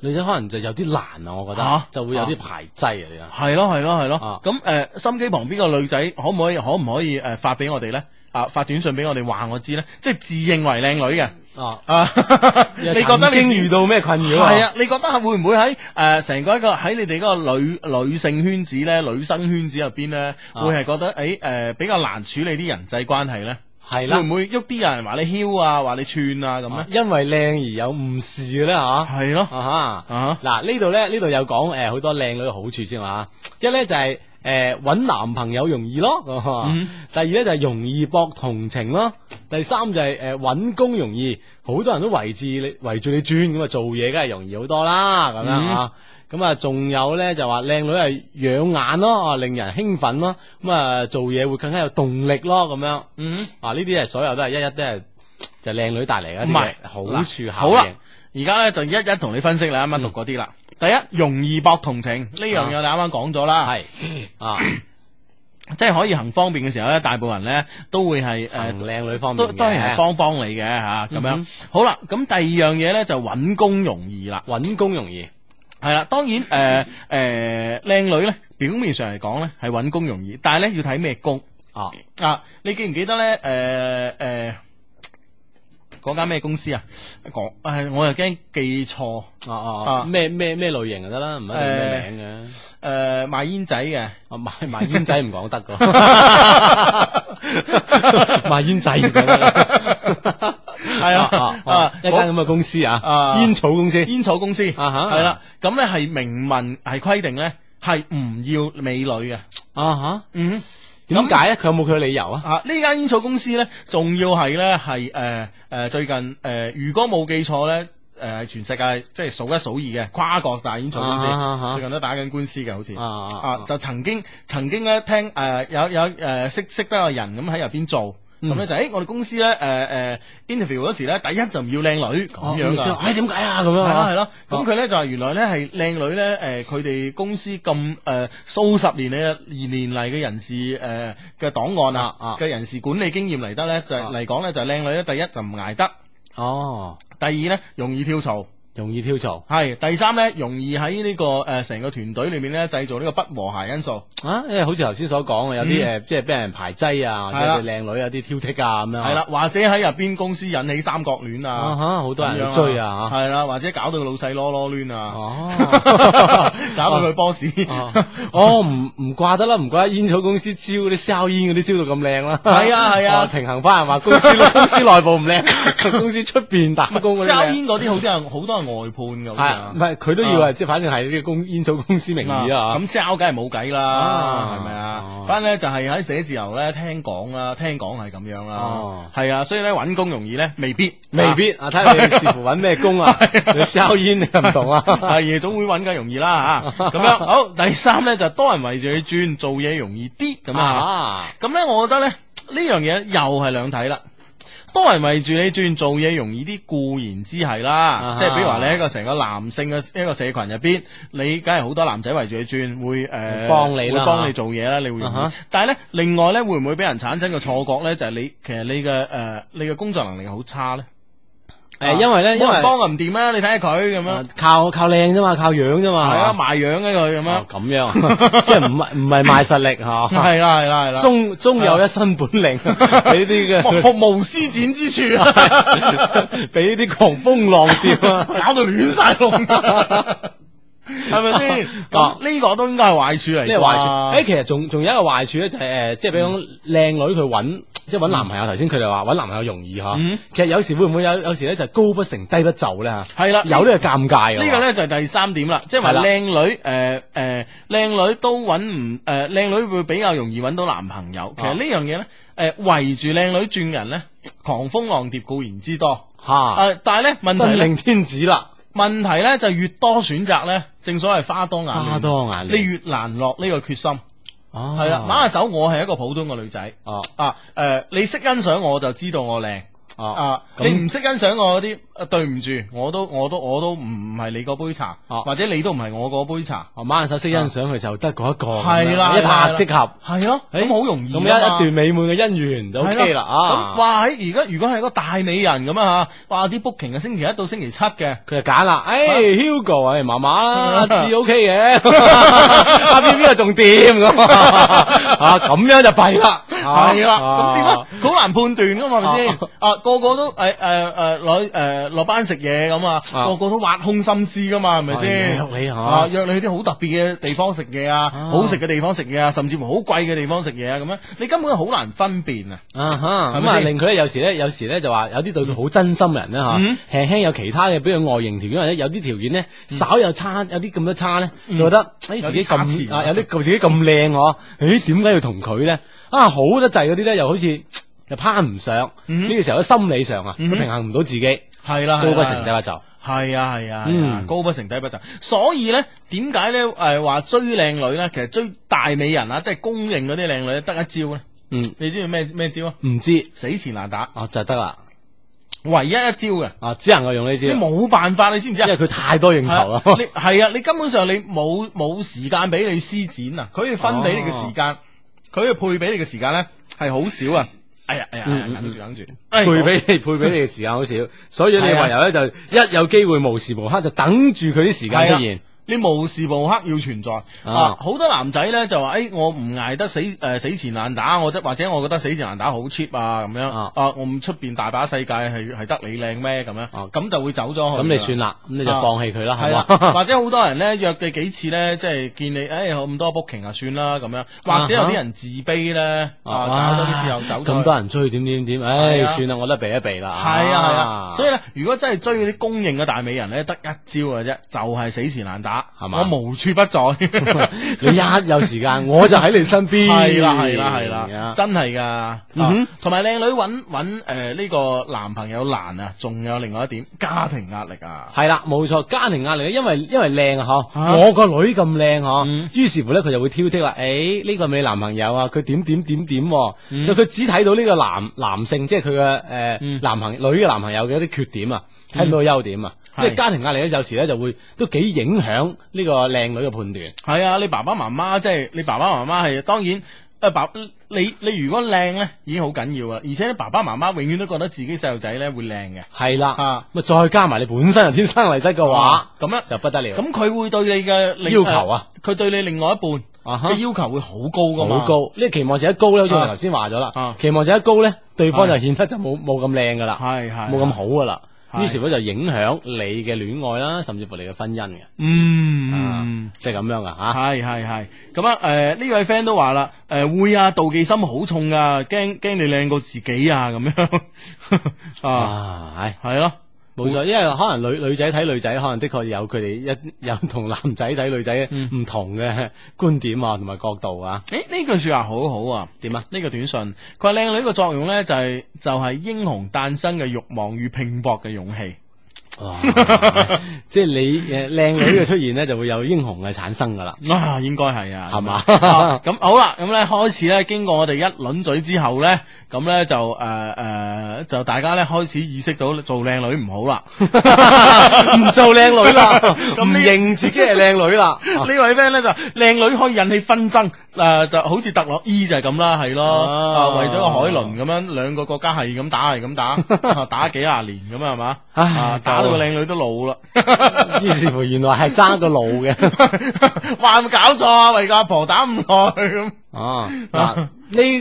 Speaker 3: 女仔可能就有啲難啊，我覺得、
Speaker 2: 啊
Speaker 3: 就會有啲排擠啊，你啊，
Speaker 2: 係咯係咯係
Speaker 3: 啊
Speaker 2: 咯，咁誒心機旁邊個女仔可唔可以可唔可以誒呃發俾我哋咧？啊，發短信俾我哋話我知咧，即係自認為靚女嘅。
Speaker 3: 啊， *laughs*
Speaker 2: 啊！你覺得
Speaker 3: 曾
Speaker 2: 你
Speaker 3: 經
Speaker 2: 自
Speaker 3: 遇到咩困擾啊？
Speaker 2: 系啊，你覺得會唔會喺诶成個一個喺你哋嗰個女女性圈子咧、女生圈子入邊咧，
Speaker 3: 啊
Speaker 2: 會係覺得诶诶、誒比較難處理啲人際關係咧？
Speaker 3: 係啦
Speaker 2: 會唔會喐啲有人話你囂啊、話你串啊咁
Speaker 3: 啊
Speaker 2: 咧？
Speaker 3: 因為靚而有誤事嘅咧嚇。
Speaker 2: 係咯，
Speaker 3: 啊哈
Speaker 2: 啊！
Speaker 3: *laughs* 嗱呢度咧，呢度有講誒好多靚女嘅好處先嘛。一咧就係誒揾男朋友容易咯，啊
Speaker 2: 嗯
Speaker 3: 第二咧就係容易博同情咯，第三就係誒揾工容易，好多人都圍住你圍住你轉咁啊，做嘢梗係容易好多啦，咁樣
Speaker 2: 嗯
Speaker 3: 啊。咁啊，仲有咧就話靚女係養眼咯，啊令人興奮咯，咁啊做嘢會更加有動力咯，咁樣
Speaker 2: 嗯，
Speaker 3: 啊呢啲係所有都係一一都係就靚女帶嚟嘅一
Speaker 2: 唔
Speaker 3: 啲
Speaker 2: 係
Speaker 3: 嘅好處效應。
Speaker 2: 好啦，而家咧就一一同你分析你啱啱讀嗰啲啦。
Speaker 3: 嗯
Speaker 2: 第一，容易博同情呢樣嘢，
Speaker 3: 啊
Speaker 2: 你啱啱講咗啦，
Speaker 3: 係啊。
Speaker 2: 即係可以行方便嘅時候咧，大部分人咧都會係诶
Speaker 3: 行呃靚女方面
Speaker 2: 嗯都
Speaker 3: 嘅
Speaker 2: 當然係幫幫你嘅吓，咁、樣
Speaker 3: 嗯
Speaker 2: 好啦，咁第二樣嘢咧就揾工容易啦，
Speaker 3: 揾工容易，
Speaker 2: 係啦，當然诶
Speaker 3: *laughs*
Speaker 2: 诶，靓、靚女咧表面上嚟講咧係揾工容易，但係咧要睇咩工
Speaker 3: 啊
Speaker 2: 啊？你記唔記得咧？诶、呃、诶，嗰間咩公司啊？講诶、我又驚記錯
Speaker 3: 啊啊
Speaker 2: 啊
Speaker 3: 咩咩咩類型就得啦，唔一定咩名嘅。
Speaker 2: 诶、賣煙仔嘅。
Speaker 3: 啊賣
Speaker 2: *laughs*
Speaker 3: 賣煙仔唔講得噶， *laughs*
Speaker 2: 哎
Speaker 3: 賣煙仔唔講得。
Speaker 2: 係啊啊
Speaker 3: 一間咁嘅公司啊，
Speaker 2: 啊
Speaker 3: 煙草公司
Speaker 2: 煙草公司，
Speaker 3: 啊哈
Speaker 2: 係啦，咁咧係明文係規定咧係唔要美女嘅，
Speaker 3: 啊吓，
Speaker 2: 嗯。
Speaker 3: 點解咧？佢有冇佢嘅理由啊？
Speaker 2: 啊！呢間煙草公司咧，仲要係咧係誒誒最近誒、呃如果冇記錯咧，誒、係呃全世界即係數一數二嘅跨國大煙草公司，
Speaker 3: 啊啊啊
Speaker 2: 最近都打緊官司嘅，好似
Speaker 3: 啊啊啊
Speaker 2: 就曾經曾經咧聽誒、呃有有誒、呃、識識得有人咁喺入邊做。
Speaker 3: 嗯
Speaker 2: 咁咧就誒我哋公司咧誒誒 interview 嗰時咧，第一就唔要靚女咁樣
Speaker 3: 哦
Speaker 2: 噶。
Speaker 3: 唉，點解啊？咁樣
Speaker 2: 係啦
Speaker 3: 啊
Speaker 2: 係啦，咁佢咧就係原來咧係靚女咧，誒佢哋公司咁誒數十年嘅年嚟嘅人事誒嘅檔案
Speaker 3: 啊
Speaker 2: 啊
Speaker 3: 啊
Speaker 2: 嘅人事管理經驗嚟得咧就係
Speaker 3: 啊
Speaker 2: 嚟講咧就係靚女咧第一就唔捱得，
Speaker 3: 哦，
Speaker 2: 第二咧容易跳槽。
Speaker 3: 容易跳槽
Speaker 2: 系第三咧，容易喺呢、個个诶成、個个团队里面咧製造呢個不和諧因素。
Speaker 3: 啊！因為好似頭先所講嘅，有啲呃誒即係俾人排擠啊，或
Speaker 2: 嗯係啦
Speaker 3: 者對靚女有啲挑剔啊咁樣。
Speaker 2: 係啦，或者喺入邊公司引起三角戀
Speaker 3: 啊
Speaker 2: 啊，
Speaker 3: 哈，好多人
Speaker 2: 咁樣
Speaker 3: 去追啊嚇。
Speaker 2: 係啦，或者搞到老細囉囉攣啊，
Speaker 3: 哦
Speaker 2: *laughs* 搞到佢 boss，
Speaker 3: *laughs* 哦哦，唔唔怪得啦，唔怪得煙草公司招嗰啲燒煙嗰啲燒到咁靚啦。
Speaker 2: 係啊係啊
Speaker 3: 哦平衡翻係嘛？公司
Speaker 2: *laughs*
Speaker 3: 公司內部唔靚， *laughs* 公司出邊打工嗰
Speaker 2: *laughs*
Speaker 3: 啲
Speaker 2: 燒
Speaker 3: 靚。
Speaker 2: 煙嗰啲好多人好多人外判㗎好
Speaker 3: 係
Speaker 2: 似
Speaker 3: 唔
Speaker 2: 啊，
Speaker 3: 係佢都要啊？即係反正係呢個公煙草公司名義啊。
Speaker 2: 咁燒梗係冇計啦，
Speaker 3: 啊
Speaker 2: 係咪啊
Speaker 3: 哦？
Speaker 2: 反正咧就係喺寫字樓咧聽講啦，聽講係咁樣啦
Speaker 3: 哦，
Speaker 2: 係啊，所以咧揾工容易咧未必，
Speaker 3: 未必啊，睇下你視乎揾咩工
Speaker 2: *laughs*
Speaker 3: 啊， *laughs* 你燒煙你又唔同啊。
Speaker 2: 啊，夜總會 *laughs* 揾梗係容易啦吓，咁樣好。第三咧就多人圍住你轉，做嘢容易啲咁啊。
Speaker 3: 啊，
Speaker 2: 咁咧，我覺得咧呢樣嘢又係兩睇啦。多人圍住你轉，做嘢容易啲固然之係啦
Speaker 3: 啊，
Speaker 2: 即係比如話你一個成個男性嘅一個社群入邊，你梗係好多男仔圍住你轉，會誒
Speaker 3: 會幫你啦
Speaker 2: 會幫你做嘢啦，你會容易
Speaker 3: 啊哈
Speaker 2: 但係咧，另外咧會唔會俾人產生個錯覺咧？就係你其實你嘅誒你嘅工作能力好差咧，
Speaker 3: 誒，因為咧，因
Speaker 2: 冇
Speaker 3: 為
Speaker 2: 人幫啊唔掂啊！你睇下佢咁
Speaker 3: 啊
Speaker 2: 樣，
Speaker 3: 靠靠靚啫嘛，靠樣啫嘛，
Speaker 2: 係啊
Speaker 3: 嘛
Speaker 2: 賣樣嘅佢咁啊樣
Speaker 3: 哦。咁樣，即係唔係唔係賣實力
Speaker 2: *laughs*
Speaker 3: 嚇，
Speaker 2: 系啦系啦系啦，
Speaker 3: 中中有一身本領，
Speaker 2: *laughs*
Speaker 3: *laughs* 俾呢啲
Speaker 2: 無無施展之處啊，
Speaker 3: *laughs*
Speaker 2: *laughs*
Speaker 3: 嘅，俾呢啲狂風浪蝶 *laughs* 啊，
Speaker 2: 搞到亂晒龍，啊 *laughs* 係咪先？ *laughs*
Speaker 3: 啊
Speaker 2: 咁呢個都應該係嗯壞處嚟，
Speaker 3: 呢個壞處。誒，其實仲仲有一個壞處咧，就係誒，即係比如講靚女佢揾。即係揾男朋友，頭先佢哋話揾男朋友容易嚇，
Speaker 2: 嗯
Speaker 3: 其實有時會唔會有有時咧就高不成低不就咧嚇，
Speaker 2: 係啦
Speaker 3: 有呢個尷尬㗎
Speaker 2: 啊呢個咧就係第三點啦，即係話
Speaker 3: 係啦
Speaker 2: 靚女诶诶，靚女都揾唔诶，靚女會比較容易揾到男朋友。其實呢樣嘢咧，诶圍住靚女轉人咧，狂風浪蝶固然之多，
Speaker 3: 嚇，
Speaker 2: 诶，啊但係咧問題
Speaker 3: 真
Speaker 2: 咧
Speaker 3: 命天子啦，
Speaker 2: 問題咧就越多選擇咧，正所謂花多眼亂
Speaker 3: 花多眼亂
Speaker 2: 你越難落呢個決心。
Speaker 3: 係
Speaker 2: 係啦，
Speaker 3: 馬
Speaker 2: 馬下手，我係一個普通嘅女仔。
Speaker 3: 哦
Speaker 2: 啊，诶、你識欣賞我就知道我靚。
Speaker 3: 哦
Speaker 2: 啊，你唔識欣賞我嗰啲，呃對唔住，我都我都我都唔唔係你嗰杯茶，
Speaker 3: 哦
Speaker 2: 或者你都唔係我嗰杯茶。
Speaker 3: 哦，馬眼手識欣賞佢就得嗰一個哦咁樣，
Speaker 2: 係啦，
Speaker 3: 一拍即合。
Speaker 2: 係咯，
Speaker 3: 誒
Speaker 2: 咁好容易
Speaker 3: 咁
Speaker 2: 㗎
Speaker 3: 一
Speaker 2: 嘛
Speaker 3: 一段美滿嘅姻緣就
Speaker 2: 係
Speaker 3: OK 啦啊！
Speaker 2: 咁哇，喺而家如果係一個大美人咁啊，哇，啲 booking 嘅星期一到星期七嘅。
Speaker 3: 佢就揀啦，
Speaker 2: 啊
Speaker 3: 誒 Hugo 誒麻
Speaker 2: *laughs*
Speaker 3: 麻啦，阿志 OK 嘅， *laughs* 阿 B B 又仲
Speaker 2: *laughs*
Speaker 3: 掂咁啊，咁樣就弊啦，
Speaker 2: 係啦，咁
Speaker 3: 啊
Speaker 2: 點啊？好難判斷噶嘛，係咪先
Speaker 3: 啊？
Speaker 2: 啊，個個都誒誒誒落誒落班食嘢咁啊，
Speaker 3: 啊
Speaker 2: 個個都挖空心思噶嘛，係咪先？
Speaker 3: 啊約你嚇
Speaker 2: 啊，約你去啲好特別嘅地方食嘢啊，好食嘅地方食嘢啊，甚至乎好貴嘅地方食嘢啊，咁樣你根本好難分辨啊。
Speaker 3: 啊哈，
Speaker 2: 係咪
Speaker 3: 咁啊
Speaker 2: 先
Speaker 3: 令佢咧有時咧有時咧就話有啲對佢好真心嘅人咧
Speaker 2: 嗯
Speaker 3: 嚇，輕輕有其他嘅，比如外形條件或者有啲條件咧稍有差，有啲咁多差咧，就覺得誒自
Speaker 2: 嗯
Speaker 3: 己
Speaker 2: 有啲差池
Speaker 3: 咁啊有啲自己咁靚嗬，誒點解要同佢咧？啊好得滯嗰啲咧又好似又攀唔上，
Speaker 2: 嗯
Speaker 3: 呢個時候喺心理上啊
Speaker 2: 嗯
Speaker 3: 平衡唔到自己，
Speaker 2: 係啦，
Speaker 3: 高
Speaker 2: 係啦
Speaker 3: 不成低不就。
Speaker 2: 係啊係啊，係啊
Speaker 3: 嗯
Speaker 2: 高不成低不就，所以咧點解咧誒話追靚女咧，其實追大美人啊，即係公認嗰啲靚女呢得一招咧，
Speaker 3: 嗯，
Speaker 2: 你知唔知咩咩招啊？
Speaker 3: 唔知
Speaker 2: 死纏爛打，
Speaker 3: 啊就得啦，
Speaker 2: 唯一一招嘅。
Speaker 3: 啊只能夠用呢招，
Speaker 2: 你
Speaker 3: 因
Speaker 2: 冇辦法，你知唔知啊
Speaker 3: 為？佢太多應酬啦。
Speaker 2: 係啊你係啊，你根本上你冇冇時間俾你施展啊！佢要分俾你嘅時
Speaker 3: 哦
Speaker 2: 間，佢要配俾你嘅時間咧係好少啊！哎呀哎呀，
Speaker 3: 嗯嗯
Speaker 2: 忍住忍哎住，
Speaker 3: *laughs* 配俾你配俾你嘅時間好少，所以你
Speaker 2: 啊
Speaker 3: 唯有咧就一有機會無時無刻就等住佢啲時間出現。。
Speaker 2: 啊你無時無刻要存在啊！好多男仔咧就話：，誒，我唔捱得死誒、呃死纏爛打，我覺得或者我覺得死纏爛打好 cheap 啊咁樣
Speaker 3: 啊
Speaker 2: 啊我唔出邊大把世界係係得你靚咩咁樣，
Speaker 3: 啊
Speaker 2: 咁就會走咗去。
Speaker 3: 咁你算啦，咁你就
Speaker 2: 啊
Speaker 3: 放棄佢啦，
Speaker 2: 系
Speaker 3: 係
Speaker 2: 啦，
Speaker 3: 嘛？ *laughs*
Speaker 2: 或者好多人咧約你幾次咧，即係見你，诶、有咁多 booking 啊，算啦咁樣。或者有啲人自卑咧，啊，搞多啲次又走咗去
Speaker 3: 咁多啊人追點點點，唉，
Speaker 2: 係啊
Speaker 3: 算啦，我都避一避啦。
Speaker 2: 啊係啊係啊，所以咧，如果真係追嗰啲公認嘅大美人咧，得一招嘅啫，就係、死纏爛打打，
Speaker 3: 係嘛
Speaker 2: 我無處不在。
Speaker 3: *laughs* *laughs* 你一有時間，我就喺你身邊。
Speaker 2: 系啦系啦系啦
Speaker 3: 啊，
Speaker 2: 真系噶，啊
Speaker 3: 嗯哼
Speaker 2: 同埋靓女揾揾诶呢個男朋友難啊，仲有另外一點家庭壓力啊，
Speaker 3: 係啦，冇錯，家庭壓力咧，因為因為靚啊
Speaker 2: 啊
Speaker 3: 嗬，我個女咁靚嗬
Speaker 2: 嗯，
Speaker 3: 於是乎咧佢就會挑剔話，誒呢個係咪你男朋友啊？佢點點點點喎，就佢只睇到呢個男男性，即係佢嘅
Speaker 2: 嗯
Speaker 3: 誒男朋女嘅男朋友嘅一啲缺點啊，睇唔到佢優點啊。因
Speaker 2: 係
Speaker 3: 為家庭壓力咧，有時咧就會都幾影響呢個靚女嘅判斷。
Speaker 2: 係啊，你爸爸媽媽即係你爸爸媽媽係當然。诶，爸，你你如果靚咧，已經好緊要啊！而且你爸爸媽媽永遠都覺得自己細路仔咧會靚嘅，
Speaker 3: 係啦
Speaker 2: 啊，
Speaker 3: 咁啊再加埋你本身就天生麗質嘅話
Speaker 2: 啊，咁咧
Speaker 3: 就不得了。
Speaker 2: 咁佢會對你嘅另呃
Speaker 3: 要求啊，
Speaker 2: 誒佢對你另外一半
Speaker 3: 啊哈
Speaker 2: 嘅要求會好高噶嘛，
Speaker 3: 好高，呢期望值一高咧，好似我
Speaker 2: 啊
Speaker 3: 頭先話咗啦
Speaker 2: 啊，
Speaker 3: 期望值一高咧，對方就
Speaker 2: 係
Speaker 3: 顯得就冇冇咁靚噶啦，
Speaker 2: 係，係係
Speaker 3: 冇咁好噶啦，
Speaker 2: 係
Speaker 3: 於是乎就影響你嘅戀愛啦，甚至乎你嘅婚姻嘅，啊
Speaker 2: 嗯。
Speaker 3: 即係咁樣噶吓，
Speaker 2: 系系系，咁啊，诶呢位 friend 都话啦，诶、会啊，妒忌心好重噶，惊惊你靓过自己啊，咁样 *laughs* 啊，
Speaker 3: 啊，唉。
Speaker 2: 系咯，
Speaker 3: 冇錯，因為可能女女仔睇女仔，可能的確有佢哋一有同男仔睇女仔
Speaker 2: 嗯
Speaker 3: 唔同嘅 *laughs* 觀點啊，同埋角度啊，
Speaker 2: 诶呢句说话好好啊，
Speaker 3: 點啊？
Speaker 2: 呢个短信，佢话靓女嘅作用咧就系、就系、英雄诞生嘅欲望与拼搏嘅勇气，
Speaker 3: 哇 *laughs* 即係你誒靚女嘅出現咧，就會有英雄嘅產生
Speaker 2: *laughs*
Speaker 3: 噶啦，
Speaker 2: 啊，应该系啊，
Speaker 3: 係嘛
Speaker 2: 啊咁好啦，咁咧開始咧，經過我哋一輪嘴之後咧，咁咧就誒誒、呃呃就大家咧開始意識到做靚女唔好
Speaker 3: *laughs*
Speaker 2: 啦。
Speaker 3: 唔做靚女啦，
Speaker 2: 咁
Speaker 3: 唔
Speaker 2: 呢
Speaker 3: 認自己係靚
Speaker 2: *laughs*
Speaker 3: 女啦。啊
Speaker 2: 呢位 friend 咧就靚女可以引起紛爭，誒、就好似特洛伊就係咁啦，係咯，
Speaker 3: 啊
Speaker 2: 啊為咗個海倫咁樣，兩個國家係咁打 *laughs* 係咁打，啊打幾廿年咁啊係嘛，
Speaker 3: 唉
Speaker 2: 啊打到
Speaker 3: 就
Speaker 2: 個靚女都老啦。 *laughs*
Speaker 3: 於是乎，原來係爭個路嘅。
Speaker 2: 話有冇搞錯啊？為個阿婆打唔落去咁，
Speaker 3: 哦，嗱，呢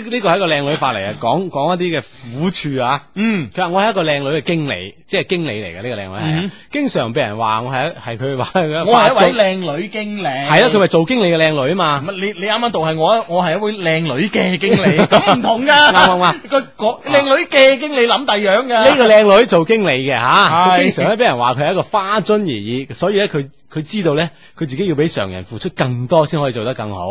Speaker 3: 呢個係一個靚女發嚟啊，講講一啲嘅苦處啊。
Speaker 2: 嗯，
Speaker 3: 佢話我係一個靚女嘅經理，即係經理嚟嘅呢個靚女係啊
Speaker 2: 嗯，
Speaker 3: 經常俾人話我係一係佢話
Speaker 2: 我
Speaker 3: 我
Speaker 2: 係一位靚女經理，
Speaker 3: 係
Speaker 2: 係
Speaker 3: 啦，佢咪做經理嘅靚女啊嘛。
Speaker 2: 乜你你啱啱讀係我我係一位靚女嘅經理，咁唔同噶，
Speaker 3: 啱啱啱
Speaker 2: 佢嗰靚女嘅經理諗第樣噶，
Speaker 3: 呢個靚女做經理嘅吓，佢
Speaker 2: 嗯係
Speaker 3: 經常咧俾人話佢係一個花樽而已，所以咧佢佢知道咧佢自己要比常人付出更多先可以做得更好。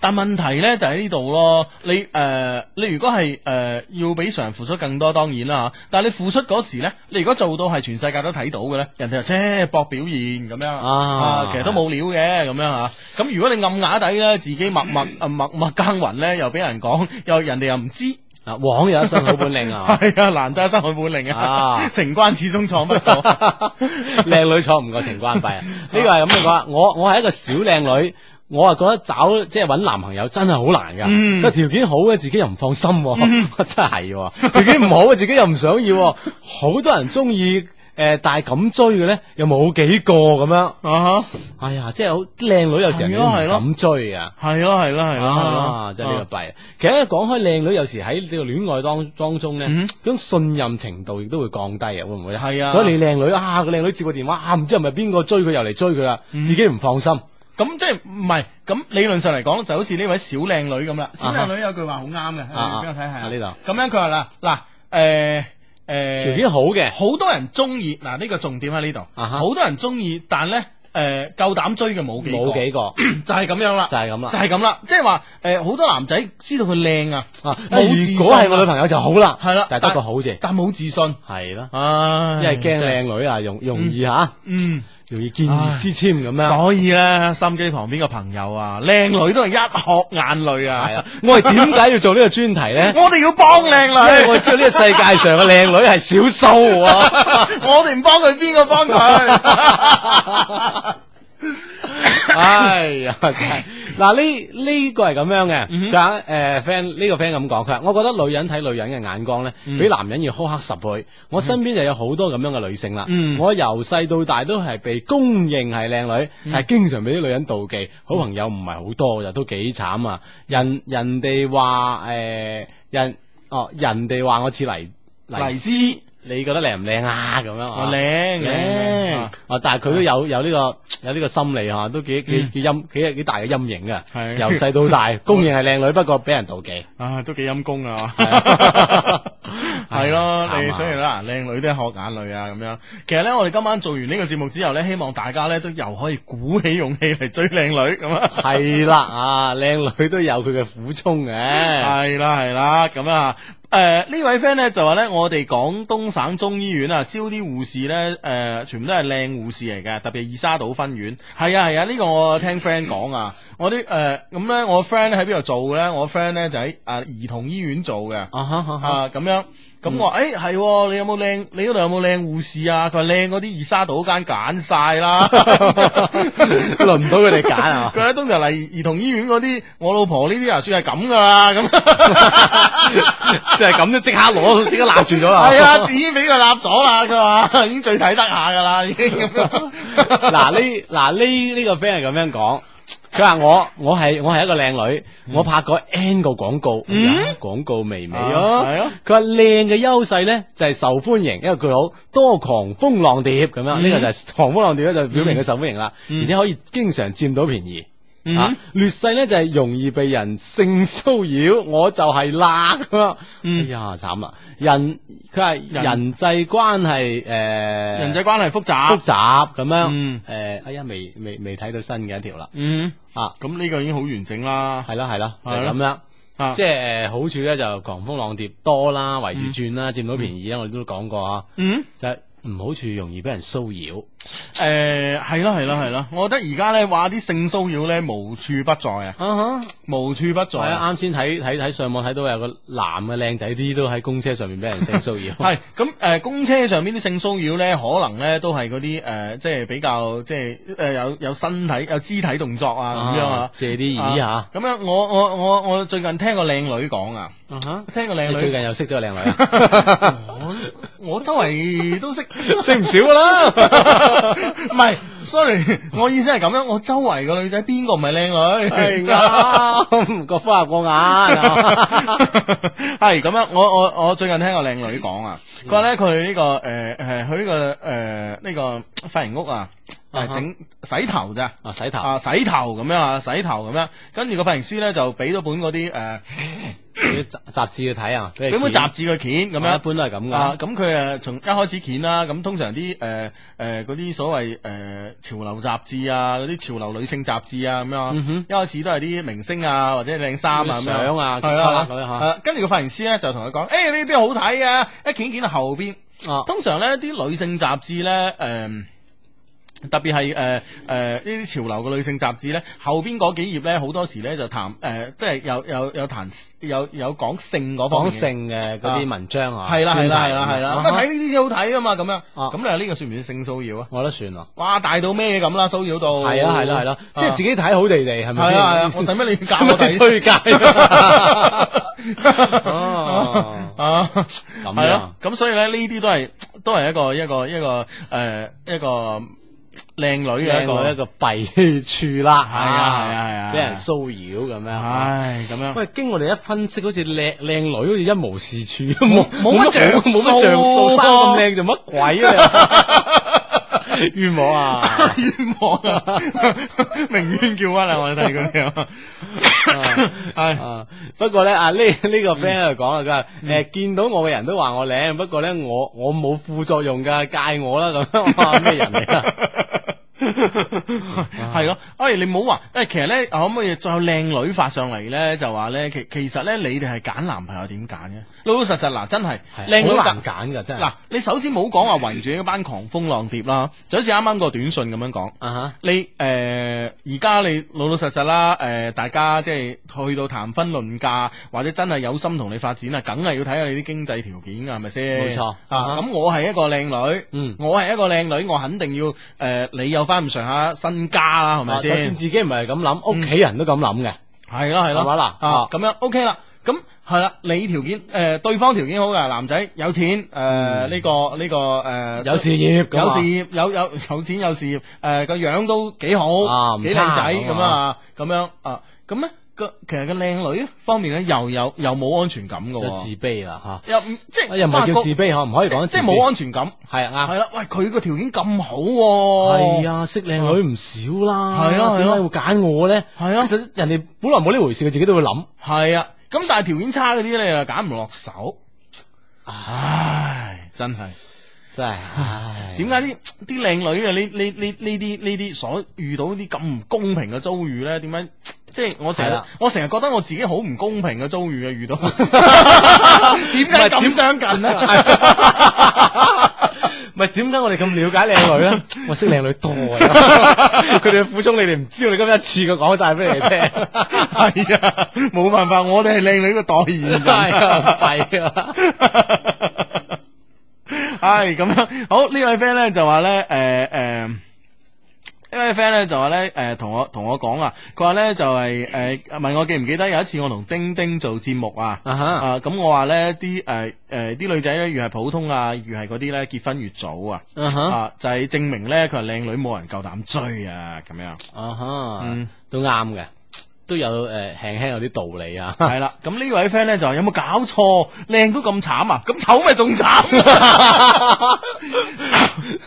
Speaker 2: 但問題咧就喺呢度咯，你誒、呃你如果係誒、呃要比常人付出更多，當然啦嚇。但係你付出嗰時咧，你如果做到係全世界都睇到嘅咧，人哋就切搏表現咁樣
Speaker 3: 啊
Speaker 2: 其實都冇料嘅咁樣嚇。咁如果你暗啞底咧，自己
Speaker 3: *laughs*
Speaker 2: 默默啊默默耕耘咧，又俾人講，又人哋又唔知。
Speaker 3: 啊，往有一身好本領啊！
Speaker 2: 係啊，難得一身好本領
Speaker 3: 啊
Speaker 2: 啊！ *laughs* 情關始終闖不
Speaker 3: *laughs*
Speaker 2: 啊過。 *laughs*
Speaker 3: 靓女坐唔過情關閉啊！呢個係咁嘅講，我我係一個小靚女，我啊覺得找即係揾男朋友真係好難㗎。
Speaker 2: 嗯
Speaker 3: 個條件好嘅自己又唔放心喎， *laughs* 真係喎條件唔好嘅自己又唔想要喎，好多人中意。誒，但係咁追嘅咧，又冇幾個咁樣。
Speaker 2: 啊哈！
Speaker 3: 哎呀，即係好靚女，有時人哋
Speaker 2: 係咯係咯
Speaker 3: 唔敢追啊。
Speaker 2: 係咯，係咯，係咯，係
Speaker 3: 啊，
Speaker 2: 咯，
Speaker 3: 真係呢個弊。其實咧講開靚女，有時喺呢個戀愛當當中咧，
Speaker 2: 嗯
Speaker 3: 嗰種信任程度亦都會降低啊，會唔會咧？
Speaker 2: 係啊
Speaker 3: 如果你靚女啊，個靚女接個電話啊，唔知係咪邊個追佢又嚟追佢啦，
Speaker 2: 嗯
Speaker 3: 自己唔放心。
Speaker 2: 咁即系唔系咁理論上嚟講，就好似呢位小靚女咁啦。小靚女有句話好啱嘅，誒
Speaker 3: 啊
Speaker 2: 俾我睇
Speaker 3: 啊
Speaker 2: 下
Speaker 3: 呢
Speaker 2: 度。咁樣佢話啦，嗱，诶诶，
Speaker 3: 條件好嘅，
Speaker 2: 好多人中意，嗱呢個重點喺呢度，
Speaker 3: 啊哈
Speaker 2: 好多人中意，但咧诶夠膽追嘅冇幾個
Speaker 3: 冇幾個
Speaker 2: *coughs* 就係咁樣啦，
Speaker 3: 就係咁啦
Speaker 2: 就係咁啦，即係話诶好多男仔知道佢靚啊，
Speaker 3: 啊。
Speaker 2: 冇自信
Speaker 3: 如果係我女朋友就好啦，
Speaker 2: 係啦
Speaker 3: 但係得個好字，
Speaker 2: 但冇自信，
Speaker 3: 係啦，
Speaker 2: 唉，
Speaker 3: 因為驚靚女啊，容容易嚇，
Speaker 2: 嗯。
Speaker 3: 容易見異思遷咁樣。
Speaker 2: 所以咧，心機旁邊嘅朋友啊，靚女都係一殼眼淚
Speaker 3: 係啦
Speaker 2: 啊！，
Speaker 3: 我係點解要做呢個專題咧？
Speaker 2: *laughs* 我哋要幫靚
Speaker 3: 因為
Speaker 2: 女，
Speaker 3: 我知道呢個世界上嘅靚女係少數喎。
Speaker 2: *laughs* 我哋唔幫佢，邊個幫佢？
Speaker 3: *laughs* 哎呀，真係嗱呢呢個係咁樣嘅，
Speaker 2: 嗯哼
Speaker 3: 佢話誒 friend 呢個 friend 咁講，佢話我覺得女人睇女人嘅眼光咧，
Speaker 2: 嗯
Speaker 3: 比男人要苛刻十倍。我身邊就有好多咁樣嘅女性啦，
Speaker 2: 嗯
Speaker 3: 我由細到大都係被公認係靚女，
Speaker 2: 嗯
Speaker 3: 但係經常俾啲女人妒忌，好朋友唔係好多就都幾慘啊！人 *laughs* 人哋話誒人哦人哋話我似黎
Speaker 2: *laughs* 黎姿。哦
Speaker 3: 你覺得靚唔靚啊？咁樣
Speaker 2: 我
Speaker 3: 啊，
Speaker 2: 靚
Speaker 3: Dạ,
Speaker 2: 靚
Speaker 3: 靚
Speaker 2: 啊
Speaker 3: 啊！但係佢都有有呢個有呢個心理嚇，都幾幾幾陰幾幾大嘅陰影啊！
Speaker 2: 係
Speaker 3: 由細到 *laughs* 大，公認係靚女，不過俾人妒忌。
Speaker 2: 啊，都幾陰功啊！
Speaker 3: 係啊
Speaker 2: *laughs* 係咯，
Speaker 3: *laughs* 慘啊
Speaker 2: 你所以啦，靚女都係學眼淚啊咁樣。其實咧，我哋今晚做完呢個節目之後咧，希望大家咧都又可以鼓起勇氣嚟追靚女咁啊！
Speaker 3: 係啦啊，靚女都有佢嘅苦衷嘅。
Speaker 2: 系啦系啦，咁啊。誒、呢位 friend 咧就話咧，我哋廣東省中醫院啊，招啲護士咧，誒、全部都係靚護士嚟嘅，特別係二沙島分院。係啊係啊，呢、個我聽 friend 講啊，我啲誒咁咧，我 friend 喺邊度做嘅咧？我 friend 咧就喺啊兒童醫院做嘅。
Speaker 3: 啊嗯哈哈哈
Speaker 2: 啊咁樣，咁我話誒係喎，你有冇靚？你嗰度有冇靚護士啊？佢話靚嗰啲二沙島間揀晒啦，
Speaker 3: *laughs* 輪唔到佢哋揀啊
Speaker 2: *laughs* 佢！喺通常嚟兒童醫院嗰啲，我老婆呢啲啊算係咁噶啦，
Speaker 3: *laughs*
Speaker 2: 咁
Speaker 3: 就係咁都即刻攞，即刻立住咗啦。
Speaker 2: 係啊，已經俾佢立咗啦，佢話已經最睇得下噶啦，已經
Speaker 3: *laughs*
Speaker 2: 咁樣。
Speaker 3: 嗱呢嗱呢呢個 friend 係咁樣講，佢話我我係我係一個靚女，
Speaker 2: 嗯
Speaker 3: 我拍過 N 個廣告，哎呀廣告微微
Speaker 2: 啊係
Speaker 3: 咯
Speaker 2: 啊。
Speaker 3: 佢話靚嘅優勢咧就係受歡迎，因為佢好多狂風浪蝶咁
Speaker 2: 嗯
Speaker 3: 樣，呢個就係狂風浪蝶咧就表明佢受歡迎啦，而且可以經常佔到便宜。
Speaker 2: 嗯
Speaker 3: 啊，劣勢咧就係容易被人性騷擾，我就係啦咁樣。哎呀，慘啦！人佢係
Speaker 2: 嗯人
Speaker 3: 人際關係呃誒，
Speaker 2: 人
Speaker 3: 人
Speaker 2: 際關係複
Speaker 3: 複
Speaker 2: 雜，
Speaker 3: 雜咁樣，誒、
Speaker 2: 啊嗯
Speaker 3: 哎呀，未未未睇到新嘅一條啦，
Speaker 2: 嗯，
Speaker 3: 啊，
Speaker 2: 咁呢個已經好完整啦，
Speaker 3: 係啦係啦，就係
Speaker 2: 係啦
Speaker 3: 咁樣，
Speaker 2: 啊
Speaker 3: 即係誒好處咧就狂風浪蝶多啦，圍如轉啦，佔到便宜啦，我哋都講過啊，
Speaker 2: 嗯。
Speaker 3: 就係唔好處容易俾人騷擾，
Speaker 2: 誒係啦係啦係啦，我覺得而家咧話啲性騷擾咧無處不在啊，
Speaker 3: 啊哈，
Speaker 2: 無處不在
Speaker 3: 係
Speaker 2: 啊。
Speaker 3: 啊，啱先睇睇睇上網睇到有個男嘅靚仔啲都喺公車上面俾人性騷
Speaker 2: *laughs*
Speaker 3: 擾，
Speaker 2: 系咁诶，誒公車上邊啲性騷擾咧，可能咧都係嗰啲诶，誒即係比較即係诶有有身體有肢體動作啊咁樣啊。
Speaker 3: 借啲耳嚇，啊
Speaker 2: 咁樣我我我我最近聽個靚女講啊，
Speaker 3: 哈，
Speaker 2: 聽個靚女
Speaker 3: 你最近又識咗個靚女啊，
Speaker 2: *laughs* 我我周圍都識，
Speaker 3: 識唔少噶啦，
Speaker 2: *laughs*
Speaker 3: *laughs*
Speaker 2: 唔係，sorry，我 *laughs* 意思係咁樣，我周圍個女仔邊個唔係靚女？
Speaker 3: 係
Speaker 2: 啊
Speaker 3: 啱，啊個花入個
Speaker 2: *laughs*
Speaker 3: 眼啊， *laughs*
Speaker 2: 系咁样，我我我最近聽個靚女講啊，
Speaker 3: 嗯
Speaker 2: 佢話咧佢呢個诶诶，佢呢個诶呢個髮型屋啊，
Speaker 3: 啊
Speaker 2: 誒
Speaker 3: 哈
Speaker 2: 整洗頭咋。
Speaker 3: 啊洗頭。
Speaker 2: 啊洗頭咁樣啊，洗頭咁樣，跟住個髮型師咧就俾咗本嗰啲誒，
Speaker 3: 俾啲雜雜誌去睇啊，俾
Speaker 2: 俾
Speaker 3: 佢
Speaker 2: 本
Speaker 3: 剪
Speaker 2: 雜誌佢鉗咁
Speaker 3: 啊一
Speaker 2: 樣。
Speaker 3: 般都係咁
Speaker 2: 啊
Speaker 3: 噶，，
Speaker 2: 咁佢誒從一開始鉗啦，咁通常啲誒誒嗰啲所謂誒、呃潮流雜誌啊，嗰啲潮流女性雜誌啊咁樣啊，一開始都係啲明星啊或者靚衫啊咁樣
Speaker 3: 嗯相啊
Speaker 2: 係
Speaker 3: 咁樣
Speaker 2: 啦，
Speaker 3: 嚇
Speaker 2: 係啦跟住個髮型師咧就同佢講：，誒、呢邊好睇啊，一鉗鉗到後邊。
Speaker 3: 哦
Speaker 2: 通常咧啲女性雜誌咧，誒、特別係誒誒呢啲潮流嘅女性雜誌咧，後邊嗰幾頁咧，好多時咧就談誒、即係有有有談有有講性嗰方
Speaker 3: 講
Speaker 2: 面嘅。
Speaker 3: 性嘅嗰啲文章啊，
Speaker 2: 係啦係啦
Speaker 3: 專
Speaker 2: 係
Speaker 3: 題
Speaker 2: 啦係啦，
Speaker 3: 啊
Speaker 2: 咁啊睇呢啲先好睇噶嘛，咁樣。
Speaker 3: 啊
Speaker 2: 咁你話呢個算唔算性騷擾啊？
Speaker 3: 我覺得算咯，
Speaker 2: 哇，大到咩咁啊啦，騷擾到。
Speaker 3: 係啊啦係啦係啦，即係自
Speaker 2: 己。
Speaker 3: 己睇好地地係
Speaker 2: 係啊
Speaker 3: 咪
Speaker 2: 係啊，
Speaker 3: 先？
Speaker 2: 我使乜你教
Speaker 3: 使
Speaker 2: *laughs*
Speaker 3: 乜
Speaker 2: 我
Speaker 3: 你
Speaker 2: 睇？
Speaker 3: 推介
Speaker 2: *laughs*
Speaker 3: *laughs* 哦
Speaker 2: 啊，
Speaker 3: 咁
Speaker 2: 係
Speaker 3: 樣
Speaker 2: 咯，咁所以咧呢啲都係都係一個一個一個誒一個靚女嘅
Speaker 3: 一
Speaker 2: 一
Speaker 3: 個
Speaker 2: 個
Speaker 3: 一個弊處啦，
Speaker 2: 係啊係啊係啊啊
Speaker 3: 俾人騷擾咁樣。
Speaker 2: 唉咁樣。
Speaker 3: 喂，經我哋一分析，好似靚靚女好似一無是處，冇
Speaker 2: 冇乜着數
Speaker 3: 冇乜着數，生咁靚做乜鬼啊？
Speaker 2: *laughs*
Speaker 3: 冤枉啊！
Speaker 2: 冤枉 *laughs* 啊！明冤叫屈啊！我哋睇佢哋啊，係
Speaker 3: *laughs* 啊，不過咧啊呢 *laughs* 呢、個 friend 喺度講啊，佢話誒見到我嘅人都話我靚，不過咧我我冇副作用㗎，戒我啦咁樣， *laughs* 哇咩人嚟啊？
Speaker 2: *laughs* 係咯，哎，你唔好話，誒，其實咧，可唔可以再有靚女發上嚟咧？就話咧，其其實咧，你哋係揀男朋友點揀嘅？老老實實嗱，真係靚女
Speaker 3: 啊好
Speaker 2: 揀
Speaker 3: 難揀㗎，真係
Speaker 2: 嗱，你首先冇講話圍住一班狂風浪蝶啦，就好似啱啱個短信咁樣講。
Speaker 3: 啊哈
Speaker 2: 你誒而家你老老實實啦，誒、呃大家即係去到談婚論嫁，或者真係有心同你發展啊，梗係要睇下你啲經濟條件噶，係咪先？
Speaker 3: 冇錯啊
Speaker 2: 啊！咁我係一個靚女，
Speaker 3: 嗯
Speaker 2: 我係一個靚女，我肯定要誒、呃你有翻咁上下身家啦，係咪
Speaker 3: 啊就算
Speaker 2: 先？
Speaker 3: 自己唔係咁諗，屋企人都咁諗嘅，
Speaker 2: 係咯係
Speaker 3: 係
Speaker 2: 咯，
Speaker 3: 嘛嗱啊
Speaker 2: 啊咁樣 OK 啦。咁係啦，你條件誒、對方條件好㗎，男仔有錢誒呢、個呢、個誒、
Speaker 3: 嗯有事業咁啊
Speaker 2: 有事業有有有錢有事業，誒、個樣都幾好，
Speaker 3: 啊唔
Speaker 2: 幾靚
Speaker 3: 差
Speaker 2: 仔
Speaker 3: 咁
Speaker 2: 咁
Speaker 3: 啊
Speaker 2: 啊，咁樣啊，咁咧個其實個靚女方面咧又有又冇安全感嘅
Speaker 3: 就
Speaker 2: 喎，
Speaker 3: 自卑啦
Speaker 2: 又唔即
Speaker 3: 吓，啊
Speaker 2: 係
Speaker 3: 哎又唔係叫自卑嗬，唔可以
Speaker 2: 即
Speaker 3: 講
Speaker 2: 即係冇安全感，
Speaker 3: 係啊
Speaker 2: 係啦，喂佢個條件咁好喎，
Speaker 3: 係啊，識靚女唔少啦，
Speaker 2: 係啊係啊
Speaker 3: 點解會揀我咧？
Speaker 2: 係啊
Speaker 3: 其實人哋本來冇呢回事，佢自己都會諗。
Speaker 2: 係啊，咁但係條件差嗰啲你又揀唔落手，唉，真係。
Speaker 3: 真係，唉
Speaker 2: 點解啲啲靚女啊？呢呢呢呢啲呢啲所遇到啲咁唔公平嘅遭遇咧？點解即係我成
Speaker 3: 係
Speaker 2: 日
Speaker 3: 啦
Speaker 2: 我成日覺得我自己好唔公平嘅遭遇啊！遇
Speaker 3: *laughs*
Speaker 2: 到點解咁相近咧？
Speaker 3: 唔係點解我哋咁了解靚女咧？
Speaker 2: *laughs*
Speaker 3: 我識靚女多啊， *laughs* 佢哋嘅苦衷你哋唔知道，你今一次佢講晒俾你聽。
Speaker 2: *laughs* 係啊，冇辦法，我哋係靚女嘅代言人。
Speaker 3: *laughs* 係啊
Speaker 2: *laughs* 系咁样，好呢位 friend 咧就话咧，诶、诶。呢位 friend 咧就話咧，誒同我同我講啊，佢話咧就係、誒、問我記唔記得有一次我同丁丁做節目啊，
Speaker 3: 啊哈
Speaker 2: 啊咁我話咧啲誒誒啲女仔咧越係普通啊，越係嗰啲咧結婚越早啊，
Speaker 3: 啊哈
Speaker 2: 啊就係、證明咧佢話靚女冇人夠膽追啊咁樣。
Speaker 3: 啊哈
Speaker 2: 嗯，
Speaker 3: 都啱嘅，都有誒輕輕有啲道理啊。 *laughs*
Speaker 2: 系啦，咁呢位 friend 咧就話有冇搞錯？靚都咁慘啊，咁醜咪仲慘？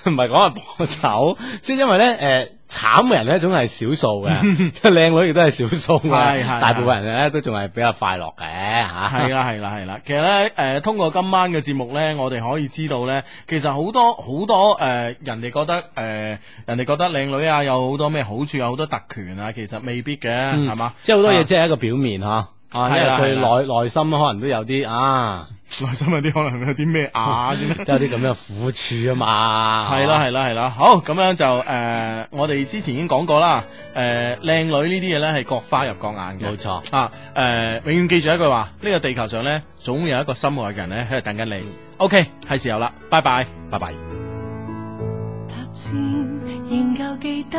Speaker 3: 唔係講話破丑，即係因為咧誒慘嘅人咧總係少
Speaker 2: *laughs*
Speaker 3: 數嘅，靚女亦都係少數
Speaker 2: 係
Speaker 3: 嘅，
Speaker 2: 係
Speaker 3: 大部分人咧都仲係比較快樂嘅嚇。
Speaker 2: 系啦，系啦，系啦。其實咧，诶、通過今晚嘅節目咧，我哋可以知道咧，其實好多好多诶、誒人哋覺得诶、誒人哋覺得靚女啊，有好多咩好處，有好多特權啊，其實未必嘅，係嘛、
Speaker 3: 即係好多嘢，只係一個表面吓，啊，因
Speaker 2: 啊
Speaker 3: 為
Speaker 2: 係啦
Speaker 3: 佢
Speaker 2: 係啦
Speaker 3: 內內心可能都有啲啊，
Speaker 2: 內心有啲可能有啲咩啊咁樣
Speaker 3: 都有啲咁樣苦處啊嘛。
Speaker 2: 係啦，係啦，係啦。好，咁樣就诶、誒我哋之前已經講過啦。诶、靚女呢啲嘢咧係各花入各眼嘅，
Speaker 3: 冇錯
Speaker 2: 啊。诶、永遠記住一句話：呢、個地球上咧，總有一個心愛嘅人咧喺度等緊你。OK，係時候啦，拜拜。
Speaker 3: 拜拜。
Speaker 1: 踏尖，仍舊記得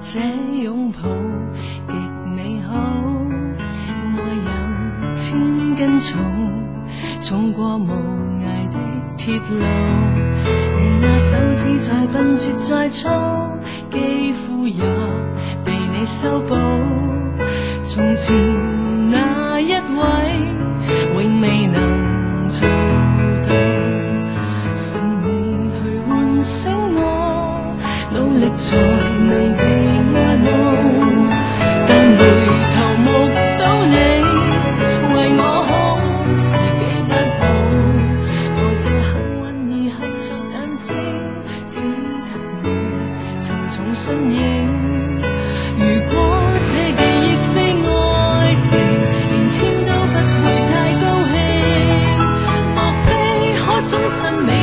Speaker 1: 這擁抱極美好，愛有千斤重，重過無涯的鐵路。你那手指再笨拙再粗，肌膚也被你修補。從前那一位，永未能做到。是你去喚醒我，努力才能被愛慕。但回頭目睹你為我好，自己不好。我這幸運兒合着眼睛，只得你沉重身影。如果這記憶非愛情，連天都不會太高興。莫非可終身美？